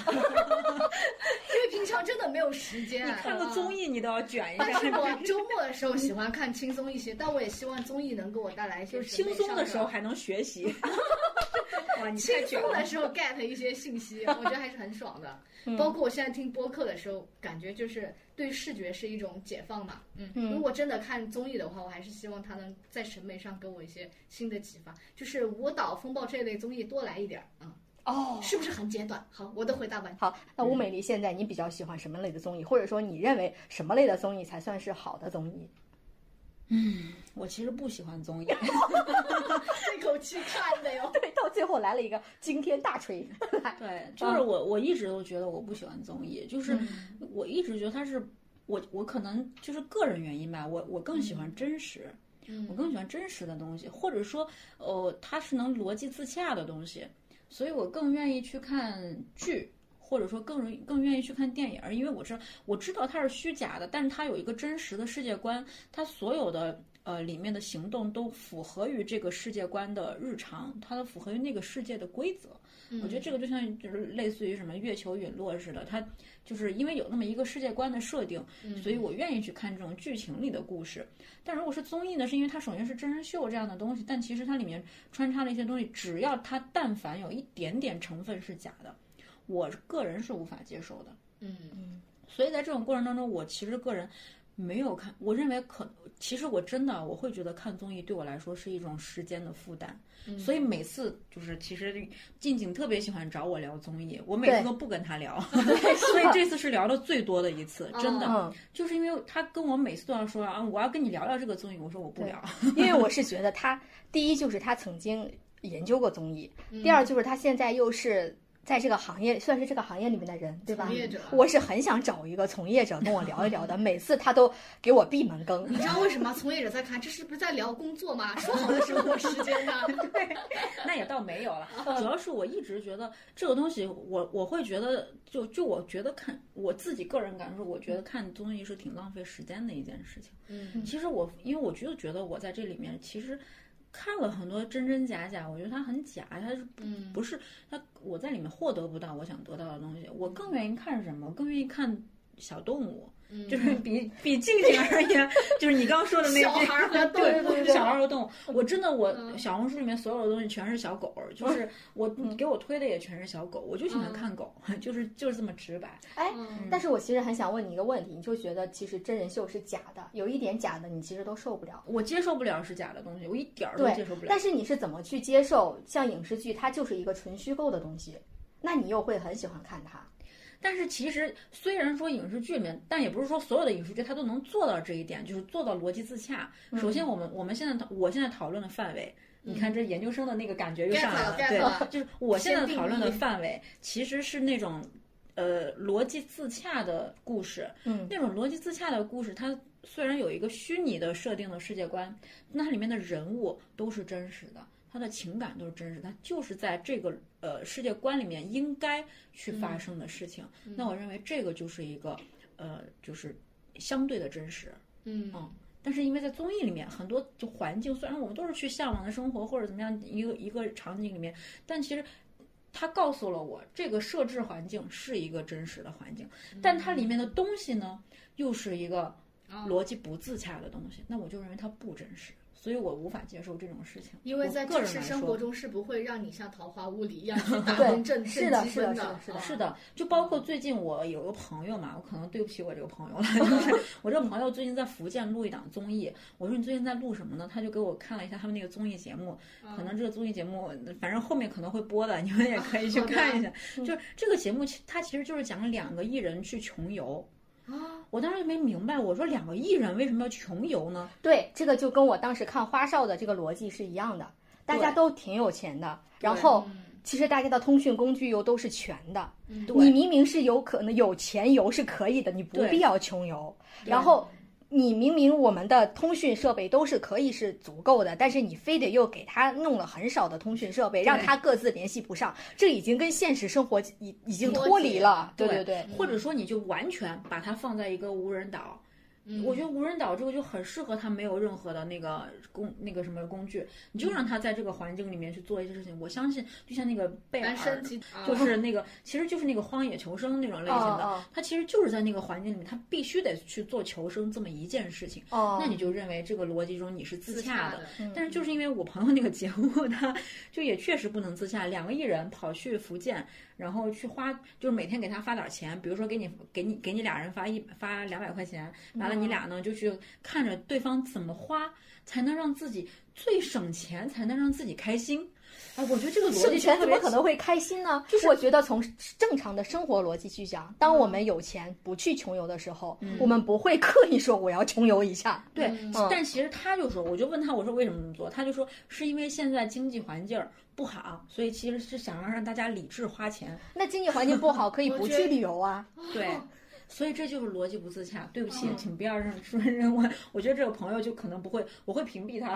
因为平常真的没有时间。
你 [LAUGHS] 看个综
艺。
艺你都要卷一下
但。啊是我周末的时候喜欢看轻松一些，但我也希望综艺能给我带来一些
就是轻松的时候
审
还能学习。啊 [LAUGHS] 哇，你
美上的，
太卷
轻松
了
的！时候 get 一些信息，我觉得还是很爽的。
嗯
包括我现在听播客的时候，感觉就是对视觉是一种解放嘛。嗯，
嗯
如果真的看综艺的话，我还是希望它能在审美上给我一些新的启发，就是舞蹈、风暴这类综艺多来一点儿。嗯，
哦，
是不是很简短？好，我的回答
[LAUGHS]
完。
好，那吴美丽现在你比较喜欢什么类的综艺，或者说你认为什么类的综艺才算是好的综艺？
[LAUGHS]
[LAUGHS]
我其实不喜欢综艺，
这口气看的哟。
对，到最后来了一个惊天大锤，
[LAUGHS] 对，嗯就是我我一直都觉得我不喜欢综艺，就是我一直觉得它是我我可能就是个人原因吧，我我更喜欢真实，
嗯
我更喜欢真实的东西，或者说呃它是能逻辑自洽的东西，所以我更愿意去看剧。或者说更容易更愿意去看电影儿，因为我知道我知道它是虚假的，但是它有一个真实的世界观，它所有的呃里面的行动都符合于这个世界观的日常，它都符合于那个世界的规则。我
嗯
觉得这个就像就是类似于什么月球陨落似的，它就是因为有那么一个世界观的设定，所以我愿意去看这种剧情里的故事。但如果是综艺呢，是因为它首先是真人秀这样的东西，但其实它里面穿插了一些东西，只要它但凡有一点点成分是假的，我个人是无法接受的。
嗯
所以在这种过程当中，我其实个人没有看，我认为可，其实我真的啊我会觉得看综艺对我来说是一种时间的负担，
嗯
嗯
所以每次就是其实静静特别喜欢找我聊综艺，我每次
对
都不跟
[LAUGHS]
她聊，所以这次是聊的最多的一次，真的，
嗯，
就是因为她跟我每次都要说啊，我要跟你聊聊这个综艺，我说我不聊， [LAUGHS]
嗯因为我是觉得
嗯
他第一就是他曾经研究过综艺，第二就是他现在又是在这个行业算是这个行业里面的人，对吧
从？业者啊。
我是很想找一个从业者跟我聊一聊的，每次他都给我闭门羹。 [LAUGHS]
你知道为什么从业者在看这是不是在聊工作吗？说好的生活时间呢？ [LAUGHS]
那也倒没有
[LAUGHS]
了，主要是我一直觉得这个东西我，我会觉得，就就我觉得看我自己个人感受，我觉得看综艺是挺浪费时间的一件事情。
嗯
其实我因为我就觉得我在这里面其实看了很多真真假假，我觉得它很假，它是
嗯
不是它我在里面获得不到我想得到的东西。我更愿意看什么？我更愿意看小动物，
嗯
就是 [LAUGHS] 比比静静而
[LAUGHS]
言，就是你刚刚说的那
小
句
孩儿和动
对
物，
小孩儿和动物，我真的我
嗯
小红书里面所有的东西全是小狗儿，就是我给我推的也全是小狗，我就喜欢
嗯
看狗， [LAUGHS] 就是就是这么直白。
哎，
嗯
但是我其实很想问你一个问题，你就觉得其实真人秀是假的，有一点假的你其实都受不了。
我接受不了是假的东西，我一点儿都
对
接受不了。
但是你是怎么去接受像影视剧，它就是一个纯虚构的东西，那你又会很喜欢看它。
但是其实虽然说影视剧里面，但也不是说所有的影视剧它都能做到这一点，就是做到逻辑自洽。首先，我们我们现在讨我现在讨论的范围，你看这研究生的那个感觉又
get
上来
了
了，
get
对
了，
[LAUGHS] 就是我现在
先定
讨论的
义
范围其实是那种。呃，逻辑自洽的故事，
嗯
那种逻辑自洽的故事，它虽然有一个虚拟的设定的世界观，那它里面的人物都是真实的，他的情感都是真实的，它就是在这个呃世界观里面应该去发生的事情。
嗯
那我认为这个就是一个呃，就是相对的真实。
嗯
但是因为在综艺里面，很多就环境，虽然我们都是去向往的生活或者怎么样一个一个场景里面，但其实它告诉了我，这个设置环境是一个真实的环境，但它里面的东西呢，又是一个
哦
逻辑不自洽的东西，那我就认为它不真实，所以我无法接受这种事情。
因为
我
在
个
真
人
实
来
生
说
活中是不会让你像桃花坞里
[LAUGHS]
一样去打
对
工挣
是
挣
的
积
是的
分
是的
的，
是的
啊
是的，就包括最近我有个朋友嘛，我可能对不起我这个朋友了，就是我这个朋友最近在福建录一档综艺，我说你最近在录什么呢？他就给我看了一下他们那个综艺节目，可能这个综艺节目反正后面可能会播的，你们也可以去
好的
看一下。就是这个节目其，它其实就是讲两个艺人去穷游。
啊，
我当时就没明白，我说两个艺人为什么要穷游呢？
对，这个就跟我当时看花少的这个逻辑是一样的，大家
对
都挺有钱的，然
对
后其实大家的通讯工具又都是全的，
嗯
对
你明明是有可能有钱游是可以的，你不
对
必要穷游，
对
然后。你明明我们的通讯设备都是可以是足够的，但是你非得又给他弄了很少的通讯设备，让他各自联系不上，这已经跟现实生活已已经
脱
脱离
节
了。对
对
对，
或者说你就完全把它放在一个无人岛，
嗯
我觉得无人岛这个就很适合他没有任何的那个工那个什么工具，你就让他在这个环境里面去做一些事情。我相信，就像那个贝尔
单，身级啊
就是那个其实就是那个荒野求生那种类型的，
哦
他其实就是在那个环境里面，他必须得去做求生这么一件事情。
哦，
那你就认为这个逻辑中你是自洽的，
的，
嗯
嗯
但是就是因为我朋友那个节目，他 [LAUGHS] 就也确实不能自洽，两个艺人跑去福建，然后去花，就是每天给他发点钱，比如说给你给你给你俩人发一发两百块钱，
哦
完了你俩呢就去看着对方怎么花，才能让自己最省钱，才能让自己开心。哎，我觉得这个逻
省
辑
钱
特
怎么
别
可能会开心呢？就是我觉得从正常的生活逻辑去讲，当我们有钱不去穷游的时候，我们不会刻意说我要穷游一下。
对，
嗯
但其实他就说，我就问他，我说为什么这么做？他就说是因为现在经济环境儿不好，所以其实是想要让大家理智花钱。
[LAUGHS] 那经济环境不好，可以
我
不
觉得
去旅游 [LAUGHS] 啊。
对，所以这就是逻辑不自洽。对不起，
哦嗯
请不要认说认我。 [LAUGHS] 我觉得这个朋友就可能不会，我会屏蔽他。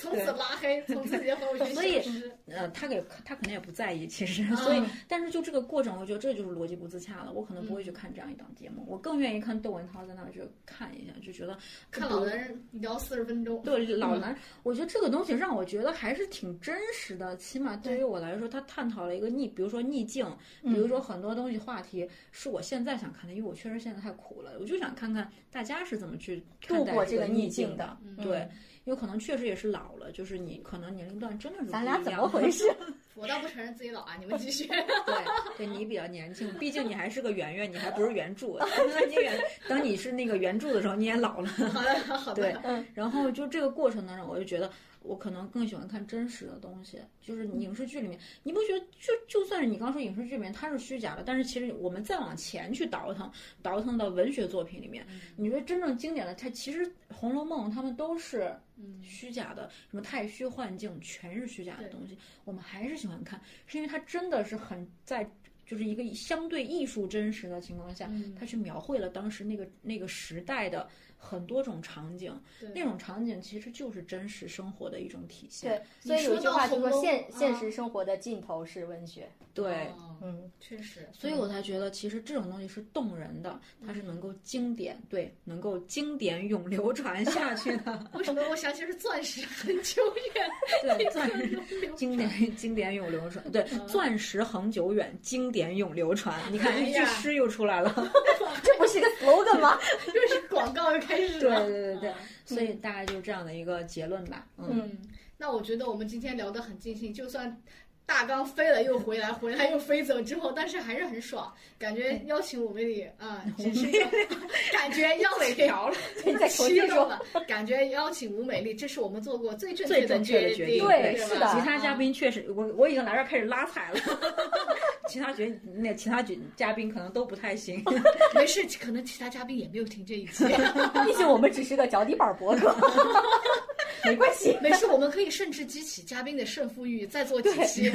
从此拉黑，从此结婚，我觉得
所以
消失
呃，他给他可能也不在意，其实。
嗯
所以，但是就这个过程，我觉得这就是逻辑不自洽了。我可能不会
嗯
去看这样一档节目，我更愿意看窦文涛在那儿去看一下，就觉得
看老男人聊四十分钟，
对老男，我觉得这个东西让我觉得还是挺真实的，起码对于我来说，他探讨了一个逆，比如说逆境，比如说很多东西话题是我现在想看的，因为我确实现在太苦了，我就想看看大家是怎么去看
度
待
过
这
这个逆
逆境
境
的。
嗯
对，有可能确实也是老了，就是你可能年龄段 [LAUGHS] 真的是
咱
不
俩
一
怎
样
么回？事？
我倒不承认自己老啊，你们继续。
对，对你比较年轻，毕竟你还是个圆圆，你还不是圆柱。 [LAUGHS] 那你圆，当你是那个圆柱的时候，你也老了。
好的，好的。嗯
对，然后就这个过程当中，我就觉得我可能更喜欢看真实的东西，就是
嗯
影视剧里面，你不觉得就就算是你刚说影视剧里面它是虚假的，但是其实我们再往前去倒腾，倒腾到文学作品里面，
嗯
你说真正经典的，它其实《红楼梦》他们都是
嗯
虚假的，什么太虚幻境全是虚假的东西，我们还是喜欢看，是因为它真的是很在。就是一个相对艺术真实的情况下，它去描绘了当时那个那个时代的很多种场景，那种场景其实就是真实生活的一种体现。
对， [LAUGHS] 所以有一句
说到
话就
红
说
楼
现现
啊
实生活的尽头是文学。
对，
哦
嗯，
确实，。
所以我才觉得其实这种东西是动人的，它是能够经典，对，能够经典永流传下去的
嗯为什么我想起是钻石很久远？
对，钻石经典经典永流传，对，钻石恒久远，经典永流传。你看
哎
一句
呀
诗又出来了。
这不是一个 slogan 吗？
又是广告又开始
对
了。
对对对，所以大概就这样的一个结论吧。嗯，
嗯，那我觉得我们今天聊得很尽兴，就算大纲飞了又回来，回来又飞走之后，但是还是很爽，感觉邀请我们里啊，只是 [LAUGHS] 一个感觉邀请聊了， [LAUGHS]
再重新
激动
说
了，感觉邀请吴美丽，这是我们做过最正
最
确的
正确的决
定，
定
对
吧
是的
其他嘉
[LAUGHS]
宾确实，我我已经来这儿开始拉踩了。 [LAUGHS] 其他角那其他角嘉宾可能都不太行。
没事，可能其他嘉宾也没有听这一期，
毕竟我们只是个脚底板博客， [LAUGHS] 没关系。
没事，我们可以甚至激起嘉宾的胜负欲，再做几期，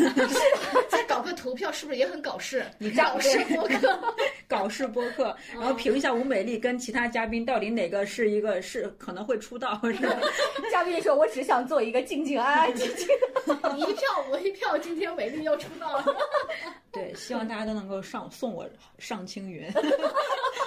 [LAUGHS] 再搞个投票，是不是也很搞事？
你这样
搞事播客。
搞事播客，然后评一下吴美丽跟其他嘉宾到底哪个是一个是可能会出道，是吧
嘉宾说：“我只想做一个静静安安静静。
你一票我一票，今天美丽要出道了。
[LAUGHS]
对，希望大家都能够上送我上青云，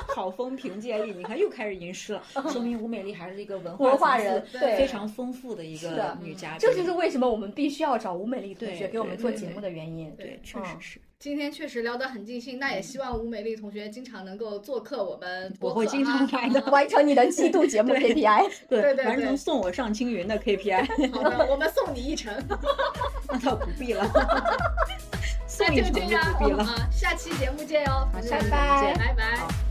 好风凭借力。你看又开始吟诗了，说明吴美丽还是一个文
嗯
化
文化
层次
人对
非常丰富的一
是
个
的
女嘉”宾。
这就是为什么我们必须要找吴美丽同学
对
给我们
对
做
对
节目的原因。
对，确
嗯
实是。
今天确实聊得很尽兴，那也希望吴美丽同学经常能够做客我们播
嗯我
客啊。
会经常来的
完成你的季度节目 KPI，
[LAUGHS] 对
对对
完
对
成送我上青云的 KPI，
[LAUGHS] 好的，我们送你一
[LAUGHS]
程。
那倒不必了，
[LAUGHS]
送
那
一
就
程
这
就
样
不必了。
啊，下期节目见哦。
好下期
节目见
拜拜。